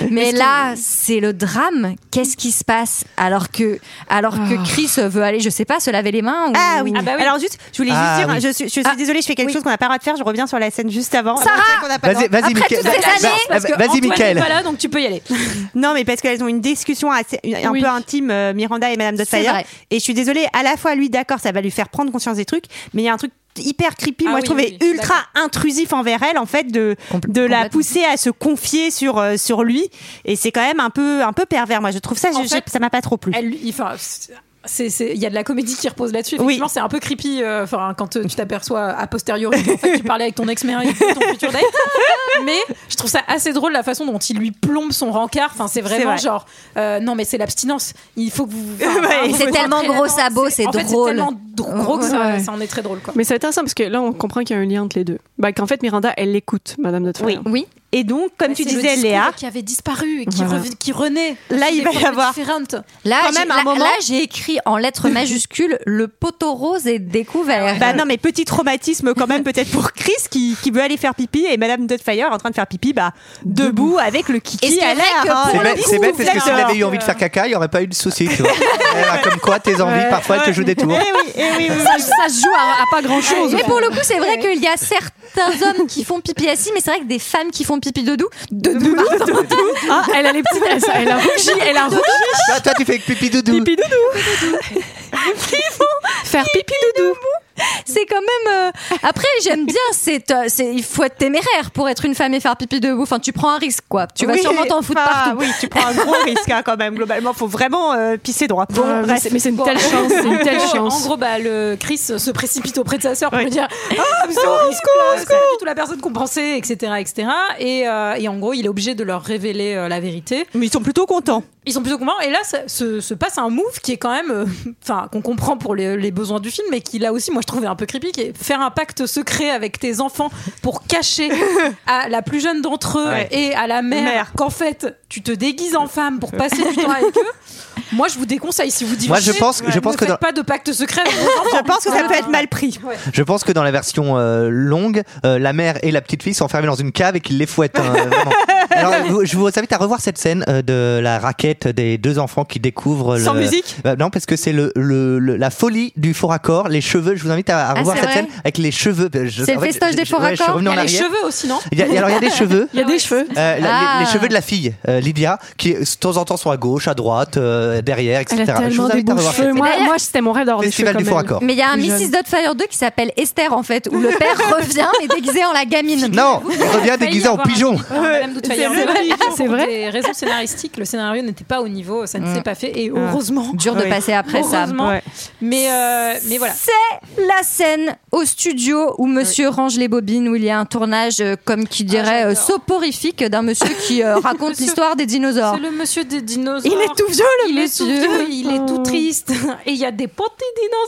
Speaker 1: ouais. Mais là, c'est le drame. Qu'est-ce qui se passe alors que alors que Chris veut aller, je sais pas, se laver les mains ou...
Speaker 9: Ah oui. Alors juste, je voulais juste
Speaker 1: Ah
Speaker 9: dire,
Speaker 1: oui.
Speaker 9: je suis, je suis désolée, je fais quelque chose qu'on n'a pas le droit de faire. Je reviens sur la scène juste avant.
Speaker 1: Sarah
Speaker 9: Après, qu'on n'a pas le
Speaker 12: Vas-y,
Speaker 9: droit.
Speaker 12: vas-y, Après Mickaël. toutes ces Vas- années, vas- parce que vas-y, Antoine Mickaël. est pas là,
Speaker 10: donc tu peux y aller.
Speaker 9: non, mais parce qu'elles ont une discussion assez- un
Speaker 10: Oui.
Speaker 9: peu intime, euh, Miranda et Madame
Speaker 1: C'est
Speaker 9: Dotfire.
Speaker 1: vrai.
Speaker 9: Et je suis désolée, à la fois lui, d'accord, ça va lui faire prendre conscience des trucs, mais il y a un truc hyper creepy,
Speaker 10: Ah
Speaker 9: moi
Speaker 10: oui,
Speaker 9: je trouvais
Speaker 10: oui, oui,
Speaker 9: ultra intrusif envers elle en fait de de la pousser à se confier sur euh, sur lui et c'est quand même un peu un peu pervers moi je trouve ça
Speaker 10: En
Speaker 9: je-
Speaker 10: fait,
Speaker 9: ça m'a pas trop plu.
Speaker 10: Elle, lui- enfin, c'est- c'est- il y a de la comédie qui repose là-dessus. Effectivement, c'est un peu creepy. euh, Enfin, quand euh, tu t'aperçois a posteriori qu'en fait, tu parlais avec ton ex-mère et que ton futur date. Mais je trouve ça assez drôle la façon dont il lui plombe son rencard. Enfin, c'est
Speaker 1: C'est
Speaker 10: vraiment
Speaker 1: vrai.
Speaker 10: genre, euh, non, mais c'est l'abstinence. Il faut que vous. enfin,
Speaker 1: Ouais,
Speaker 10: vous
Speaker 1: c'est
Speaker 10: vous
Speaker 1: tellement
Speaker 10: rentrez
Speaker 1: gros
Speaker 10: là-dedans.
Speaker 1: sabots, c'est
Speaker 10: en fait,
Speaker 1: drôle.
Speaker 10: tellement dr- gros que ça,
Speaker 11: Ouais.
Speaker 10: ça en est très drôle. Quoi.
Speaker 11: Mais c'est intéressant parce que là, on comprend qu'il y a un lien entre les deux. Ben, qu'en fait, Miranda, elle l'écoute, Madame Dotfire.
Speaker 9: Oui.
Speaker 1: oui.
Speaker 9: Et donc, comme
Speaker 10: Ouais,
Speaker 9: tu
Speaker 10: c'est le
Speaker 9: disais,
Speaker 10: discours
Speaker 9: Léa,
Speaker 10: qui avait disparu et qui,
Speaker 9: Voilà.
Speaker 10: revi- qui renaît.
Speaker 9: Là,
Speaker 10: sous
Speaker 9: il
Speaker 10: des
Speaker 9: va y
Speaker 10: formes
Speaker 9: avoir-
Speaker 10: différentes.
Speaker 1: Là,
Speaker 9: Quand
Speaker 1: j'ai-
Speaker 9: même, à un
Speaker 1: là-
Speaker 9: moment-
Speaker 1: là, j'ai écrit en lettres majuscules le poteau rose est découvert.
Speaker 9: Bah non, mais petit traumatisme quand même peut-être pour Chris qui, qui veut aller faire pipi et Madame Dotfire en train de faire pipi, bah debout avec le
Speaker 1: Et
Speaker 9: kiki
Speaker 1: c'est
Speaker 9: à
Speaker 1: vrai que
Speaker 9: l'air. hein.
Speaker 12: C'est bête, c'est bête parce que s'il avait eu envie de faire caca, il n'y aurait pas eu de soucis. tu vois. Eh ben, Comme quoi, tes envies,
Speaker 9: Ouais,
Speaker 12: parfois, elles te
Speaker 9: ouais.
Speaker 12: jouent des tours.
Speaker 9: Eh oui, eh oui, oui,
Speaker 1: Ça-
Speaker 9: oui.
Speaker 1: ça se joue à- à pas
Speaker 11: grand-chose.
Speaker 1: Mais pour le coup, c'est vrai qu'il y a certains hommes qui font pipi assis, mais c'est vrai que des femmes qui font pipi debout, debout, pardon.
Speaker 11: Ah, elle a les petites. Elle, elle a rougi, elle a rougi.
Speaker 12: Bah, Toi, toi, tu fais pipi doudou.
Speaker 11: Pipi doudou.
Speaker 1: qui vont
Speaker 11: faire pipi doudou.
Speaker 1: C'est quand même. euh, Après, j'aime bien. C'est, euh, c'est- il faut être téméraire pour être une femme et faire pipi debout. Enfin, tu prends un risque, quoi. Tu vas
Speaker 9: Oui,
Speaker 1: sûrement t'en foutre
Speaker 9: enfin,
Speaker 1: partout.
Speaker 9: Oui, tu prends un gros risque hein, quand même. Globalement, faut vraiment euh, pisser droit. Bon,
Speaker 11: mais
Speaker 9: bref.
Speaker 11: c'est- mais c'est une
Speaker 9: Bon.
Speaker 11: telle chance, c'est une telle
Speaker 10: En gros-
Speaker 11: chance.
Speaker 10: En gros, bah, le Chris se précipite auprès de sa sœur pour lui dire Ah, mais
Speaker 9: Oh,
Speaker 10: c'est horrible,
Speaker 9: secours,
Speaker 10: là, c'est pas du tout la personne qu'on pensait, etc. etc. Et, euh, et en gros, il est obligé de leur révéler euh, la vérité.
Speaker 9: Mais ils sont plutôt contents.
Speaker 10: Ils sont plutôt contents. Et là, ça- se, se passe un move qui est quand même. euh, Enfin, qu'on comprend pour les, les besoins du film, mais qui là aussi, moi, je trouvais un peu creepy, qui est faire un pacte secret avec tes enfants pour cacher à la plus jeune d'entre eux
Speaker 9: Ouais.
Speaker 10: et à la mère,
Speaker 9: Mère.
Speaker 10: qu'en fait, tu te déguises en femme pour passer du temps avec eux. Moi, je vous déconseille si vous divorcez.
Speaker 12: Moi, je pense- je
Speaker 10: ne
Speaker 12: pense que
Speaker 10: faites
Speaker 12: dans-
Speaker 10: pas de pacte secret. Avec vos enfants.
Speaker 9: Je pense que ça peut être mal pris.
Speaker 12: Je pense que dans la version euh, longue, euh, la mère et la petite fille sont enfermées dans une cave et qu'ils les fouettent. hein, vraiment. Alors, vous- je vous invite à revoir cette scène euh, de la raquette des deux enfants qui découvrent.
Speaker 9: Sans
Speaker 12: le-
Speaker 9: musique
Speaker 12: Euh, Non, parce que c'est le, le- le- la folie du faux raccord. Les cheveux, je vous invite à, à
Speaker 1: Ah,
Speaker 12: revoir
Speaker 1: c'est
Speaker 12: cette
Speaker 1: vrai
Speaker 12: scène avec les cheveux. Je-
Speaker 1: C'est le
Speaker 12: en fait,
Speaker 1: festoche des
Speaker 12: je-
Speaker 1: faux
Speaker 12: ouais, je suis
Speaker 1: raccords.
Speaker 12: revenu en
Speaker 10: Il y a les
Speaker 12: arrière.
Speaker 10: cheveux aussi, non
Speaker 12: Il y a- alors il y a des cheveux.
Speaker 11: Il y a des cheveux.
Speaker 12: Euh, la-
Speaker 1: Ah.
Speaker 12: les, les cheveux de la fille, euh, Lydia, qui de temps en temps sont à gauche, à droite, euh, derrière, etc.
Speaker 11: Elle a
Speaker 12: Je
Speaker 11: tellement
Speaker 12: vous
Speaker 11: des
Speaker 12: invite à
Speaker 11: beaux
Speaker 12: revoir
Speaker 11: cheveux.
Speaker 12: cette
Speaker 11: Moi,
Speaker 12: scène.
Speaker 11: moi, c'était mon rêve d'avoir des cheveux
Speaker 12: Festival
Speaker 11: comme
Speaker 12: du faux
Speaker 11: elle.
Speaker 12: raccord.
Speaker 1: Mais il y a un
Speaker 11: Plus
Speaker 1: Mrs.
Speaker 11: jeune.
Speaker 1: Dotfire 2 qui s'appelle Esther, en fait, où le père revient mais déguisé en la gamine.
Speaker 12: Non, il revient déguisé en pigeon.
Speaker 10: Alors, hein, Madame de Twailleur,
Speaker 1: C'est vrai.
Speaker 10: c'est
Speaker 1: C'est vrai.
Speaker 10: vrai. Pour des raisons scénaristiques, le scénario n'était pas au niveau, ça ne s'est pas fait, et Ah. heureusement.
Speaker 1: Dur de
Speaker 10: Oui.
Speaker 1: passer après ça.
Speaker 10: Heureusement. Mais, euh, mais voilà.
Speaker 1: C'est la scène au studio où monsieur range les bobines, où il y a un tournage, euh, comme qui dirait, euh, soporifique d'un monsieur qui euh, raconte l'histoire des dinosaures.
Speaker 10: C'est le monsieur des dinosaures.
Speaker 1: Il est tout vieux, le
Speaker 10: il
Speaker 1: monsieur.
Speaker 10: Est tout vieux, il est tout triste. Et il y a des petits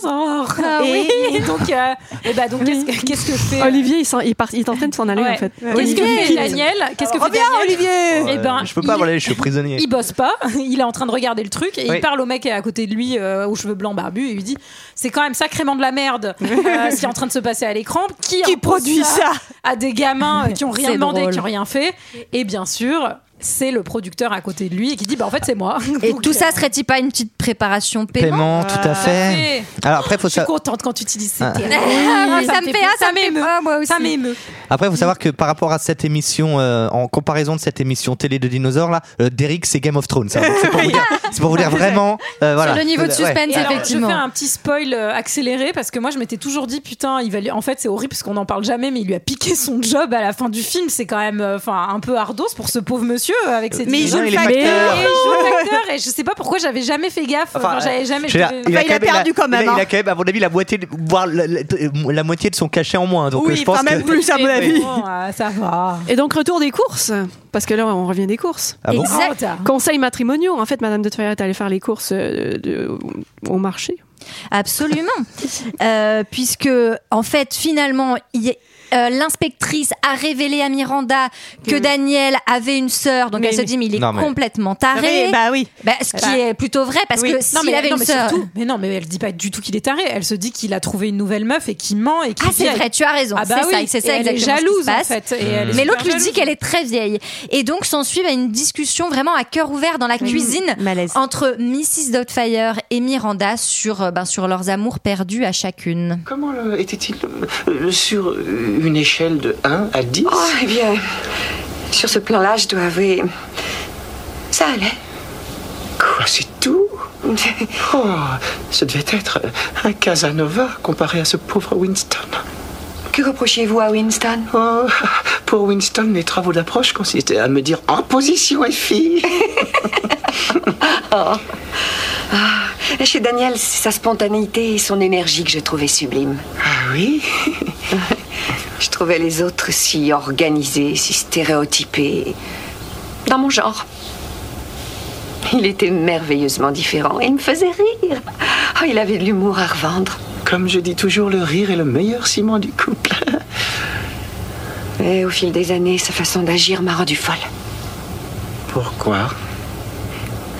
Speaker 10: dinosaures.
Speaker 1: Ah
Speaker 10: et,
Speaker 1: oui.
Speaker 10: et donc, euh, et bah, donc qu'est-ce que- qu'est-ce que fait euh,
Speaker 11: Olivier, il, s'en- il part- il est en train de s'en aller
Speaker 10: Ouais.
Speaker 11: en fait.
Speaker 10: Qu'est-ce que
Speaker 11: Olivier
Speaker 10: fait
Speaker 11: quitte.
Speaker 10: Daniel Qu'est-ce que fait
Speaker 9: Reviens,
Speaker 10: Daniel
Speaker 9: Olivier
Speaker 10: Eh ben,
Speaker 12: Euh, je peux
Speaker 10: il
Speaker 12: pas, voilà, je suis prisonnier.
Speaker 10: Il bosse pas, il est en train de regarder le truc et
Speaker 12: Oui.
Speaker 10: il parle au mec qui est à côté de lui euh, aux cheveux blancs barbus et il lui dit c'est quand même sacrément de la merde euh, ce qui est en train de se passer à l'écran qui, impose
Speaker 9: produit ça
Speaker 10: à des gamins euh, qui ont rien
Speaker 1: C'est
Speaker 10: demandé
Speaker 1: drôle.
Speaker 10: qui ont rien fait et bien sûr c'est le producteur à côté de lui et qui dit bah en fait c'est moi. euh,
Speaker 1: Et tout ça serait-il pas une petite préparation paiement
Speaker 12: Paiement, tout à fait. Alors après,
Speaker 10: Ah.
Speaker 12: faut
Speaker 10: Je suis
Speaker 12: sa-
Speaker 10: Euh, contente quand tu utilises ces
Speaker 12: Ah.
Speaker 10: termes.
Speaker 1: Ah, ça me fait- ah, ça me fait- ah, moi
Speaker 10: Ça
Speaker 1: aussi.
Speaker 10: m'émeut.
Speaker 12: Après, il faut savoir que par rapport à cette émission, euh, en comparaison de cette émission télé de dinosaures, là, euh, Derrick, c'est Game of Thrones. hein. Donc, C'est
Speaker 10: Ah,
Speaker 12: pour, vous dire- c'est pour vous dire vraiment. euh, voilà. Ouais.
Speaker 10: Et alors, Je fais un petit spoil euh, accéléré parce que moi, je m'étais toujours dit putain, il va lui- en fait, c'est horrible parce qu'on n'en parle jamais, mais il lui a piqué son job à la fin du film. C'est quand même, euh, enfin, un peu ardos pour ce pauvre monsieur euh, avec ses.
Speaker 9: Mais il
Speaker 10: dix-
Speaker 9: joue le
Speaker 10: Et
Speaker 9: facteur.
Speaker 10: il joue le facteur. Et je sais pas pourquoi j'avais jamais fait gaffe.
Speaker 12: Enfin, euh,
Speaker 10: Enfin, j'avais jamais.
Speaker 12: je veux dire,
Speaker 10: j'avais-
Speaker 12: quand même- il a- Il a,
Speaker 1: hein.
Speaker 9: hein.
Speaker 12: quand même, à mon avis, la moitié, de- voire la, la- euh, la moitié de son cachet en moins. Donc, euh, je pense que- Oui.
Speaker 10: Bon, euh, ça va.
Speaker 11: Et donc, retour des courses, parce que là, on revient des courses.
Speaker 12: Ah bon
Speaker 10: Exact.
Speaker 11: Conseils matrimoniaux. En fait, Madame de Toya est allée faire les courses euh, de- au marché.
Speaker 1: Absolument. Euh, puisque, en fait, finalement, il y a- euh, L'inspectrice a révélé à Miranda que Daniel avait une sœur, donc
Speaker 10: Mais-
Speaker 1: elle se dit mais il est
Speaker 10: Non, mais-
Speaker 1: complètement taré.
Speaker 10: Oui, bah oui.
Speaker 1: Bah, ce qui
Speaker 10: Bah.
Speaker 1: est plutôt vrai parce
Speaker 10: Oui.
Speaker 1: que
Speaker 10: Non,
Speaker 1: s'il
Speaker 10: mais-
Speaker 1: avait
Speaker 10: non,
Speaker 1: une
Speaker 10: mais
Speaker 1: sœur.
Speaker 10: surtout- mais non, mais elle dit pas du tout qu'il est taré. Elle se dit qu'il a trouvé une nouvelle meuf et qu'il ment et qu'il
Speaker 1: Ah, c'est
Speaker 10: vit avec-
Speaker 1: vrai, tu as raison.
Speaker 10: Ah bah
Speaker 1: c'est
Speaker 10: oui.
Speaker 1: ça, c'est ça
Speaker 10: Et elle est
Speaker 1: exactement ce qui
Speaker 10: jalouse
Speaker 1: se
Speaker 10: en
Speaker 1: passe.
Speaker 10: fait. Et elle est
Speaker 1: Mais
Speaker 10: super
Speaker 1: l'autre lui dit
Speaker 10: jalouse.
Speaker 1: qu'elle est très vieille. Et donc s'ensuit bah, une discussion vraiment à cœur ouvert dans
Speaker 10: Mm.
Speaker 1: la cuisine entre Mrs. Doubtfire et Miranda sur, euh, bah, sur leurs amours perdus à chacune.
Speaker 15: Comment euh, était-il euh, sur euh, une échelle de 1 à 10
Speaker 7: Oh, eh bien, sur ce plan-là, je dois avouer. Ça allait.
Speaker 15: Quoi, Ah, c'est tout Oh, ce devait être un Casanova comparé à ce pauvre Winston.
Speaker 7: Que reprochez-vous à Winston
Speaker 15: Oh, pour Winston, les travaux d'approche consistaient à me dire en position FI.
Speaker 7: Oh. Ah, chez Daniel, c'est sa spontanéité et son énergie que je trouvais sublime.
Speaker 15: Ah oui
Speaker 7: Je trouvais les autres si organisés, si stéréotypés. Dans mon genre. Il était merveilleusement différent et il me faisait rire. Oh, il avait de l'humour à revendre.
Speaker 15: Comme je dis toujours, le rire est le meilleur ciment du couple.
Speaker 7: Mais au fil des années, sa façon d'agir m'a rendue folle.
Speaker 15: Pourquoi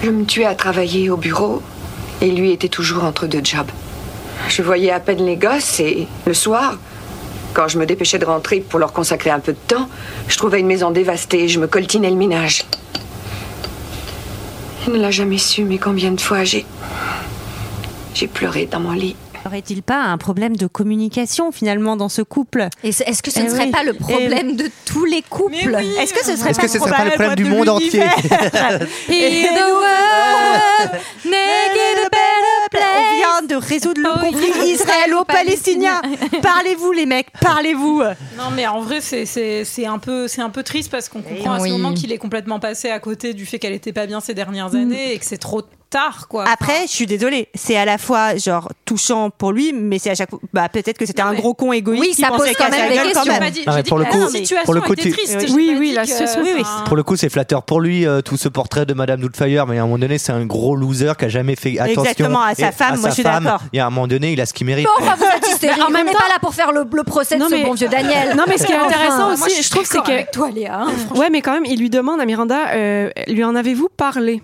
Speaker 7: Je me tuais à travailler au bureau et lui était toujours entre deux jobs. Je voyais à peine les gosses et le soir, quand je me dépêchais de rentrer pour leur consacrer un peu de temps, je trouvais une maison dévastée et je me coltinais le ménage. Il ne l'a jamais su, mais combien de fois j'ai. J'ai pleuré dans mon lit.
Speaker 9: Aurait-il pas un problème de communication finalement dans ce couple Eh
Speaker 1: Est-ce que ce ne serait pas le problème de tous les couples
Speaker 9: Est-ce que ce serait
Speaker 12: Est-ce
Speaker 9: pas
Speaker 12: que ce serait pas le problème du
Speaker 9: de
Speaker 12: monde entier
Speaker 9: l'univers
Speaker 1: Heal the world, make it a better place.
Speaker 9: On vient de résoudre le conflit israélo-palestinien. Parlez-vous les mecs, parlez-vous.
Speaker 10: Non, mais en vrai, c'est- c'est c'est un, peu- c'est un peu triste parce qu'on comprend à
Speaker 9: Eh oui.
Speaker 10: ce moment qu'il est complètement passé à côté du fait qu'elle était pas bien ces
Speaker 9: Mm.
Speaker 10: dernières années et que c'est trop tard, quoi.
Speaker 9: Après, je suis désolée, c'est à la fois genre touchant pour lui, mais c'est à chaque fois. Bah, peut-être que c'était un gros con égoïste.
Speaker 10: Oui,
Speaker 9: qui
Speaker 10: ça
Speaker 9: pensait
Speaker 10: pose quand
Speaker 9: qu'à
Speaker 10: même
Speaker 9: sa
Speaker 10: des
Speaker 9: gueule,
Speaker 10: questions.
Speaker 9: même.
Speaker 10: Pas dit- Non, mais
Speaker 12: pour le
Speaker 10: que
Speaker 12: coup-
Speaker 10: la situation
Speaker 12: pour le coup,
Speaker 10: était
Speaker 12: tu-
Speaker 10: triste.
Speaker 9: Oui,
Speaker 10: J'ai
Speaker 9: oui,
Speaker 10: pas
Speaker 9: oui,
Speaker 10: dit
Speaker 9: la
Speaker 10: que-
Speaker 9: situation- oui, oui.
Speaker 10: enfin,
Speaker 12: Pour le coup, c'est flatteur pour lui, euh, tout ce portrait de Madame Doubtfire, mais à un moment donné, c'est un gros loser qui a jamais fait attention.
Speaker 9: Exactement, à sa
Speaker 12: Et-
Speaker 9: femme, moi, je suis
Speaker 12: femme.
Speaker 9: d'accord.
Speaker 12: Il y a un moment donné, il a ce qu'il mérite.
Speaker 1: Bon, enfin, vous êtes hystérique.
Speaker 11: Mais en
Speaker 1: On
Speaker 11: même
Speaker 1: n'est
Speaker 11: temps-
Speaker 1: pas là pour faire le, le procès de
Speaker 11: Non,
Speaker 1: ce
Speaker 11: mais-
Speaker 1: bon vieux Daniel.
Speaker 11: Non, mais ce qui est intéressant aussi, je, trouve, c'est que.
Speaker 10: Avec toi, Léa. hein.
Speaker 11: Ouais, mais quand même, il lui demande à Miranda, euh, lui en avez-vous parlé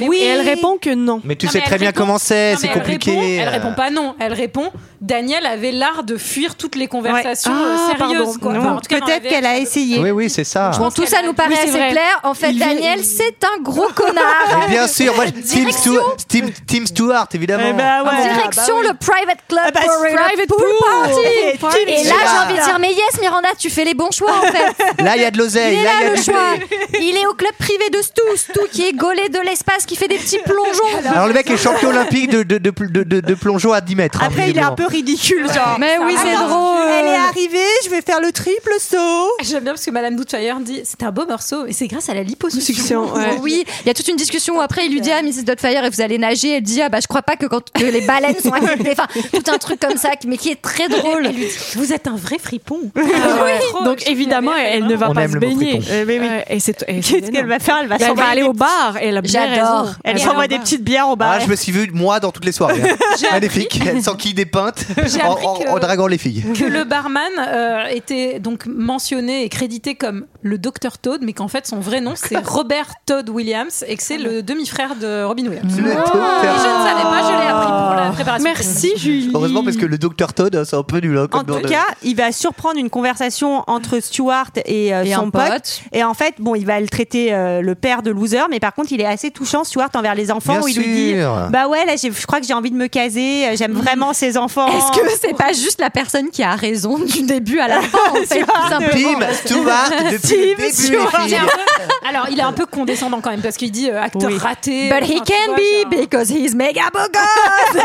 Speaker 10: oui.
Speaker 11: Et elle répond que non.
Speaker 12: Mais tu
Speaker 10: Non,
Speaker 12: sais
Speaker 10: mais
Speaker 12: très
Speaker 10: elle
Speaker 12: bien
Speaker 10: répond-
Speaker 12: comment c'est,
Speaker 10: Non,
Speaker 12: c'est
Speaker 10: mais elle
Speaker 12: compliqué.
Speaker 10: répond- elle
Speaker 12: euh.
Speaker 10: répond pas non, elle répond Daniel avait l'art de fuir toutes les conversations euh,
Speaker 11: Ah, pardon.
Speaker 10: sérieuses. quoi.
Speaker 11: Non.
Speaker 10: Enfin, en tout cas, dans la
Speaker 9: Peut-être
Speaker 12: Ah,
Speaker 9: qu'elle a essayé.
Speaker 12: Oui, oui, c'est ça.
Speaker 1: Bon, tout ça nous paraît
Speaker 11: Oui, c'est
Speaker 1: assez
Speaker 11: vrai.
Speaker 1: clair. En fait,
Speaker 11: Il-
Speaker 1: Daniel, c'est un gros
Speaker 12: Mais
Speaker 1: connard.
Speaker 12: bien sûr, moi, je- Tim,
Speaker 1: Direction-
Speaker 12: Stu- Tim- Tim Stewart, évidemment.
Speaker 9: Eh ben ouais.
Speaker 12: Ah,
Speaker 1: Direction le private club
Speaker 9: bah,
Speaker 1: for a
Speaker 9: private
Speaker 1: pool,
Speaker 9: pool.
Speaker 12: Eh,
Speaker 9: Et
Speaker 1: party.
Speaker 9: Tim
Speaker 1: Et là, j'ai
Speaker 12: Stewart.
Speaker 1: envie de dire, mais yes, Miranda, tu fais les bons choix en fait.
Speaker 12: Là, il y a de l'oseille.
Speaker 1: Il est
Speaker 12: Là, il y
Speaker 1: là
Speaker 12: a
Speaker 1: le
Speaker 12: du
Speaker 1: choix. Il est au club privé de Stu, Stu qui est gaulé de l'espace, qui fait des petits plongeons.
Speaker 12: Alors, le mec est champion olympique de, de, de, de, de- de plongeon à 10 mètres. hein,
Speaker 9: Après, il est un
Speaker 12: visiblement.
Speaker 9: peu ridicule, genre.
Speaker 1: Mais oui,
Speaker 10: Ah,
Speaker 1: c'est drôle.
Speaker 9: Elle est arrivée, je vais faire le triple saut.
Speaker 10: J'aime bien parce que Madame Doubtfire dit c'est un beau morceau et c'est grâce à la liposuction.
Speaker 11: Suction, ouais.
Speaker 1: Oui, il y a toute une discussion où après il lui dit ah Mrs. Dotfire et vous allez nager, elle dit ah bah je crois pas que quand que les baleines sont affectées, enfin tout un truc comme ça mais qui est très drôle. Ah,
Speaker 10: Elle lui dit, vous êtes un vrai fripon. Ah,
Speaker 11: Donc évidemment, elle ne va
Speaker 12: On
Speaker 11: pas
Speaker 12: aime
Speaker 11: se
Speaker 12: le mot
Speaker 11: baigner.
Speaker 12: fripon.
Speaker 11: Euh, mais oui. Ouais, et c'est et c'est
Speaker 9: Qu'est-ce
Speaker 11: énorme.
Speaker 9: qu'elle va faire Elle va
Speaker 11: Elle va
Speaker 9: s'envoyer
Speaker 11: aller
Speaker 9: des
Speaker 11: au bar et la bière, elle
Speaker 1: J'adore. alors
Speaker 9: Elle s'envoie des petites bières au bar.
Speaker 12: Ah, je me suis vu moi dans toutes les soirées. hein.
Speaker 10: J'ai
Speaker 12: Magnifique. Elle s'enquille des pintes
Speaker 10: J'ai
Speaker 12: en,
Speaker 10: appris
Speaker 12: en-
Speaker 10: que-
Speaker 12: en draguant les filles.
Speaker 10: que le barman euh, était donc mentionné et crédité comme le docteur Todd, mais qu'en fait son vrai nom c'est Robert Todd Williams et que c'est le demi-frère de Robin Williams. Et je ne savais pas, je l'ai appris pour la préparation.
Speaker 11: Merci Julie.
Speaker 12: Heureusement parce que le docteur Todd, hein, c'est un peu nul. hein, comme
Speaker 9: En
Speaker 12: nom
Speaker 9: tout
Speaker 12: de-
Speaker 9: cas, il va surprendre une conversation entre Stuart et, euh,
Speaker 1: Et
Speaker 9: son
Speaker 1: un
Speaker 9: pote.
Speaker 1: pote.
Speaker 9: Et en fait, bon, il va le traiter euh, le père de loser, mais par contre, il est assez touchant, Stuart, envers les enfants,
Speaker 12: Bien
Speaker 9: où il lui dit
Speaker 12: sûr.
Speaker 9: Bah ouais, là, j'ai- je crois que j'ai envie de me caser, euh, j'aime vraiment ces enfants.
Speaker 1: Est-ce que c'est pas juste la personne qui a raison du début à la fin en fait, tout simplement
Speaker 12: Pim, Stuart, depuis le début,
Speaker 10: Il
Speaker 12: les
Speaker 10: est
Speaker 12: filles.
Speaker 10: un peu- Alors il est un peu condescendant quand même parce qu'il dit euh, acteur raté.
Speaker 1: But he
Speaker 10: enfin, tu
Speaker 1: can
Speaker 10: vois,
Speaker 1: be because he's mega beau gosse.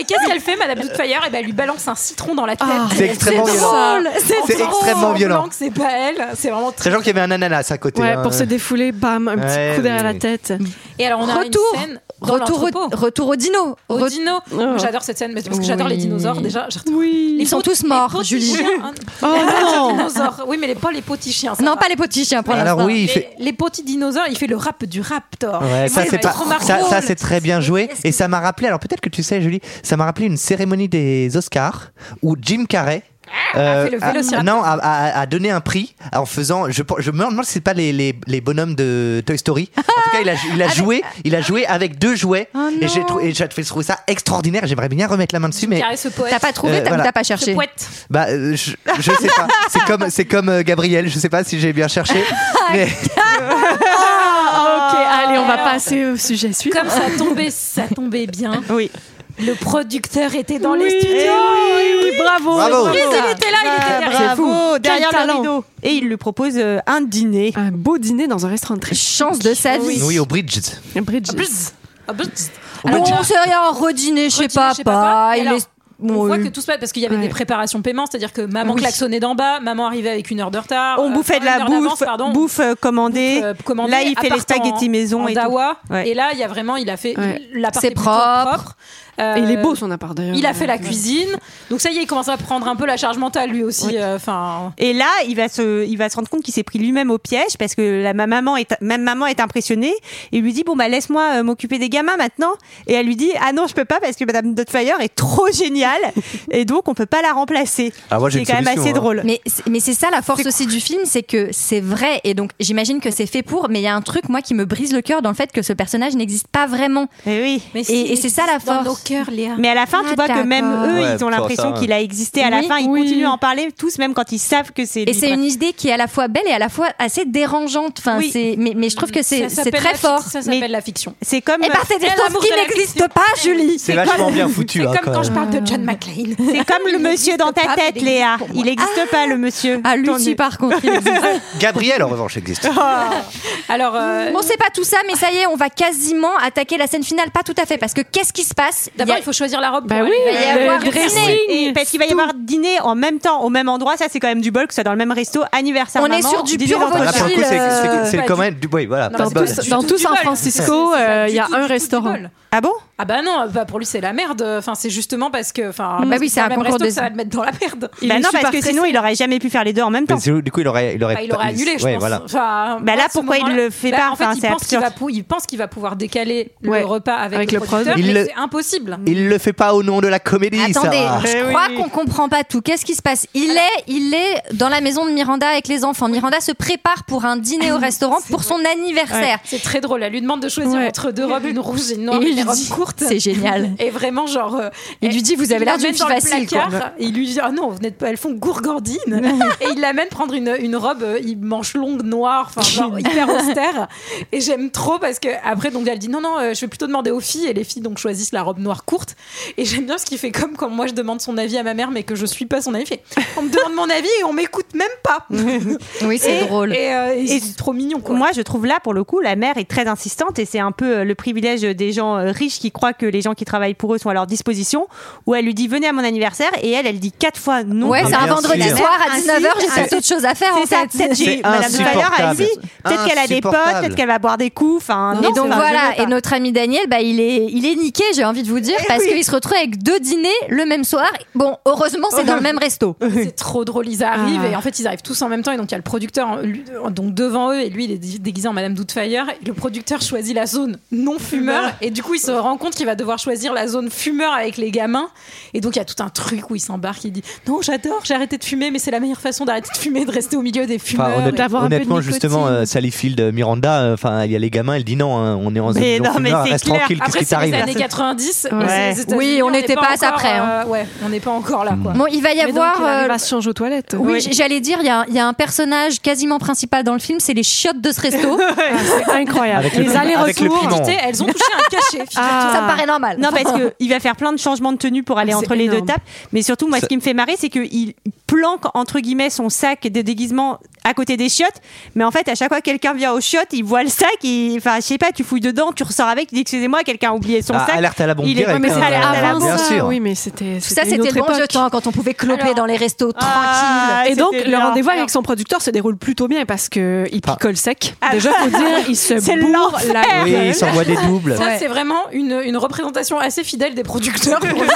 Speaker 10: Et qu'est-ce qu'elle fait, Madame Doubtfire Et ben, elle lui balance un citron dans la tête.
Speaker 1: Ah,
Speaker 12: C'est extrêmement
Speaker 10: drôle,
Speaker 12: violent.
Speaker 10: C'est
Speaker 12: C'est
Speaker 10: drôlement
Speaker 12: extrêmement violent.
Speaker 10: que C'est pas elle. C'est vraiment.
Speaker 12: C'est genre qu'il y avait un ananas à côté.
Speaker 11: Ouais,
Speaker 12: hein.
Speaker 11: pour se défouler, bam, un petit
Speaker 12: Ouais,
Speaker 11: coup derrière
Speaker 12: oui.
Speaker 11: la tête.
Speaker 10: Et alors on a
Speaker 1: Retour.
Speaker 10: une scène dans
Speaker 1: Retour au,
Speaker 10: l'entrepôt.
Speaker 1: retour au dino.
Speaker 10: Au
Speaker 1: Re-
Speaker 10: dino.
Speaker 12: Oh.
Speaker 10: Moi, J'adore cette scène mais parce que j'adore les dinosaures déjà. j'ai retrouvé-
Speaker 11: Oui.
Speaker 1: Ils sont
Speaker 10: pot-
Speaker 1: tous morts,
Speaker 10: les
Speaker 1: Julie.
Speaker 10: potichiens, hein.
Speaker 11: Oh non.
Speaker 10: Dinosaures. Oui, mais les, pas les petits chiens. ça
Speaker 1: Non,
Speaker 10: va.
Speaker 1: pas les petits chiens pour
Speaker 12: Alors
Speaker 1: l'instant.
Speaker 12: oui, il
Speaker 10: Les-
Speaker 12: fait-
Speaker 10: Les petits dinosaures, il fait le rap du raptor.
Speaker 1: Oh.
Speaker 12: Ouais,
Speaker 10: Et
Speaker 12: ça
Speaker 10: moi,
Speaker 12: c'est
Speaker 10: je
Speaker 12: pas,
Speaker 10: trouve marrant.
Speaker 12: ça, ça, c'est très bien joué et ça m'a rappelé alors peut-être que tu sais Julie ça m'a rappelé une cérémonie des Oscars où Jim Carrey
Speaker 1: Ah,
Speaker 12: euh,
Speaker 10: fait le
Speaker 12: a-
Speaker 10: vélociraptor.
Speaker 12: non, a, a- a donné un prix en faisant. Je, je me demande si c'est pas les, les, les bonhommes de Toy Story. En tout cas, il a, il a joué, il a joué avec deux jouets
Speaker 1: Oh
Speaker 12: et j'ai trou- et j'ai trouvé ça extraordinaire. J'aimerais bien remettre la main dessus, mais
Speaker 10: Carré, ce poète.
Speaker 1: T'as pas trouvé,
Speaker 12: Euh,
Speaker 1: t'as
Speaker 12: voilà.
Speaker 1: t'as pas cherché.
Speaker 10: Ce poète.
Speaker 12: Bah, euh, je, je sais pas. C'est comme, c'est comme euh, Gabriel. Je sais pas si j'ai bien cherché.
Speaker 1: Ah,
Speaker 12: mais-
Speaker 11: Ok, allez, on va
Speaker 10: Alors-
Speaker 11: passer au sujet suivant.
Speaker 10: Ah, Comme ça tombait, ça tombait bien.
Speaker 9: Oui.
Speaker 10: Le producteur était dans les
Speaker 11: Oui,
Speaker 10: studios.
Speaker 1: eh
Speaker 11: oui, oui, bravo.
Speaker 12: Bravo.
Speaker 10: En plus, il était là, il était derrière.
Speaker 11: C'est fou.
Speaker 9: Bravo,
Speaker 11: Quel
Speaker 9: derrière le
Speaker 11: talent.
Speaker 9: rideau. Et il lui propose euh, un dîner.
Speaker 11: Un beau dîner dans un restaurant très
Speaker 1: Chance de sa vie.
Speaker 12: oui, au bridge.
Speaker 11: Bridges.
Speaker 10: Bzz. Ah, bzz.
Speaker 1: Alors,
Speaker 10: déjà,
Speaker 1: on serait rien redîner chez
Speaker 10: retirer
Speaker 1: papa.
Speaker 10: chez papa, et
Speaker 1: Il
Speaker 10: alors,
Speaker 1: est...
Speaker 10: On
Speaker 1: Bon,
Speaker 10: voit
Speaker 1: euh,
Speaker 10: que tout se passe parce qu'il y avait
Speaker 11: Ouais.
Speaker 10: des préparations paiement, c'est-à-dire que maman
Speaker 11: Oui.
Speaker 10: klaxonnait d'en bas, maman arrivait avec une heure de retard.
Speaker 9: On
Speaker 10: euh,
Speaker 9: bouffait de
Speaker 10: enfin,
Speaker 9: la
Speaker 10: une heure d'avance,
Speaker 9: bouffe,
Speaker 10: pardon,
Speaker 9: bouffe euh, commandée.
Speaker 10: euh, commandée,
Speaker 9: Là, il fait les
Speaker 10: appart en-
Speaker 9: spaghettis maison
Speaker 10: en
Speaker 9: et tout.
Speaker 10: Dawa.
Speaker 9: Ouais.
Speaker 10: Et là, il y a vraiment, il a fait
Speaker 11: Ouais.
Speaker 10: la
Speaker 1: C'est propre.
Speaker 10: Euh,
Speaker 11: Et il est beau son appart d'ailleurs.
Speaker 10: Il a fait la
Speaker 11: Ouais.
Speaker 10: cuisine. Donc ça y est, il commence à prendre un peu la charge mentale lui aussi. euh, Enfin,
Speaker 9: Et là, il va se, il va se rendre compte qu'il s'est pris lui-même au piège parce que la ma maman est, même maman est impressionnée. Et il lui dit bon bah laisse-moi euh, m'occuper des gamins maintenant. Et elle lui dit ah non je peux pas parce que Madame Dotfire est trop géniale et donc on peut pas la remplacer.
Speaker 12: Ah, moi,
Speaker 9: c'est
Speaker 12: j'ai une
Speaker 9: quand même
Speaker 12: solution,
Speaker 9: assez
Speaker 12: hein.
Speaker 9: drôle.
Speaker 1: Mais c'est- mais c'est ça la force aussi du film, c'est que c'est vrai et donc j'imagine que c'est fait pour. Mais il y a un truc moi qui me brise le cœur dans le fait que ce personnage n'existe pas vraiment.
Speaker 9: Eh oui.
Speaker 10: mais
Speaker 1: Et-
Speaker 10: si,
Speaker 1: et c'est ça la
Speaker 10: dans
Speaker 1: force.
Speaker 10: nos cœurs, Léa.
Speaker 9: Mais à la fin,
Speaker 1: Ah,
Speaker 9: tu vois que même
Speaker 1: d'accord.
Speaker 9: eux,
Speaker 12: Ouais,
Speaker 9: ils ont
Speaker 12: ça,
Speaker 9: l'impression
Speaker 12: ça,
Speaker 9: qu'il a existé. À la
Speaker 1: Oui,
Speaker 9: fin, ils
Speaker 11: oui.
Speaker 9: continuent à en parler tous, même quand ils savent que c'est.
Speaker 1: Et
Speaker 9: lui.
Speaker 1: c'est une idée qui est à la fois belle et à la fois assez dérangeante. Enfin,
Speaker 9: Oui.
Speaker 1: c'est mais, mais je trouve que
Speaker 10: Ça
Speaker 1: c'est c'est
Speaker 10: s'appelle
Speaker 1: très
Speaker 10: la fi-
Speaker 1: fort. Eh ben,
Speaker 10: Ça
Speaker 9: Mais-
Speaker 10: s'appelle la fiction.
Speaker 9: C'est comme.
Speaker 1: Et par ces
Speaker 10: l'amour
Speaker 1: choses
Speaker 10: de
Speaker 1: qui
Speaker 10: la
Speaker 1: n'existent
Speaker 10: fiction.
Speaker 1: pas, Julie.
Speaker 12: C'est vachement bien foutu.
Speaker 10: C'est
Speaker 12: hein,
Speaker 10: comme
Speaker 12: quand
Speaker 10: quand
Speaker 12: même.
Speaker 10: je parle de John McClane.
Speaker 9: C'est comme le
Speaker 10: Il
Speaker 9: monsieur
Speaker 10: n'existe
Speaker 9: dans ta
Speaker 10: pas, mais
Speaker 9: tête,
Speaker 10: il existe
Speaker 9: Léa.
Speaker 10: pour moi.
Speaker 9: Il n'existe pas, le monsieur.
Speaker 1: Ah,
Speaker 9: Ton-
Speaker 1: Lucie, par contre, il existe.
Speaker 12: Gabriel en revanche existe.
Speaker 1: Ah,
Speaker 10: Alors, euh,
Speaker 1: Bon, c'est pas tout ça, mais ça y est, on va quasiment attaquer la scène finale. Pas tout à fait, parce que qu'est-ce qui se passe Il y
Speaker 10: d'abord,
Speaker 1: a-
Speaker 10: il faut choisir la robe.
Speaker 11: Bah
Speaker 10: pour
Speaker 11: oui,
Speaker 10: aller-
Speaker 1: va y avoir
Speaker 11: le
Speaker 1: dîner.
Speaker 11: dressing.
Speaker 9: Et parce qu'il va y avoir dîner en même temps, au même endroit. Ça, c'est quand même du bol que ce soit dans le même resto. Anniversaire.
Speaker 1: On est
Speaker 9: maman,
Speaker 1: sur du
Speaker 9: dîner
Speaker 1: pur
Speaker 9: dans un
Speaker 1: vaudeville.
Speaker 12: Là, pour le coup, c'est- c'est- c'est
Speaker 10: euh, Pas
Speaker 12: quand
Speaker 10: du-
Speaker 12: même. du- Oui, voilà.
Speaker 10: Non,
Speaker 11: Dans
Speaker 10: c'est pas
Speaker 11: tous-
Speaker 10: du
Speaker 11: dans
Speaker 10: tout
Speaker 11: tout
Speaker 10: du
Speaker 11: San
Speaker 10: bol.
Speaker 11: Francisco,
Speaker 10: C'est- c'est pas
Speaker 11: euh, il y a
Speaker 10: du tout,
Speaker 11: un
Speaker 10: du tout du
Speaker 11: restaurant.
Speaker 10: bol.
Speaker 9: Ah bon
Speaker 10: Ah bah non, bah pour lui c'est la merde. Enfin c'est justement parce que enfin parce
Speaker 1: Bah
Speaker 10: que
Speaker 1: oui, c'est
Speaker 10: dans
Speaker 1: un
Speaker 10: le même
Speaker 1: concours
Speaker 10: resto
Speaker 1: de-
Speaker 10: que ça va le mettre dans la merde.
Speaker 9: Bah non, parce que
Speaker 11: stressé.
Speaker 9: sinon, il aurait jamais pu faire les deux en même temps.
Speaker 12: Mais du coup, il aurait, il aurait,
Speaker 10: Bah, il aurait
Speaker 12: pas-
Speaker 10: annulé, je
Speaker 12: ouais,
Speaker 10: pense. Mmh.
Speaker 12: voilà.
Speaker 10: Enfin,
Speaker 9: Bah
Speaker 10: à
Speaker 9: là,
Speaker 10: ce
Speaker 9: pourquoi il
Speaker 10: moment-là-
Speaker 9: le fait
Speaker 10: Bah,
Speaker 9: pas
Speaker 10: En fait,
Speaker 9: Enfin,
Speaker 10: il
Speaker 9: c'est
Speaker 10: pense qu'il va
Speaker 9: absurde.
Speaker 10: pou- il pense qu'il va pouvoir décaler
Speaker 11: Ouais.
Speaker 10: le repas avec,
Speaker 11: Avec
Speaker 10: le
Speaker 11: le
Speaker 10: producteur,
Speaker 12: prod. Il
Speaker 10: mais
Speaker 12: le-
Speaker 10: c'est impossible.
Speaker 12: Il le fait pas au nom de la comédie.
Speaker 1: Attendez,
Speaker 12: ça. Ah, Bah
Speaker 1: je
Speaker 9: Eh
Speaker 1: crois
Speaker 9: oui.
Speaker 1: qu'on comprend pas tout. Qu'est-ce qui se passe Il est, il est dans la maison de Miranda avec les enfants. Miranda se prépare pour un dîner au restaurant pour son anniversaire.
Speaker 10: C'est très drôle. Elle lui demande de choisir
Speaker 11: Ouais.
Speaker 10: entre deux robes, une rouge et une noire,
Speaker 1: Et il
Speaker 10: une
Speaker 1: lui
Speaker 10: robe
Speaker 1: dit-
Speaker 10: courte.
Speaker 1: c'est génial.
Speaker 10: Et vraiment, genre. euh,
Speaker 1: Il lui dit, vous avez
Speaker 10: il
Speaker 1: l'air d'une
Speaker 10: l'emmène
Speaker 1: fille
Speaker 10: dans le
Speaker 1: facile,
Speaker 10: placard,
Speaker 1: quoi.
Speaker 10: Et il lui dit, ah non, vous n'êtes pas, elles font gourgandine. et il l'amène prendre une, une robe, euh, il manche longue, noire, enfin, genre, hyper austère. Et j'aime trop parce que, après, donc, elle dit, non, non, euh, je vais plutôt demander aux filles. Et les filles, donc, choisissent la robe noire courte. Et j'aime bien ce qu'il fait comme quand moi, je demande son avis à ma mère, mais que je suis pas son avis. Il fait, Oh, on me demande mon avis et on m'écoute même pas.
Speaker 1: Oui, c'est
Speaker 10: Et-
Speaker 1: drôle.
Speaker 10: Et, euh, et
Speaker 9: Et-
Speaker 10: c'est trop mignon, quoi.
Speaker 9: Moi, je trouve là, pour le coup, la mère est très insistante et c'est un peu euh, le privilège des gens euh, riches qui croient que les gens qui travaillent pour eux sont à leur disposition, où elle lui dit venez à mon anniversaire et elle, elle dit quatre fois non.
Speaker 1: Ouais, c'est un Merci. vendredi soir à
Speaker 9: Ainsi,
Speaker 1: 19h, j'ai sans
Speaker 9: ainsi-
Speaker 1: doute choses à faire, en
Speaker 9: C'est ça,
Speaker 1: fait.
Speaker 9: peut-être j'ai-
Speaker 1: C'est
Speaker 9: Madame de Fayard a dit,
Speaker 1: insupportable.
Speaker 9: peut-être qu'elle a des potes,
Speaker 1: Insupportable.
Speaker 9: peut-être qu'elle va boire des coups, enfin non,
Speaker 1: et donc
Speaker 9: enfin,
Speaker 1: voilà,
Speaker 9: je veux
Speaker 1: et
Speaker 9: pas.
Speaker 1: notre ami Daniel, bah, il, est, il est niqué, j'ai envie de vous
Speaker 11: Eh
Speaker 1: dire, parce qu'il se retrouve avec deux dîners le même soir. Bon, heureusement, c'est dans le même resto.
Speaker 10: C'est trop drôle, ils arrivent
Speaker 1: Ah.
Speaker 10: et en fait ils arrivent tous en même temps et donc il y a le producteur en- lui- en- donc devant eux et lui il est dé- déguisé en Madame Doubtfire et le producteur choisit la zone non fumeur et du coup il se rend compte qu'il va devoir choisir la zone fumeur avec les gamins et donc il y a tout un truc où il s'embarque il dit non j'adore j'ai arrêté de fumer mais c'est la meilleure façon d'arrêter de fumer de rester au milieu des fumeurs
Speaker 12: Enfin, honnête-
Speaker 10: et d'avoir un peu de
Speaker 12: honnêtement,
Speaker 10: nicotine.
Speaker 12: justement, euh, Sally Field, euh, Miranda, euh, enfin, il y a les gamins, elle dit non, hein, on est en zone
Speaker 10: Mais
Speaker 12: non
Speaker 10: non, mais
Speaker 12: fumeur,
Speaker 10: c'est
Speaker 12: reste
Speaker 10: clair.
Speaker 12: tranquille, qu'est-ce
Speaker 10: Après,
Speaker 12: qui
Speaker 10: c'est les
Speaker 12: t'arrive
Speaker 10: années 90. et
Speaker 12: Ouais.
Speaker 10: c'est les États-Unis,
Speaker 1: Oui, on n'était pas à ça
Speaker 10: encore,
Speaker 1: près,
Speaker 10: euh,
Speaker 1: hein.
Speaker 10: ouais, on n'est pas encore
Speaker 12: Mm.
Speaker 10: là. Quoi.
Speaker 1: Bon, il va y
Speaker 10: Mais donc,
Speaker 1: avoir,
Speaker 10: il arrive
Speaker 1: euh,
Speaker 10: à se changer aux toilettes.
Speaker 1: Oui, j- j'allais dire, il y, a un- il y a un personnage quasiment principal dans le film, c'est les chiottes de ce resto.
Speaker 10: C'est
Speaker 9: incroyable. Avec le- Les allers-retours. avec le piment.
Speaker 10: Tu sais, Elles ont touché un cachet.
Speaker 9: Ah.
Speaker 1: Ça me paraît normal.
Speaker 9: Non, parce qu'il va faire plein de changements de tenue pour aller
Speaker 10: C'est
Speaker 9: entre les
Speaker 10: énorme.
Speaker 9: deux tables. Mais surtout, moi, ce
Speaker 10: Ça-
Speaker 9: qui me fait marrer, c'est qu'il planque, entre guillemets, son sac de déguisement à côté des chiottes. Mais en fait, à chaque fois que quelqu'un vient aux chiottes, il voit le sac. il- Enfin, je sais pas, tu fouilles dedans, tu ressors avec, tu dis Excusez-moi, quelqu'un a oublié son
Speaker 12: Ah,
Speaker 9: sac.
Speaker 12: alerte à la bombe
Speaker 9: Il est-
Speaker 12: directe,
Speaker 9: mais c'est
Speaker 12: hein,
Speaker 9: alerte à la
Speaker 12: avant
Speaker 9: bombe.
Speaker 12: ça, Bien sûr. oui,
Speaker 11: mais c'était.
Speaker 1: Tout ça, c'était le bon vieux temps quand on pouvait cloper dans les restos tranquilles.
Speaker 11: Ah, Et donc, le rendez-vous avec son producteur se déroule plutôt bien parce que il picole sec.
Speaker 10: Ah.
Speaker 11: Déjà, faut dire, il se
Speaker 10: C'est
Speaker 11: bourre la
Speaker 10: l'enfer.
Speaker 12: Oui, il s'envoie des doubles.
Speaker 10: Ça,
Speaker 12: Ouais.
Speaker 10: c'est vraiment une, une représentation assez fidèle des producteurs, pour le coup,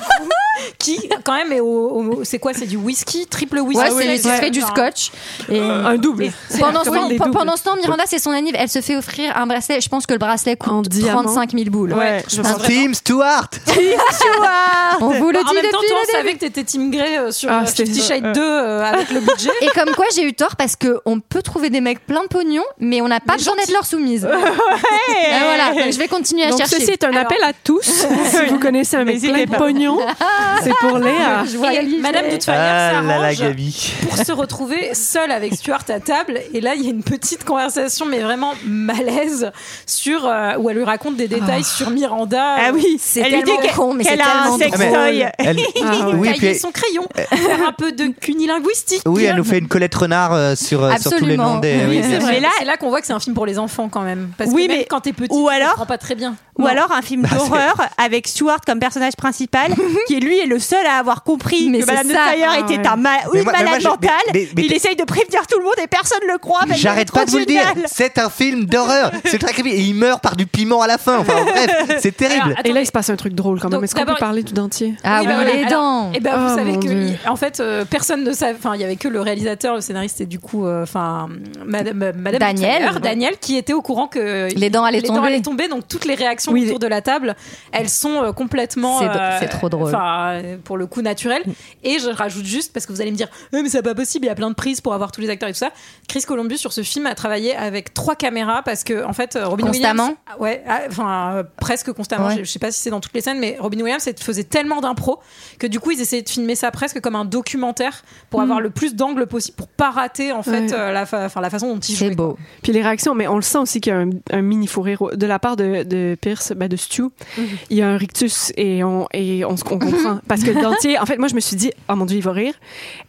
Speaker 10: qui, quand même, est au, au- c'est quoi C'est du whisky, triple whisky.
Speaker 1: Ouais, c'est- c'est fait du scotch. Et...
Speaker 11: Un double.
Speaker 1: Pendant ce, temps, pe- pendant ce temps, Miranda, c'est son anniv, elle se fait offrir un bracelet. Je pense que le bracelet coûte
Speaker 11: diamant.
Speaker 1: 35 000 boules.
Speaker 11: Ouais, je pense
Speaker 1: Un-
Speaker 12: Team Stewart
Speaker 1: On vous le
Speaker 10: En
Speaker 1: dit
Speaker 10: même temps,
Speaker 1: depuis
Speaker 10: toi,
Speaker 1: le
Speaker 10: on savait
Speaker 1: début.
Speaker 10: que t'étais Team Grey euh, sur
Speaker 1: Ah,
Speaker 10: euh,
Speaker 1: c'était
Speaker 10: Fifty
Speaker 1: ça,
Speaker 10: Shades
Speaker 1: euh.
Speaker 10: 2 euh, avec le budget.
Speaker 1: Et comme quoi j'ai eu tort parce que on peut trouver des mecs plein de pognon, mais on n'a pas de journée de leur soumise. Et voilà, donc je vais continuer à
Speaker 11: Ah, Donc,
Speaker 1: chercher.
Speaker 11: Ceci est un
Speaker 1: Alors-
Speaker 11: appel à tous. si vous connaissez un mec plein
Speaker 1: N'hésitez
Speaker 11: de
Speaker 1: pas.
Speaker 11: pognon,
Speaker 1: Ah.
Speaker 11: c'est pour Léa.
Speaker 10: Je vois Et Madame de
Speaker 12: Ah là là,
Speaker 10: s'arrange
Speaker 12: Gabi.
Speaker 10: pour se retrouver seule avec Stuart à table. Et là, il y a une petite conversation, mais vraiment malaise, sur, euh, où elle lui raconte des détails sur Miranda.
Speaker 9: Ah oui, elle lui dit
Speaker 10: tellement
Speaker 9: qu'elle-
Speaker 10: con, mais
Speaker 9: qu'elle
Speaker 10: c'est
Speaker 9: a
Speaker 10: tellement drôle.
Speaker 9: un sextoy. Elle-
Speaker 12: Ah oui,
Speaker 10: Tailler
Speaker 12: puis- Euh,
Speaker 10: son crayon, faire un peu de cunilinguistique.
Speaker 12: Oui, elle nous fait une Colette Renard euh, sur, euh, sur tous les noms des. oui, c'est vrai.
Speaker 10: Mais là, c'est là qu'on voit que c'est un film pour les enfants quand même. Parce
Speaker 9: Oui,
Speaker 10: que même
Speaker 9: mais-
Speaker 10: quand t'es petit,
Speaker 9: ou
Speaker 10: tu
Speaker 9: alors-
Speaker 10: comprends pas très bien.
Speaker 9: Ou alors un
Speaker 11: Bah,
Speaker 9: film d'horreur avec Stuart comme personnage principal, qui lui est le seul à avoir compris
Speaker 1: Mais
Speaker 9: que
Speaker 1: c'est
Speaker 9: Madame de
Speaker 1: ça.
Speaker 9: Fire
Speaker 1: Ah,
Speaker 9: était
Speaker 1: ouais.
Speaker 9: un ma-
Speaker 12: Mais
Speaker 9: une
Speaker 12: moi- mais moi,
Speaker 9: malade
Speaker 12: j'ai-
Speaker 9: mentale.
Speaker 12: mais- mais- mais-
Speaker 9: il essaye de prévenir tout le monde et personne ne le croit. parce qu'il
Speaker 12: J'arrête
Speaker 9: est trop
Speaker 12: pas de vous le dire,
Speaker 9: génial.
Speaker 12: c'est un film d'horreur, c'est très creepy. Et il meurt par du piment à la fin, enfin bref, c'est terrible.
Speaker 11: Et là, il se passe un truc drôle quand même.
Speaker 10: Donc,
Speaker 11: Est-ce qu'on peut
Speaker 10: d'abord-
Speaker 11: parler du dentier
Speaker 1: Ah
Speaker 10: Oui, bah voilà. Alors, eh ben, vous
Speaker 11: Oh,
Speaker 10: savez
Speaker 11: mon
Speaker 10: que,
Speaker 11: Dieu.
Speaker 10: il- en fait, euh, personne ne savait. Enfin, il y avait que le réalisateur, le scénariste et du coup, euh, enfin, Madame, euh, Madame
Speaker 1: Daniel.
Speaker 10: Dutfire, Daniel, qui était au courant que
Speaker 1: Les dents allaient tomber.
Speaker 10: Donc toutes les réactions autour de la table, elles sont euh, complètement.
Speaker 1: C'est dr-
Speaker 10: euh,
Speaker 1: c'est trop drôle.
Speaker 10: Enfin, euh, pour le coup, naturelles. Et je rajoute juste parce que vous allez me dire, Eh, mais c'est pas possible. Il y a plein de prises pour avoir tous les acteurs et tout ça. Chris Columbus sur ce film a travaillé avec trois caméras parce que en fait, euh, Robin
Speaker 1: Constamment
Speaker 10: Williams- ah, Ouais, ah, enfin euh, presque constamment.
Speaker 1: Ouais.
Speaker 10: Je, je sais pas si c'est dans toutes les scènes, mais Robin Williams elle faisait tellement d'impro que du coup ils essayaient de filmer ça presque comme un documentaire pour
Speaker 11: Mm.
Speaker 10: avoir le plus d'angles possible pour pas rater en fait
Speaker 11: Ouais.
Speaker 10: euh, la, fa- enfin, la façon dont ils jouaient.
Speaker 1: beau.
Speaker 11: Puis les réactions, mais on le sent aussi qu'il y a un, un mini fou rire de la part de, de Pierce, ben de Stu.
Speaker 9: Mm-hmm.
Speaker 11: Il y a un rictus et on, et on, se- on comprend. Parce que le dentier, en fait, moi, je me suis dit, oh mon Dieu, il va rire.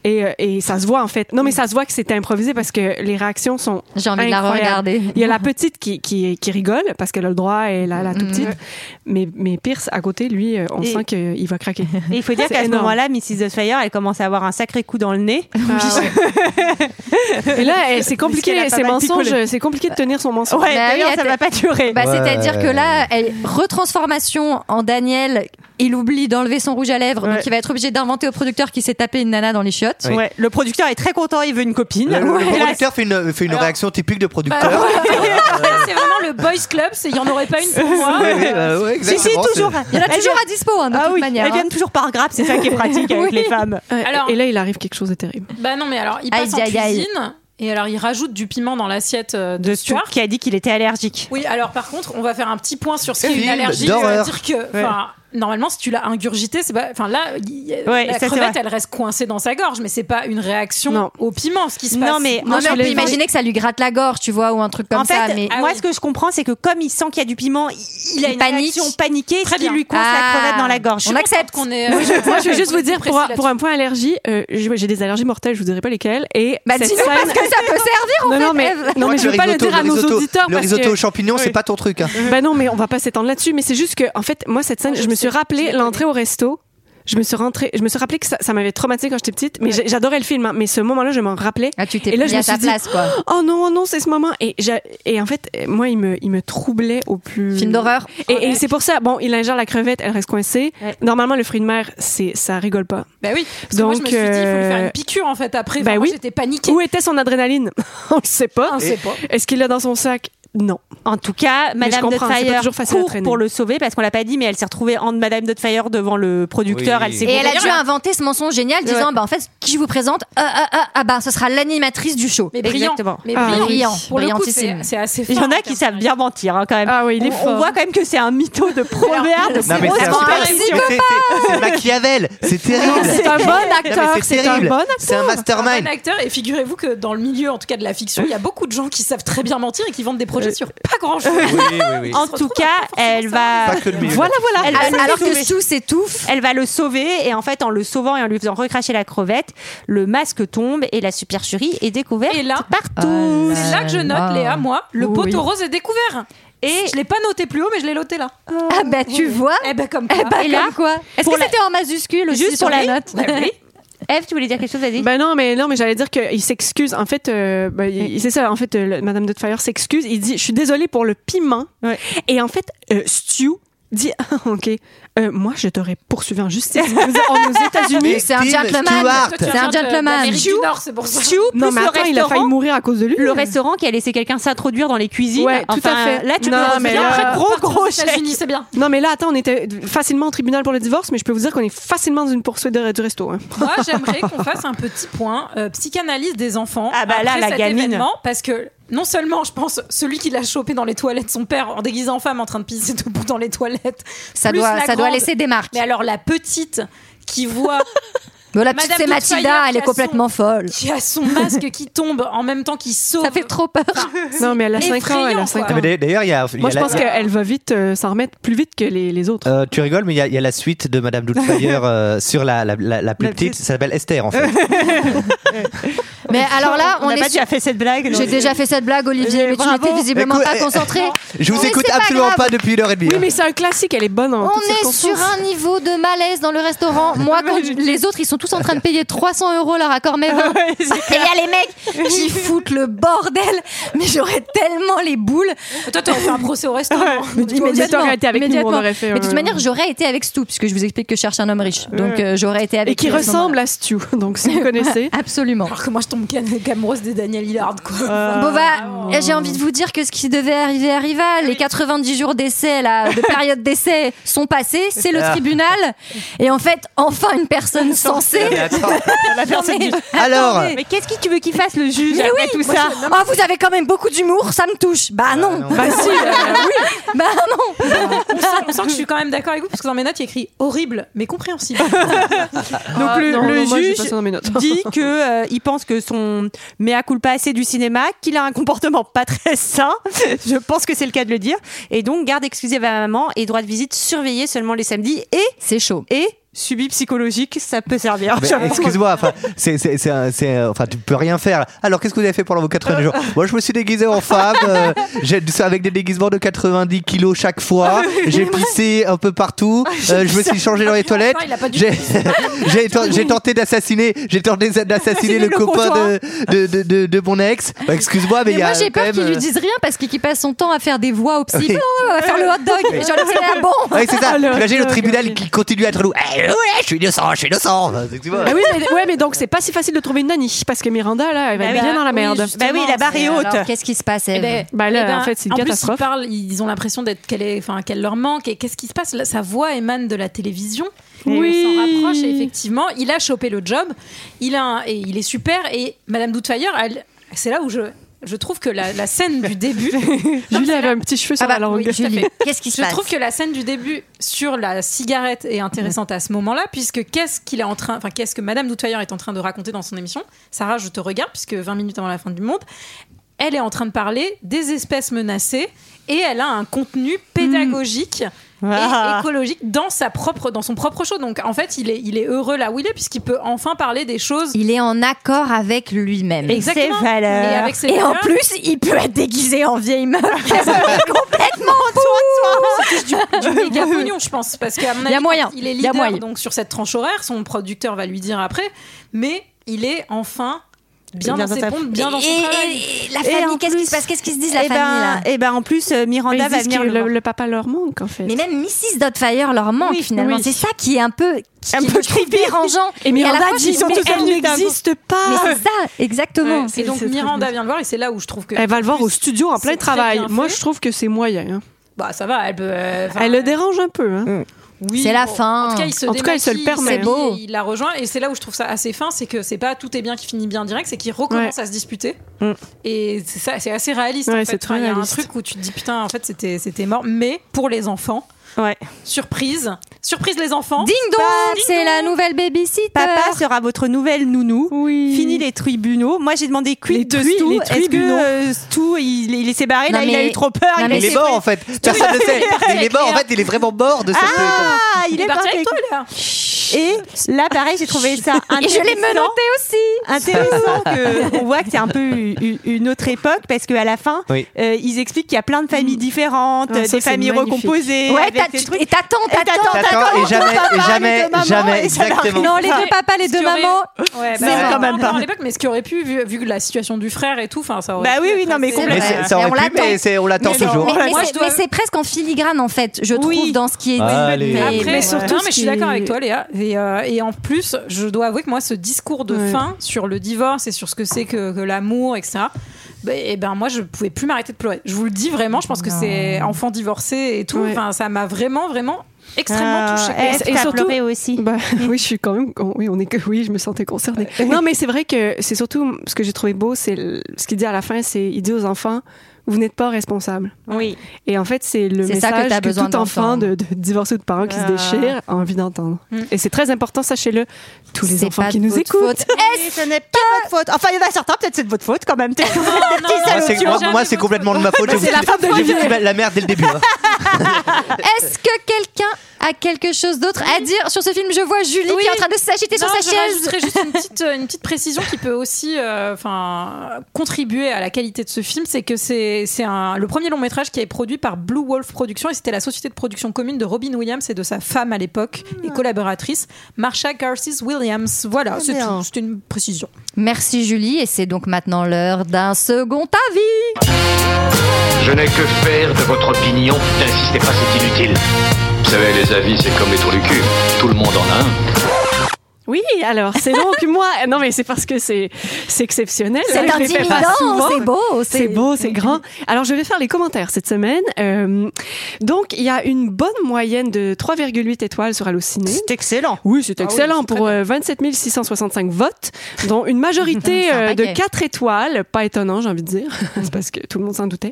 Speaker 11: Et, euh, et ça se voit, en fait. Non, mais ça se voit que c'était improvisé parce que les réactions sont.
Speaker 1: J'ai envie de la
Speaker 11: incroyables.
Speaker 1: re-regarder.
Speaker 11: Il y a la petite qui, qui, qui rigole parce qu'elle a le droit et la, la toute petite. Mais, mais Pierce, à côté, lui, euh, on
Speaker 9: Mm-hmm. Et-
Speaker 11: sent qu'il va craquer.
Speaker 9: Et il faut dire
Speaker 11: C'est
Speaker 9: qu'à ce
Speaker 11: énorme. Ah
Speaker 9: moment-là, Mrs. The Fire, elle commence à avoir un sacré coup dans le nez.
Speaker 11: Et là, eh, c'est
Speaker 9: Parce qu'elle
Speaker 11: compliqué,
Speaker 9: a pas
Speaker 11: ces
Speaker 9: mal picolé.
Speaker 11: mensonges, c'est compliqué de tenir son mensonge.
Speaker 9: Ouais, Bah d'ailleurs, oui, ça elle- va pas durer.
Speaker 1: Bah,
Speaker 11: Ouais.
Speaker 1: C'est-à-dire que là, elle, retransformation en Daniel, il oublie d'enlever son rouge à lèvres, donc il va être obligé d'inventer au producteur qui s'est tapé une nana dans les chiottes.
Speaker 12: Oui. Ouais,
Speaker 9: le producteur est très content, il veut une copine.
Speaker 12: Le, le producteur fait une, euh, fait une réaction typique de producteur.
Speaker 10: c'est vraiment le boys club, c'est il y en aurait pas une pour moi.
Speaker 12: Oui, oui, bah, ouais,
Speaker 9: Si, si,
Speaker 12: exactement,
Speaker 9: toujours.
Speaker 12: c'est-
Speaker 1: Il y en a toujours
Speaker 9: vient-
Speaker 1: à dispo, hein, de
Speaker 9: Ah
Speaker 1: toute
Speaker 9: oui,
Speaker 1: manière,
Speaker 9: Elles
Speaker 1: hein.
Speaker 9: viennent toujours par grappe, Ah, c'est ça qui est pratique avec
Speaker 1: Oui.
Speaker 9: les femmes.
Speaker 11: Ouais,
Speaker 10: Alors-
Speaker 11: et là, il arrive quelque chose de terrible.
Speaker 10: Bah non, mais alors il passe
Speaker 9: Aïe,
Speaker 10: en
Speaker 9: aïe, aïe.
Speaker 10: cuisine et alors il rajoute du piment dans l'assiette euh, de,
Speaker 9: De
Speaker 10: Stuart.
Speaker 9: Stuart qui a dit qu'il était allergique.
Speaker 10: Oui, alors par contre, on va faire un petit point sur ce qu'est
Speaker 9: Film
Speaker 10: une allergie. On va
Speaker 9: d'horreur.
Speaker 10: dire que,
Speaker 9: Ouais.
Speaker 10: enfin, normalement, si tu l'as ingurgité, c'est pas. Enfin là, il-
Speaker 9: Ouais,
Speaker 10: la
Speaker 9: ça, c'est
Speaker 10: crevette,
Speaker 9: vrai.
Speaker 10: elle reste coincée dans sa gorge, mais c'est pas une réaction au piment ce qui se passe.
Speaker 9: Non, mais
Speaker 1: Non, mais on peut imaginer que ça lui gratte la gorge, tu vois, ou un truc comme
Speaker 9: en fait,
Speaker 1: ça. Ah, Mais
Speaker 9: moi, ce que je comprends, c'est que comme il sent qu'il y a du piment, il il a
Speaker 1: Il
Speaker 9: une
Speaker 1: panique.
Speaker 9: réaction paniquée
Speaker 1: Très
Speaker 9: qui
Speaker 1: bien.
Speaker 9: lui coince
Speaker 1: Ah.
Speaker 9: la crevette dans la gorge.
Speaker 1: On accepte. euh,
Speaker 10: qu'on est.
Speaker 11: Moi, je, moi, je veux juste vous
Speaker 10: qu'on est
Speaker 11: dire, pour,
Speaker 10: précis
Speaker 11: un- pour un point allergie, euh, je- j'ai des allergies mortelles, je vous dirai pas lesquelles. Et
Speaker 1: Bah,
Speaker 11: cette
Speaker 1: dis-nous, parce
Speaker 11: scène-
Speaker 1: que ça peut servir, en
Speaker 11: non,
Speaker 1: fait,
Speaker 11: Non, mais,
Speaker 1: Ève.
Speaker 11: non, mais je
Speaker 12: Le
Speaker 11: veux pas le
Speaker 12: risotto-
Speaker 11: dire à
Speaker 12: le
Speaker 11: nos
Speaker 12: risotaux-
Speaker 11: auditeurs.
Speaker 12: Le
Speaker 11: parce
Speaker 12: risotto
Speaker 11: que-
Speaker 12: aux champignons, c'est pas ton truc. hein.
Speaker 11: bah non, mais on va pas s'étendre là-dessus. Mais c'est juste que, en fait, moi, cette scène,
Speaker 1: Ah,
Speaker 11: je, me suis rappelé l'entrée au resto. Je me suis rentrée, je me suis rappelé que ça, ça m'avait traumatisé quand j'étais petite, mais j'ai- j'adorais le film. hein. mais ce moment-là, je m'en rappelais.
Speaker 1: Ah, t'es
Speaker 11: et là,
Speaker 1: mis
Speaker 11: je me
Speaker 1: à
Speaker 11: suis
Speaker 1: ta
Speaker 11: dit,
Speaker 1: place, quoi.
Speaker 11: Oh non, oh non, c'est ce moment. Et, j'a- et en fait, euh, moi, il me, il me troublait au plus.
Speaker 1: Film d'horreur.
Speaker 11: Et, et c'est pour ça. Bon, il ingère la crevette, elle reste coincée. Normalement, le fruit de mer, c'est, ça rigole pas. euh, ben
Speaker 10: Bah oui. Parce que moi, je me suis dit, il faut lui faire une piqûre en fait après. Enfin, moi, j'étais paniquée.
Speaker 11: Où était son adrénaline On le sait pas.
Speaker 10: On le sait pas.
Speaker 11: Est-ce qu'il l'a dans son sac Non.
Speaker 9: En tout cas,
Speaker 11: Mais je
Speaker 9: Madame
Speaker 11: comprends, c'est pas
Speaker 9: Dotfire
Speaker 11: toujours facile à
Speaker 9: court
Speaker 11: traîner.
Speaker 9: pour le sauver parce qu'on l'a pas dit, mais elle s'est retrouvée entre Madame Dotfire devant le producteur.
Speaker 11: Oui.
Speaker 9: Elle s'est
Speaker 1: Et elle a
Speaker 9: gourée.
Speaker 1: dû inventer ce mensonge génial disant bah en fait qui je vous présente ah ah ah ah bah ce sera l'animatrice du show.
Speaker 10: Mais brillant.
Speaker 1: Exactement.
Speaker 10: Mais brillant.
Speaker 1: brillant.
Speaker 10: Pour le coup,
Speaker 1: Brillantissime.
Speaker 10: c'est c'est assez
Speaker 9: Ah Il
Speaker 10: fort.
Speaker 9: y en a qui savent bien mentir hein, quand même.
Speaker 11: Ah oui, il est
Speaker 9: on, on
Speaker 11: fort.
Speaker 9: voit quand même que c'est un mytho de première. de
Speaker 12: Non, mais
Speaker 9: zéro
Speaker 12: c'est un
Speaker 9: supervision.
Speaker 12: super- c'est- c'est- c'est Machiavel, c'est terrible.
Speaker 10: C'est un bon
Speaker 12: Non, mais
Speaker 10: acteur,
Speaker 12: c'est
Speaker 10: c'est un
Speaker 12: terrible.
Speaker 10: bon acteur.
Speaker 12: C'est un
Speaker 10: Un bon
Speaker 12: mastermind.
Speaker 10: acteur, et figurez-vous que dans le milieu, en tout cas de la fiction, il y a beaucoup de gens qui savent très bien mentir et qui vendent des projets sur pas grand-chose.
Speaker 9: Euh, En tout cas, elle va.
Speaker 12: Pas que le milieu.
Speaker 9: Voilà, voilà.
Speaker 1: Elle va le sauver.
Speaker 9: s'étouffe, elle va le sauver et en fait, en le sauvant et en lui faisant recracher la crevette, le masque tombe et la supercherie est découverte et là,
Speaker 11: Oh
Speaker 9: partout.
Speaker 10: C'est là que je note, Léa, moi, le poteau rose est découvert. Et je l'ai pas noté plus haut, mais je l'ai noté là.
Speaker 1: Ah bah tu vois.
Speaker 10: Eh ben comme quoi.
Speaker 1: Et là quoi Est-ce que c'était en majuscule aussi
Speaker 11: Juste pour la note.
Speaker 1: Ben Oui.
Speaker 9: Eve, tu voulais dire quelque chose vas-y.
Speaker 11: Ben non, mais non, mais j'allais dire qu'il s'excuse. En fait, euh, ben, il- c'est ça. En fait, euh, le- Madame Dotfire s'excuse. Il dit, je suis désolée pour le piment. Et en fait, euh, Stu dit, Ah, ok, euh, moi, je t'aurais poursuivi en justice. On est oh, aux États-Unis.
Speaker 1: Mais c'est un Victime gentleman. Stewart. C'est un gentleman.
Speaker 10: Amérique du Nord, c'est pour ça.
Speaker 9: Stu,
Speaker 11: Non,
Speaker 9: plus
Speaker 11: mais
Speaker 9: le
Speaker 11: attends, il a
Speaker 9: restaurant,
Speaker 11: failli mourir à cause de lui.
Speaker 9: le restaurant qui a laissé quelqu'un s'introduire dans les cuisines.
Speaker 11: Ouais, tout
Speaker 9: Enfin,
Speaker 11: à fait.
Speaker 9: Là, tu
Speaker 11: Non,
Speaker 9: me
Speaker 11: mais
Speaker 9: reviens
Speaker 11: Euh, là- euh,
Speaker 9: après gros
Speaker 11: Partout
Speaker 9: gros
Speaker 11: aux
Speaker 9: chèque.
Speaker 11: États-Unis,
Speaker 10: c'est bien.
Speaker 11: Non, mais là, attends, on était facilement au tribunal pour le divorce, mais je peux vous dire qu'on est facilement dans une poursuite de- du resto. hein.
Speaker 10: Moi, j'aimerais qu'on fasse un petit point euh, psychanalyse des enfants.
Speaker 9: Ah bah là,
Speaker 10: après
Speaker 9: la
Speaker 10: cet
Speaker 9: gamine.
Speaker 10: événement, parce que non seulement, je pense, celui qui l'a chopé dans les toilettes, son père en déguisé en femme en train de pisser debout dans les toilettes.
Speaker 1: Ça
Speaker 10: plus
Speaker 1: doit-
Speaker 10: la
Speaker 1: ça doit
Speaker 10: grande.
Speaker 1: laisser des marques.
Speaker 10: Mais alors la petite qui voit.
Speaker 1: Mais la petite
Speaker 10: Madame
Speaker 1: c'est
Speaker 10: Doubtfire
Speaker 1: Mathilda,
Speaker 10: qui
Speaker 1: elle est
Speaker 10: a
Speaker 1: complètement folle.
Speaker 10: Qui a son masque qui tombe en même temps qu'il sauve. Ça fait
Speaker 1: trop peur.
Speaker 11: Non, mais elle a 5 ans, elle a 5
Speaker 10: cinq
Speaker 11: ans.
Speaker 12: Ah, Mais d'ailleurs- D'ailleurs, il y a. il y
Speaker 11: Moi,
Speaker 12: a
Speaker 11: je
Speaker 12: la-
Speaker 11: pense qu'elle va vite euh, s'en remettre plus vite que les, les autres.
Speaker 12: Euh, tu rigoles, mais il y, a- il y a la suite de Madame Doubtfire euh, sur la, la, la- la plus petite. Ça s'appelle Esther, en fait.
Speaker 1: Mais alors là, on,
Speaker 9: n'a
Speaker 1: est
Speaker 9: pas
Speaker 1: sur-
Speaker 9: déjà fait cette blague.
Speaker 1: J'ai déjà fait cette blague Olivier,
Speaker 9: Mais
Speaker 1: mais tu
Speaker 9: bravo.
Speaker 1: n'étais visiblement
Speaker 12: Écoute,
Speaker 1: pas
Speaker 12: eh,
Speaker 1: concentré.
Speaker 12: Je vous
Speaker 1: Mais
Speaker 12: écoute
Speaker 1: c'est pas
Speaker 12: absolument
Speaker 1: grave.
Speaker 12: pas depuis une heure et demie.
Speaker 11: Oui,
Speaker 12: hein.
Speaker 11: mais c'est un classique, elle est bonne en
Speaker 1: On
Speaker 11: toutes
Speaker 1: est sur
Speaker 11: circonstances.
Speaker 1: un niveau de malaise dans le restaurant. Moi, quand les autres, ils sont tous en train de payer 300 euros leur accord mais Et il y a les mecs qui foutent le bordel. Mais j'aurais tellement les boules.
Speaker 10: Toi, t'aurais fait un procès au restaurant.
Speaker 1: Immédiatement,
Speaker 11: t'aurais été avec nous, on
Speaker 1: immédiatement.
Speaker 11: aurait fait
Speaker 1: Mais de toute
Speaker 11: un-
Speaker 1: manière, j'aurais été avec Stu, puisque je vous explique que je cherche un homme riche. Donc, euh, j'aurais été avec
Speaker 11: Et qui
Speaker 1: lui à ce moment-là.
Speaker 11: ressemble à Stu. Donc, si vous connaissez.
Speaker 1: Absolument.
Speaker 10: Alors que moi, je tombe cam- amoureuse des Daniel Hillard, quoi.
Speaker 11: Euh,
Speaker 1: Bon bah, j'ai envie de vous dire que ce qui devait arriver arriva. Les 90 jours d'essai, là, de période d'essai, sont passés. C'est le
Speaker 12: Ah.
Speaker 1: tribunal. Et en fait, enfin une personne sensée.
Speaker 12: Mais attends.
Speaker 1: Non, mais-
Speaker 12: Alors. euh,
Speaker 1: attendez.
Speaker 9: Mais qu'est-ce que tu veux qu'il fasse le juge
Speaker 1: Mais
Speaker 9: après
Speaker 1: oui,
Speaker 9: tout
Speaker 1: moi,
Speaker 9: ça
Speaker 1: je- Oh, vous avez quand même beaucoup d'humour, ça me touche. Bah non.
Speaker 11: Bah si,
Speaker 1: Bah non.
Speaker 10: on, sent, on sent que je suis quand même d'accord avec vous, parce que dans mes notes, il y a écrit horrible, mais compréhensible.
Speaker 9: Donc
Speaker 1: Ah,
Speaker 9: le,
Speaker 11: non,
Speaker 9: le
Speaker 11: non, moi, j'ai
Speaker 9: juge
Speaker 11: pas ça dans mes notes.
Speaker 9: dit que euh, il pense que son mea culpa assez du cinéma, qu'il a un comportement pas très sain. Je pense que c'est le cas de le dire. Et donc garde exclusive à maman et droit de visite surveillé seulement les samedis et
Speaker 1: c'est chaud
Speaker 9: et suivi psychologique, ça peut servir.
Speaker 12: Ah, Mais
Speaker 9: Je pense.
Speaker 12: Excuse-moi, enfin, c'est, c'est, c'est un- c'est un- enfin, tu peux rien faire. Alors, qu'est-ce que vous avez fait pendant vos 80 jours Moi, je me suis déguisé en femme, euh, j'ai- avec des déguisements de 90 kilos chaque fois. J'ai pissé un peu partout. euh, je me suis changé dans les toilettes.
Speaker 10: il a pas du
Speaker 12: J'ai, j'ai ten- j'ai tenté d'assassiner, j'ai tenté d'assassiner le, copain de, de, de, de- de mon ex. Bah, excuse-moi,
Speaker 1: Mais
Speaker 12: mais, il y a
Speaker 1: moi j'ai
Speaker 12: quand
Speaker 1: peur
Speaker 12: même,
Speaker 1: qu'il lui
Speaker 12: euh,
Speaker 1: dise rien parce qu'il qu'il passe son temps à faire des voix au psy.
Speaker 12: Oui.
Speaker 1: Non, on va faire le hot dog.
Speaker 12: Oui.
Speaker 1: Et j'en ai dit, ah bon.
Speaker 12: euh, Ouais, c'est ça.
Speaker 11: Alors,
Speaker 12: Imagine le
Speaker 11: ok,
Speaker 12: tribunal qui continue à être loup. Eh, ouais, je suis innocent, je suis innocent. Bah, excuse-moi.
Speaker 11: Ah oui, mais, ouais, mais donc c'est pas si facile de trouver une nanny parce que Miranda là, elle va
Speaker 9: Bah
Speaker 11: être
Speaker 9: oui.
Speaker 11: bien dans la
Speaker 9: Oui,
Speaker 11: merde.
Speaker 9: justement. Bah oui, la barre est
Speaker 1: Et
Speaker 9: haute.
Speaker 1: alors, Qu'est-ce qui se passe
Speaker 10: Eh
Speaker 1: Eve
Speaker 10: ben,
Speaker 11: Bah là,
Speaker 10: eh ben,
Speaker 11: en fait, c'est une
Speaker 10: en plus,
Speaker 11: catastrophe.
Speaker 10: ils parlent, ils ont l'impression d'être qu'elle est, enfin, qu'elle leur manque. Et qu'est-ce qui se passe Là, Sa voix émane de la télévision. Et
Speaker 11: Oui.
Speaker 10: On s'en rapproche. Et effectivement, il a chopé le job. Il a, un- et il est super. Et Madame Doubtfire, elle, c'est là où je, Je trouve que la, la scène du début.
Speaker 11: Julie avait un petit cheveu
Speaker 10: Ah
Speaker 11: sur
Speaker 10: bah
Speaker 11: la langue.
Speaker 1: Qu'est-ce qui se
Speaker 10: Je
Speaker 1: passe
Speaker 10: trouve que la scène du début sur la cigarette est intéressante à ce moment-là, puisque qu'est-ce qu'il est en train, enfin qu'est-ce que Madame Doutfire est en train de raconter dans son émission Sarah, je te regarde, puisque 20 minutes avant la fin du monde, elle est en train de parler des espèces menacées et elle a un contenu
Speaker 1: Hmm.
Speaker 10: pédagogique.
Speaker 9: Ah.
Speaker 10: Et écologique dans sa propre dans son propre show donc en fait il est il est heureux là où il est puisqu'il peut enfin parler des choses
Speaker 1: il est en accord avec lui-même
Speaker 10: Exactement. Ses valeurs.
Speaker 1: et,
Speaker 10: Et avec ses
Speaker 1: en
Speaker 10: valeurs.
Speaker 1: plus il peut être déguisé en vieille meuf Ça se voit complètement
Speaker 10: Oh, C'est juste du, du méga pognon, je pense. Parce qu'à mon
Speaker 1: Il y a
Speaker 10: avis,
Speaker 1: moyen.
Speaker 10: il est
Speaker 1: Il y a
Speaker 10: leader
Speaker 1: moyen.
Speaker 10: donc, sur cette tranche horaire. Son producteur va lui dire après. Mais il est enfin bien,
Speaker 9: Bien
Speaker 10: dans,
Speaker 9: dans
Speaker 10: ses
Speaker 9: sa-
Speaker 10: pompes, bien dans son
Speaker 1: Et- et-
Speaker 10: travail.
Speaker 1: et la famille, qu'est-ce qui se passe Qu'est-ce qui se disent, la
Speaker 9: Eh ben,
Speaker 1: famille, là
Speaker 9: Eh ben, en plus, euh, Miranda va venir. voir.
Speaker 11: papa leur manque en fait.
Speaker 1: Mais même Mrs. Dotfire leur manque finalement.
Speaker 11: oui.
Speaker 1: C'est ça qui est un peu qui,
Speaker 11: Un
Speaker 1: qui
Speaker 11: peu
Speaker 1: me trouve
Speaker 11: creepy.
Speaker 1: dérangeant.
Speaker 11: Et
Speaker 1: à la
Speaker 11: Miranda
Speaker 1: fois,
Speaker 11: dit,
Speaker 1: je me
Speaker 11: mais
Speaker 1: dis,
Speaker 11: elle n'existe pas.
Speaker 1: Mais c'est ça, exactement.
Speaker 10: et donc Miranda vient le voir et c'est là où je trouve que.
Speaker 11: Elle va le voir au studio en
Speaker 10: c'est
Speaker 11: plein
Speaker 10: très
Speaker 11: travail.
Speaker 10: bien
Speaker 11: Moi,
Speaker 10: fait.
Speaker 11: je trouve que c'est moyen. hein.
Speaker 10: Bah ça va, elle peut. euh, enfin,
Speaker 11: Elle le dérange un peu. hein.
Speaker 10: Mm. oui,
Speaker 1: C'est la
Speaker 10: bon,
Speaker 1: fin.
Speaker 10: En tout cas, il se,
Speaker 11: En tout cas, elle se le
Speaker 10: démaquille,
Speaker 11: permet. hein.
Speaker 10: s'habille,
Speaker 11: C'est beau.
Speaker 10: et Il la rejoint et c'est là où je trouve ça assez fin, c'est que c'est pas tout est bien qui finit bien direct, c'est qu'ils recommencent à se disputer.
Speaker 11: Mm.
Speaker 10: Et c'est ça, c'est assez réaliste.
Speaker 11: Ouais,
Speaker 10: en
Speaker 11: c'est
Speaker 10: fait.
Speaker 11: très
Speaker 10: Enfin, il y a un
Speaker 11: réaliste.
Speaker 10: truc où tu te dis putain, en fait, c'était c'était mort. Mais pour les enfants,
Speaker 9: Ouais.
Speaker 10: surprise, surprise les enfants. Bah,
Speaker 1: Ding dong, c'est la nouvelle babysitter.
Speaker 9: Papa sera votre nouvelle nounou. Fini les tribunaux. Moi, j'ai demandé quid
Speaker 11: Les
Speaker 9: de
Speaker 11: tui-
Speaker 9: Stu.
Speaker 11: les
Speaker 9: Est-ce que
Speaker 11: tribunaux.
Speaker 9: euh, Stu, il, il s'est barré
Speaker 1: Non,
Speaker 9: là, il a
Speaker 1: mais-
Speaker 9: eu trop peur.
Speaker 1: non,
Speaker 9: il
Speaker 1: mais
Speaker 9: a-
Speaker 12: Il est mort en fait. Personne ne sait. Il est mort en fait. Il est vraiment mort de cette.
Speaker 9: Ah, il
Speaker 10: Il est
Speaker 9: est
Speaker 10: parti
Speaker 9: parti.
Speaker 10: avec toi, Léa.
Speaker 9: Et là, pareil, j'ai trouvé ça
Speaker 1: Et je l'ai
Speaker 9: intéressant.
Speaker 1: menotté aussi.
Speaker 9: intéressant que on voit que c'est un peu u- u- une autre époque parce qu'à la fin
Speaker 12: Oui.
Speaker 9: euh, ils expliquent qu'il y a plein de familles différentes
Speaker 11: Ah,
Speaker 9: euh,
Speaker 11: ça, c'est
Speaker 9: des familles
Speaker 11: magnifique.
Speaker 9: recomposées
Speaker 1: Ouais,
Speaker 9: avec
Speaker 1: t'as-
Speaker 9: des
Speaker 1: tu-
Speaker 9: trucs.
Speaker 1: et t'attends,
Speaker 9: Et t'attends,
Speaker 1: t'attends,
Speaker 9: t'attends,
Speaker 12: T'attends, et
Speaker 9: ton
Speaker 12: jamais,
Speaker 9: papa, les
Speaker 12: jamais,
Speaker 9: deux mamans,
Speaker 12: jamais,
Speaker 9: et ça marche.
Speaker 12: exactement.
Speaker 1: Non, les deux papas, les
Speaker 10: Ce
Speaker 1: deux
Speaker 10: qui aurait-
Speaker 1: mamans.
Speaker 10: Ouais, bah,
Speaker 9: Non,
Speaker 10: ça,
Speaker 9: quand
Speaker 10: on
Speaker 9: même
Speaker 10: est
Speaker 9: pas.
Speaker 10: dans l'époque, mais ce qui aurait pu, vu, vu la situation du frère et tout, enfin, ça aurait
Speaker 9: Bah
Speaker 10: pu
Speaker 9: oui, oui,
Speaker 10: être
Speaker 9: non, mais
Speaker 10: assez-
Speaker 12: Mais
Speaker 9: complètement.
Speaker 12: c'est- ça
Speaker 1: Mais on
Speaker 12: aurait pu,
Speaker 1: l'attend.
Speaker 12: mais c'est- on l'attend
Speaker 9: Mais non.
Speaker 12: toujours.
Speaker 1: Mais, mais
Speaker 10: Moi,
Speaker 1: c'est-
Speaker 10: je dois-
Speaker 1: mais c'est presque en filigrane en fait, je trouve,
Speaker 9: Oui.
Speaker 1: dans ce qui existe.
Speaker 12: Allez.
Speaker 1: Mais-
Speaker 10: Après,
Speaker 1: mais-
Speaker 10: ouais.
Speaker 11: surtout,
Speaker 10: Non,
Speaker 11: ce
Speaker 10: mais je suis
Speaker 11: qui-
Speaker 10: d'accord avec toi, Léa. Et, euh, et en plus, je dois avouer que moi, ce discours de
Speaker 11: Ouais.
Speaker 10: fin sur le divorce et sur ce que c'est que, que l'amour, etc., bah, et ben moi, je pouvais plus m'arrêter de pleurer. Je vous le dis vraiment, je pense que c'est enfant divorcé et tout.
Speaker 11: Ouais. Euh,
Speaker 10: Enfin, ça m'a vraiment, vraiment extrêmement touchée.
Speaker 9: Ah, Eve,
Speaker 11: Et
Speaker 9: t'as
Speaker 11: surtout-
Speaker 9: pleuré aussi
Speaker 11: Bah, oui, je suis quand même. oh, Oui, on est que. Oui, je me sentais concernée.
Speaker 9: Euh,
Speaker 11: Non, mais c'est vrai que c'est surtout ce que j'ai trouvé beau, c'est le- ce qu'il dit à la fin, c'est il dit aux enfants, vous n'êtes pas responsables.
Speaker 9: oui
Speaker 11: Et en fait, c'est le
Speaker 1: C'est
Speaker 11: message
Speaker 1: ça que
Speaker 11: que,
Speaker 1: t'as besoin
Speaker 11: tout enfant
Speaker 1: d'entendre.
Speaker 11: de, de divorcé ou de parents qui se
Speaker 9: Ah. Mm.
Speaker 11: déchirent a envie d'entendre. Et c'est très important, sachez-le, tous les
Speaker 1: C'est
Speaker 11: enfants
Speaker 1: pas
Speaker 11: qui
Speaker 1: de
Speaker 11: nous
Speaker 1: votre
Speaker 11: écoutent.
Speaker 1: faute.
Speaker 9: Et Eh, ce n'est pas votre faute enfin il y en a certains peut-être c'est de votre faute quand même T'es- t'es petits
Speaker 12: Moi,
Speaker 9: salauds.
Speaker 12: c'est- moi-
Speaker 10: jamais
Speaker 12: Moi, c'est complètement de ma faute. J'ai
Speaker 9: c'est la
Speaker 12: foutu-
Speaker 9: femme de
Speaker 12: j'ai foutu
Speaker 9: Olivier.
Speaker 12: la- la merde dès le début. hein.
Speaker 1: Est-ce que quelqu'un a quelque chose d'autre à dire sur ce film Je vois Julie
Speaker 10: Oui.
Speaker 1: qui est en train de s'agiter sur
Speaker 10: Non,
Speaker 1: sa
Speaker 10: je
Speaker 1: chaise.
Speaker 10: rajouterais juste une petite, euh, une petite précision qui peut aussi euh, enfin, contribuer à la qualité de ce film, c'est que c'est c'est un- le premier long métrage qui est produit par Blue Wolf Productions et c'était la société de production commune de Robin Williams et de sa femme à l'époque
Speaker 1: Ah.
Speaker 10: et collaboratrice, Marsha Garces Williams. Voilà, c'est
Speaker 9: bien.
Speaker 10: tout, c'était une précision.
Speaker 1: Merci Julie, et c'est donc maintenant l'heure d'un second avis.
Speaker 14: Je n'ai que faire de votre opinion. N'insistez pas, c'est inutile. Vous savez, les avis, c'est comme les trous du cul. Tout le monde en a un.
Speaker 11: Oui, alors c'est donc moi. Non, mais c'est parce que c'est c'est exceptionnel. hein,
Speaker 1: C'est
Speaker 11: Je les fais pas souvent.
Speaker 1: intimidant, c'est
Speaker 10: Oh,
Speaker 1: beau,
Speaker 11: C'est beau, c'est grand. Alors, je vais faire les commentaires cette semaine. Euh, donc, il y a une bonne moyenne de 3,8 étoiles sur Allociné.
Speaker 9: c'est excellent
Speaker 11: Oui, c'est
Speaker 10: Ah oui,
Speaker 11: excellent
Speaker 10: c'est très
Speaker 11: pour euh, 27 665 votes, dont une majorité
Speaker 1: C'est un
Speaker 11: euh, de
Speaker 1: paquet.
Speaker 11: 4 étoiles. Pas étonnant, j'ai envie de dire. c'est parce que tout le monde s'en doutait.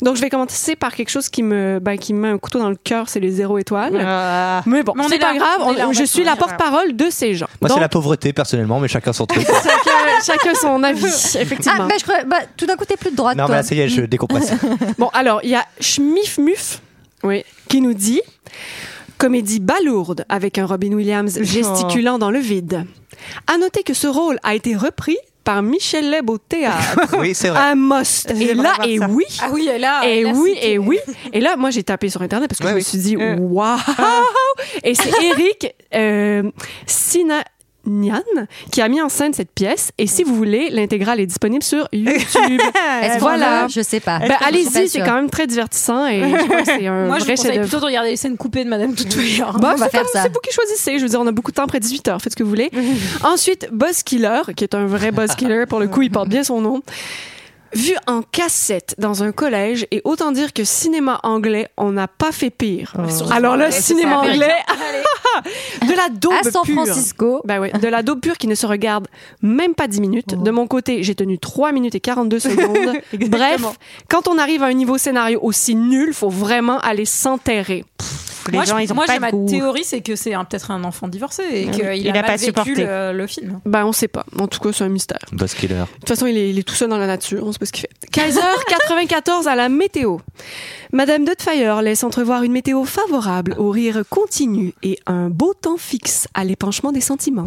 Speaker 11: Donc, je vais commencer par quelque chose qui me, ben, qui me met un couteau dans le cœur, c'est les zéro étoiles.
Speaker 9: Ah.
Speaker 11: Mais bon,
Speaker 10: Mais on est
Speaker 11: c'est pas
Speaker 10: là,
Speaker 11: grave.
Speaker 10: on est là,
Speaker 11: on-
Speaker 10: on
Speaker 11: je
Speaker 10: va
Speaker 11: suis la
Speaker 10: sourire.
Speaker 11: porte-parole de ces gens.
Speaker 12: Moi, c'est
Speaker 11: Donc,
Speaker 12: la pauvreté personnellement, mais chacun son truc.
Speaker 11: chacun, chacun son avis,
Speaker 1: Ah,
Speaker 11: effectivement.
Speaker 1: bah, je crois, bah, tout d'un coup, t'es plus de droite.
Speaker 12: Non, mais
Speaker 1: toi.
Speaker 12: là, ça y est, je décompresse.
Speaker 11: Bon, alors, il y a Schmifmuf oui, qui nous dit comédie balourde avec un Robin Williams
Speaker 1: Oh.
Speaker 11: gesticulant dans le vide. À noter que ce rôle a été repris par Michel Leb au théâtre.
Speaker 12: Oui, c'est vrai.
Speaker 11: à Most. Et
Speaker 9: J'aimerais
Speaker 11: là,
Speaker 9: voir
Speaker 11: et
Speaker 9: ça.
Speaker 11: oui.
Speaker 10: Ah oui, et là,
Speaker 11: Et
Speaker 10: là,
Speaker 11: oui,
Speaker 10: c'était-
Speaker 11: et oui. Et là, moi, j'ai tapé sur Internet parce que
Speaker 12: Ouais,
Speaker 11: je
Speaker 12: oui.
Speaker 11: me suis dit,
Speaker 9: Euh.
Speaker 11: waouh! Et c'est Eric euh, Sina. qui a mis en scène cette pièce et si vous voulez l'intégrale est disponible sur YouTube.
Speaker 1: Est-ce
Speaker 11: voilà.
Speaker 1: vendeur Je sais pas.
Speaker 11: Ben,
Speaker 1: Je suis pas
Speaker 11: allez-y, c'est
Speaker 1: sûre.
Speaker 11: quand même très divertissant et je crois que c'est un
Speaker 10: Moi, je vous
Speaker 11: vrai
Speaker 10: conseille
Speaker 11: chef-d'œuvre.
Speaker 10: plutôt de regarder les scènes coupées de Madame Toutouillard.
Speaker 11: Bah,
Speaker 1: On va
Speaker 11: c'est
Speaker 1: faire
Speaker 11: comme-
Speaker 1: ça.
Speaker 11: C'est vous qui choisissez. Je veux dire, on a beaucoup de temps après 18 h Faites ce que vous voulez. Ensuite, Buzz Killer, qui est un vrai Buzz Killer. Pour le coup, il porte bien son nom. vu en cassette dans un collège, et autant dire que cinéma anglais, on n'a pas fait pire. Alors là,
Speaker 10: Ouais, c'est
Speaker 11: cinéma
Speaker 10: ça.
Speaker 11: anglais, de la daube
Speaker 1: À San
Speaker 11: pure.
Speaker 1: Francisco. Oh.
Speaker 11: Ben oui, de la daube pure qui ne se regarde même pas 10 minutes. De mon côté, j'ai tenu 3 minutes et 42 secondes. Bref,
Speaker 10: Exactement.
Speaker 11: quand on arrive à un niveau scénario aussi nul, faut vraiment aller s'enterrer.
Speaker 10: moi, je- moi, j'ai ma théorie, c'est que c'est un- peut-être un enfant divorcé et
Speaker 11: Ah
Speaker 10: qu'il
Speaker 11: oui.
Speaker 10: a,
Speaker 11: Il a
Speaker 10: mal
Speaker 11: pas
Speaker 10: vécu
Speaker 11: supporté.
Speaker 10: le, le film.
Speaker 11: Ben, on sait pas. En tout cas, c'est un mystère.
Speaker 12: Boss Killer.
Speaker 11: De toute façon, il est, il est tout seul dans la nature, on sait pas ce qu'il fait. 15h94 à la météo. Madame Dutfire laisse entrevoir une météo favorable au rire continu et un beau temps fixe à l'épanchement des sentiments.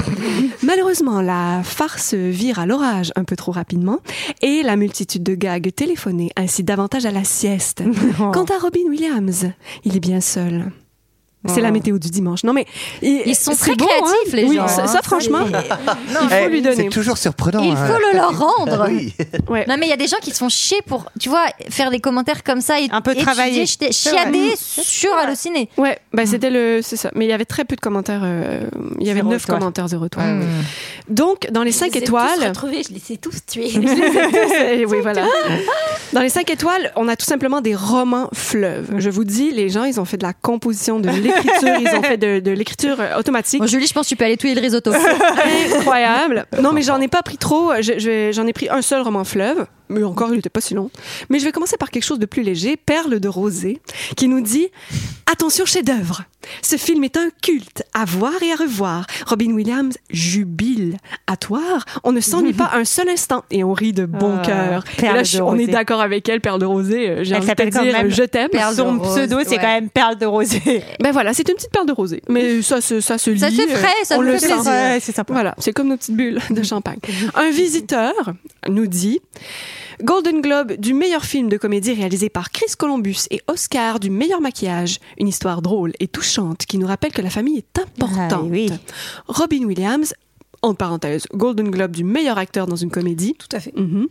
Speaker 11: Malheureusement, la farce vire à l'orage un peu trop rapidement et la multitude de gags téléphonés incite davantage à la sieste. Quant à Robin Williams, il est bien seul. C'est la
Speaker 13: Oh.
Speaker 11: météo du dimanche. Non mais
Speaker 1: Ils sont
Speaker 11: c'est
Speaker 1: très
Speaker 11: bon,
Speaker 1: créatifs,
Speaker 11: hein.
Speaker 1: les
Speaker 11: Oui,
Speaker 1: gens,
Speaker 11: Ça,
Speaker 1: hein.
Speaker 11: ça, franchement, il faut
Speaker 12: Eh,
Speaker 11: lui donner.
Speaker 12: C'est toujours surprenant.
Speaker 1: Il
Speaker 12: hein.
Speaker 1: faut le leur rendre.
Speaker 12: Oui.
Speaker 1: Non, mais il y a des gens qui se font chier pour, tu vois, faire des commentaires comme ça et un peu
Speaker 11: travailler. C'est vrai. Mm.
Speaker 1: chiader sur Mm. halluciner.
Speaker 11: Ouais, bah c'était le c'est ça. Mais il y avait très peu de commentaires. euh, il y avait
Speaker 1: Zéro
Speaker 11: neuf
Speaker 1: étoile.
Speaker 11: commentaires de retour.
Speaker 1: Ouais, ouais.
Speaker 11: Donc dans les cinq étoiles.
Speaker 10: je les ai tous tués.
Speaker 11: Eh oui, voilà. Dans les 5 étoiles, on a tout simplement des romans fleuves. Je vous dis, les gens, ils ont fait de la composition, de l'écriture, ils ont fait de, de l'écriture euh, automatique.
Speaker 1: Bon, Julie, je pense que tu peux aller touiller le risotto.
Speaker 11: Incroyable. Non, mais j'en ai pas pris trop. Je- je- J'en ai pris un seul roman fleuve. Mais encore, il n'était pas si long. Mais je vais commencer par quelque chose de plus léger, Perle de Rosée, qui nous dit Attention, chef-d'œuvre. Ce film est un culte à voir et à revoir. Robin Williams jubile. À toi, on ne s'ennuie pas un seul instant et on rit de bon
Speaker 13: Ah,
Speaker 11: cœur. Et
Speaker 13: Perle
Speaker 11: là,
Speaker 13: de
Speaker 11: je- on est
Speaker 13: Rosée.
Speaker 11: d'accord avec elle, Perle de Rosée. euh, J'ai
Speaker 13: Elle
Speaker 11: envie de te
Speaker 13: s'appelle quand
Speaker 11: dire,
Speaker 13: même
Speaker 11: je t'aime.
Speaker 13: Perle de Son Rose, pseudo, c'est ouais. quand même
Speaker 11: Perle de Rosée. Ben voilà, c'est une petite perle de rosée. Mais ça, se- ça se lit. euh,
Speaker 13: Ça
Speaker 1: c'est frais, ça
Speaker 11: on
Speaker 1: nous
Speaker 11: le sent.
Speaker 1: fait plaisir. Mm. Ouais,
Speaker 11: c'est Voilà, c'est comme nos petites bulles de champagne. Un visiteur nous dit Golden Globe du meilleur film de comédie réalisé par Chris Columbus et Oscar du meilleur maquillage. Une histoire drôle et touchante qui nous rappelle que la famille est
Speaker 1: Ah
Speaker 11: importante. Robin Williams. En parenthèse, Golden Globe du meilleur acteur dans une comédie. Tout
Speaker 10: à fait.
Speaker 1: Mhm.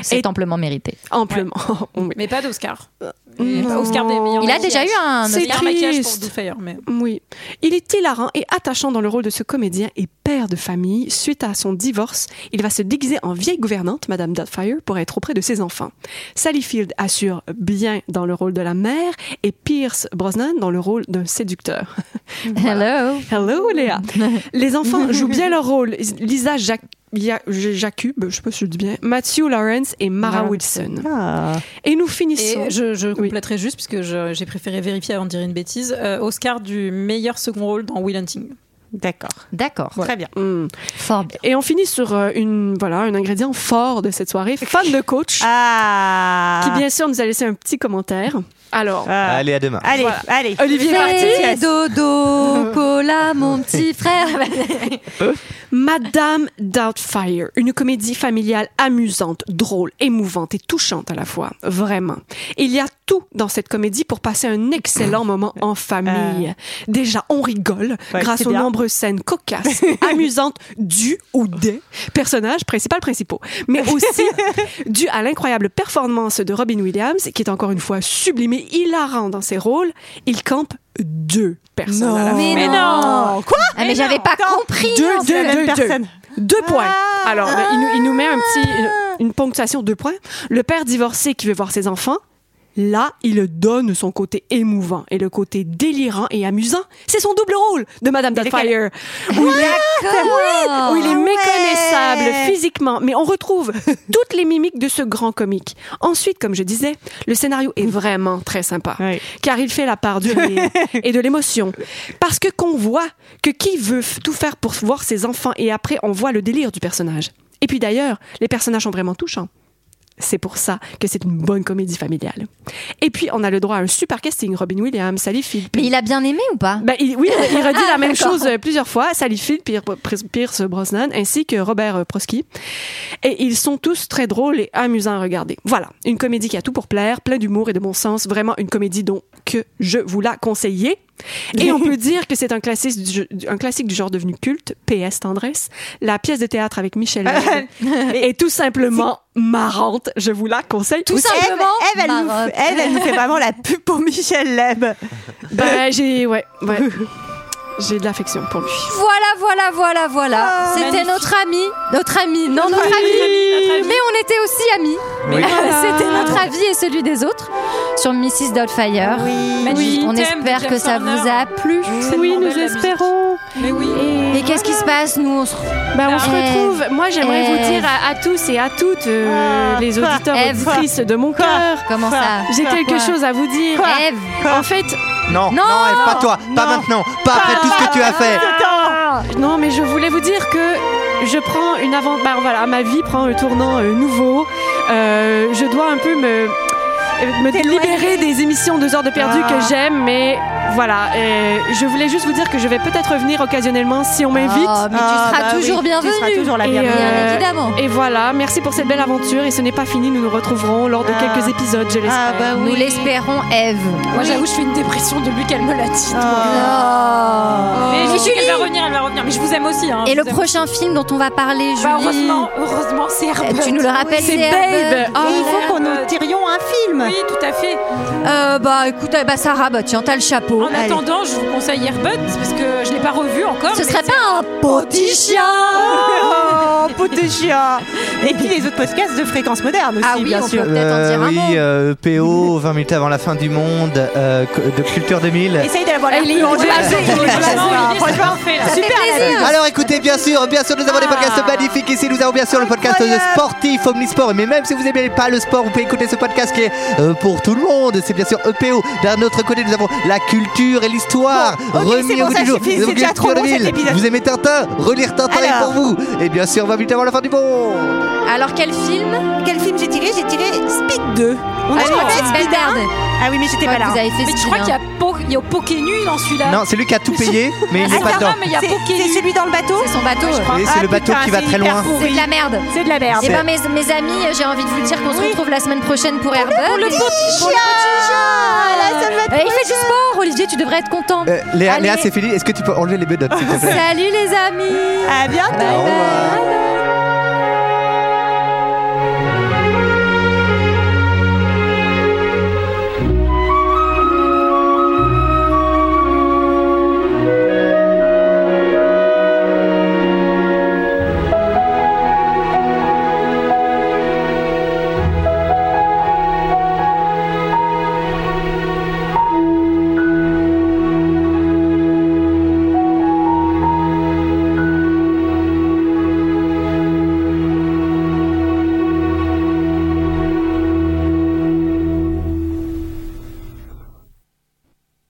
Speaker 1: C'est amplement mérité.
Speaker 11: Amplement. Oui.
Speaker 10: Mais pas d'Oscar.
Speaker 11: Non.
Speaker 10: Et
Speaker 1: Mmh.
Speaker 10: pas Oscar des meilleurs
Speaker 1: Il a déjà eu
Speaker 10: maquillages.
Speaker 1: un
Speaker 10: meilleur
Speaker 1: Oscar.
Speaker 10: maquillage pour
Speaker 11: triste.
Speaker 10: Doubtfire, mais
Speaker 11: Oui. Il est hilarant et attachant dans le rôle de ce comédien et père de famille. Suite à son divorce, il va se déguiser en vieille gouvernante, Madame Dotfire, pour être auprès de ses enfants. Sally Field assure bien dans le rôle de la mère et Pierce Brosnan dans le rôle d'un séducteur.
Speaker 1: Hello.
Speaker 11: Hello, Léa. Les enfants jouent bien leur rôle. Lisa Jac- Ya- Jacub, je sais pas si je le dis bien, Matthew Lawrence et Mara
Speaker 10: Mara
Speaker 11: Wilson. Ah. Et nous finissons.
Speaker 10: Et je, je compléterai juste, puisque je- j'ai préféré vérifier avant de dire une bêtise, euh, Oscar du meilleur second rôle dans Will Hunting.
Speaker 11: D'accord.
Speaker 1: D'accord.
Speaker 10: Voilà.
Speaker 11: Très bien. Fort Mm. Et on finit sur euh, une, voilà, un ingrédient fort de cette soirée, fan de coach. Qui, bien sûr, nous a laissé un petit commentaire. Alors.
Speaker 12: Allez, à demain.
Speaker 11: Allez, allez. Olivier est
Speaker 1: Fais
Speaker 11: parti.
Speaker 1: dodo, cola, mon petit frère.
Speaker 11: Madame Doubtfire, une comédie familiale amusante, drôle, émouvante et touchante à la fois, vraiment. Il y a tout dans cette comédie pour passer un excellent moment en famille.
Speaker 1: Euh.
Speaker 11: Déjà, on rigole
Speaker 13: Ouais,
Speaker 11: grâce
Speaker 13: c'est
Speaker 11: aux
Speaker 13: bien.
Speaker 11: nombreuses scènes cocasses, amusantes du ou des personnages principaux principaux, mais aussi dû à l'incroyable performance de Robin Williams, qui est encore une fois sublime et hilarant dans ses rôles. Il campe deux personnes à la fois.
Speaker 1: Mais, non. Ah, mais j'avais pas compris.
Speaker 11: Deux,
Speaker 1: non,
Speaker 11: deux,
Speaker 1: c'est-
Speaker 11: deux, deux. Deux points.
Speaker 1: Ah.
Speaker 11: Alors, ben, il, nous, il nous met un petit, une, une ponctuation, deux points. Le père divorcé qui veut voir ses enfants, là, il donne son côté émouvant et le côté délirant et amusant. C'est son double rôle de Madame Doubtfire. Où il est-
Speaker 1: D'accord.
Speaker 11: oui, où il est
Speaker 1: Ouais.
Speaker 11: méconnaissable physiquement, mais on retrouve toutes les mimiques de ce grand comique. Ensuite, comme je disais, le scénario est vraiment très sympa, car il fait la part du rire et de l'émotion. Parce que qu'on voit que qui veut f- tout faire pour voir ses enfants, et après on voit le délire du personnage. Et puis d'ailleurs, les personnages sont vraiment touchants. C'est pour ça que c'est une bonne comédie familiale. Et puis, on a le droit à un super casting. Robin Williams, Sally Field.
Speaker 1: Mais il a bien aimé ou pas
Speaker 11: Ben, il- oui, il redit la même
Speaker 1: Ah, D'accord.
Speaker 11: chose euh, plusieurs fois. Sally Field, Pier- Pierce, Brosnan, ainsi que Robert euh, Prosky. Et ils sont tous très drôles et amusants à regarder. Voilà, une comédie qui a tout pour plaire, plein d'humour et de bon sens. Vraiment une comédie dont que je vous la conseillais. Et on peut dire que c'est un classique, du, du- un classique du genre devenu culte, PS Tendresse. La pièce de théâtre avec Michel Leeb est tout simplement marrante. Je vous la conseille.
Speaker 13: Tout
Speaker 11: aussi.
Speaker 13: simplement Ève, Ève, elle nous- marrante. Ève, elle nous fait vraiment la
Speaker 1: Euh,
Speaker 11: pub pour Michel Leb. Ben, j'ai. Bah, Ouais, ouais. J'ai de l'affection pour lui.
Speaker 1: Voilà, voilà, voilà, voilà.
Speaker 11: Ah,
Speaker 1: C'était
Speaker 11: magnifique.
Speaker 1: notre ami, notre ami, non
Speaker 11: Notre
Speaker 1: notre
Speaker 11: ami,
Speaker 1: ami,
Speaker 11: notre ami.
Speaker 1: mais on était aussi amis.
Speaker 11: Oui. Voilà.
Speaker 1: C'était notre avis et celui des autres sur Mrs. Doubtfire.
Speaker 10: Magnifique
Speaker 1: On
Speaker 10: thème
Speaker 1: espère
Speaker 10: de
Speaker 1: que
Speaker 10: James
Speaker 1: ça
Speaker 10: Horner.
Speaker 1: vous a plu.
Speaker 11: Oui, nous espérons.
Speaker 10: Mais oui.
Speaker 1: Et qu'est-ce qui se passe Nous, on se, Bah,
Speaker 11: Ben, on se retrouve. Moi, j'aimerais
Speaker 1: Eh.
Speaker 11: vous dire à, à tous et à toutes euh,
Speaker 1: Ah,
Speaker 11: les auditeurs
Speaker 1: quoi
Speaker 11: et auditrices de mon
Speaker 1: Quoi
Speaker 11: cœur.
Speaker 1: Comment ça
Speaker 11: J'ai quelque
Speaker 1: Quoi
Speaker 11: chose à vous dire.
Speaker 1: Ève.
Speaker 11: En fait.
Speaker 12: Non, non, Ève, pas toi, pas maintenant, pas après tout ce que tu as
Speaker 1: Ah,
Speaker 12: fait.
Speaker 11: Non, mais je voulais vous dire que je prends une avant. Bah, voilà, ma vie prend un tournant euh, nouveau. Euh, je dois un peu me euh, me libérer des émissions deux heures de perdu
Speaker 10: Ah.
Speaker 11: que j'aime, mais voilà. euh, je voulais juste vous dire que je vais peut-être revenir occasionnellement si on m'invite.
Speaker 1: Oh, mais tu
Speaker 11: Ah,
Speaker 1: seras toujours bienvenue.
Speaker 11: tu seras toujours la
Speaker 1: Et,
Speaker 11: bienvenue.
Speaker 1: euh, Bien évidemment.
Speaker 11: Et voilà, merci pour cette belle aventure. Et ce n'est pas fini, nous nous retrouverons lors
Speaker 1: Ah.
Speaker 11: de euh, quelques épisodes, je l'espère.
Speaker 1: Nous l'espérons, Eve.
Speaker 10: Moi, j'avoue, je fais une dépression de lui qu'elle me l'a Oh. dit. Mais je sais
Speaker 1: Julie.
Speaker 10: qu'elle va revenir, Ah. elle va revenir. Mais je vous aime aussi. hein,
Speaker 1: Et
Speaker 10: je
Speaker 1: Oh. le
Speaker 10: vous aime.
Speaker 1: prochain film dont on va parler, Julie. Euh,
Speaker 10: Bah, heureusement, heureusement, c'est Herbert.
Speaker 1: Tu nous le rappelles,
Speaker 10: Oui.
Speaker 1: Herbert. Oh
Speaker 10: Ah,
Speaker 1: Oui.
Speaker 10: Herbert.
Speaker 9: tirions un film.
Speaker 10: Oui, tout à fait.
Speaker 1: Euh, bah écoute, eh bah Sarah, bah tiens, t'as le chapeau.
Speaker 10: En attendant, je vous conseille Airbud parce que je l'ai pas revu encore.
Speaker 1: Ce
Speaker 10: mais
Speaker 1: serait
Speaker 10: c'est-
Speaker 1: pas un petit chien
Speaker 9: Oh, petit chien Et puis les autres podcasts de fréquence moderne
Speaker 1: Ah
Speaker 9: aussi, bien sûr.
Speaker 12: Euh, oui, euh, PO, 20 minutes avant la fin du monde, euh, co- de Culture 2000.
Speaker 9: Essaye d'aller voir la
Speaker 10: Il est
Speaker 9: plongée.
Speaker 10: blasé, il est
Speaker 9: Franchement,
Speaker 10: blasé. Olivier, ça
Speaker 9: franchement,
Speaker 10: me fait, là.
Speaker 9: super, la plongée.
Speaker 12: Alors écoutez, bien sûr, bien sûr, nous avons des
Speaker 9: Ah.
Speaker 12: podcasts magnifiques ici. Nous avons bien sûr le podcast sportif Omnisport. Mais même si vous n'aimez pas le sport, vous pouvez écouter ce podcast qui est euh, pour tout le monde. C'est bien sûr EPO. D'un autre côté, nous avons la culture et l'histoire.
Speaker 9: Bon, ok, c'est
Speaker 12: Remis
Speaker 9: bon,
Speaker 12: au goût
Speaker 9: ça
Speaker 12: du jour.
Speaker 9: suffit,
Speaker 12: Nous avons
Speaker 9: c'est déjà
Speaker 12: Culture
Speaker 9: trop long,
Speaker 12: 2000.
Speaker 9: cet épisode.
Speaker 12: Vous aimez Tintin Relire Tintin est pour vous. Et bien sûr, 20 minutes avant la fin du monde.
Speaker 1: Alors quel film
Speaker 9: Quel film j'ai tiré J'ai tiré Speed 2. On
Speaker 1: Ah,
Speaker 9: a
Speaker 1: je crois que
Speaker 9: fait
Speaker 1: c'est
Speaker 9: Speed 1.
Speaker 1: Bellegarde.
Speaker 9: Ah oui, mais j'étais
Speaker 1: Je crois
Speaker 9: pas
Speaker 1: que
Speaker 9: là.
Speaker 1: vous avez fait
Speaker 10: Mais je crois qu'il y a Po- il y a Poké nu dans celui-là.
Speaker 12: Non, c'est lui qui a tout payé, mais il n'est pas
Speaker 10: Sarah,
Speaker 12: dedans.
Speaker 10: mais il y a
Speaker 9: C'est-
Speaker 10: Poké
Speaker 9: C'est
Speaker 10: nu.
Speaker 9: celui dans le bateau Ah,
Speaker 1: C'est son bateau.
Speaker 12: je crois. Et c'est le bateau qui va très loin.
Speaker 1: C'est de la merde.
Speaker 9: C'est de la merde.
Speaker 1: Et ben mes, mes amis, j'ai envie de vous dire qu'on se retrouve la semaine prochaine pour Airbus.
Speaker 9: pour le petit chien. Voilà, ça va être
Speaker 1: Euh, Il
Speaker 9: trop
Speaker 1: fait du sport, Olivier, tu devrais être content.
Speaker 12: Euh, Léa,
Speaker 1: Allez.
Speaker 12: Léa, c'est fini. Est-ce que tu peux enlever les menottes, s'il te plaît
Speaker 1: Salut les amis.
Speaker 9: À bientôt.
Speaker 12: Au revoir.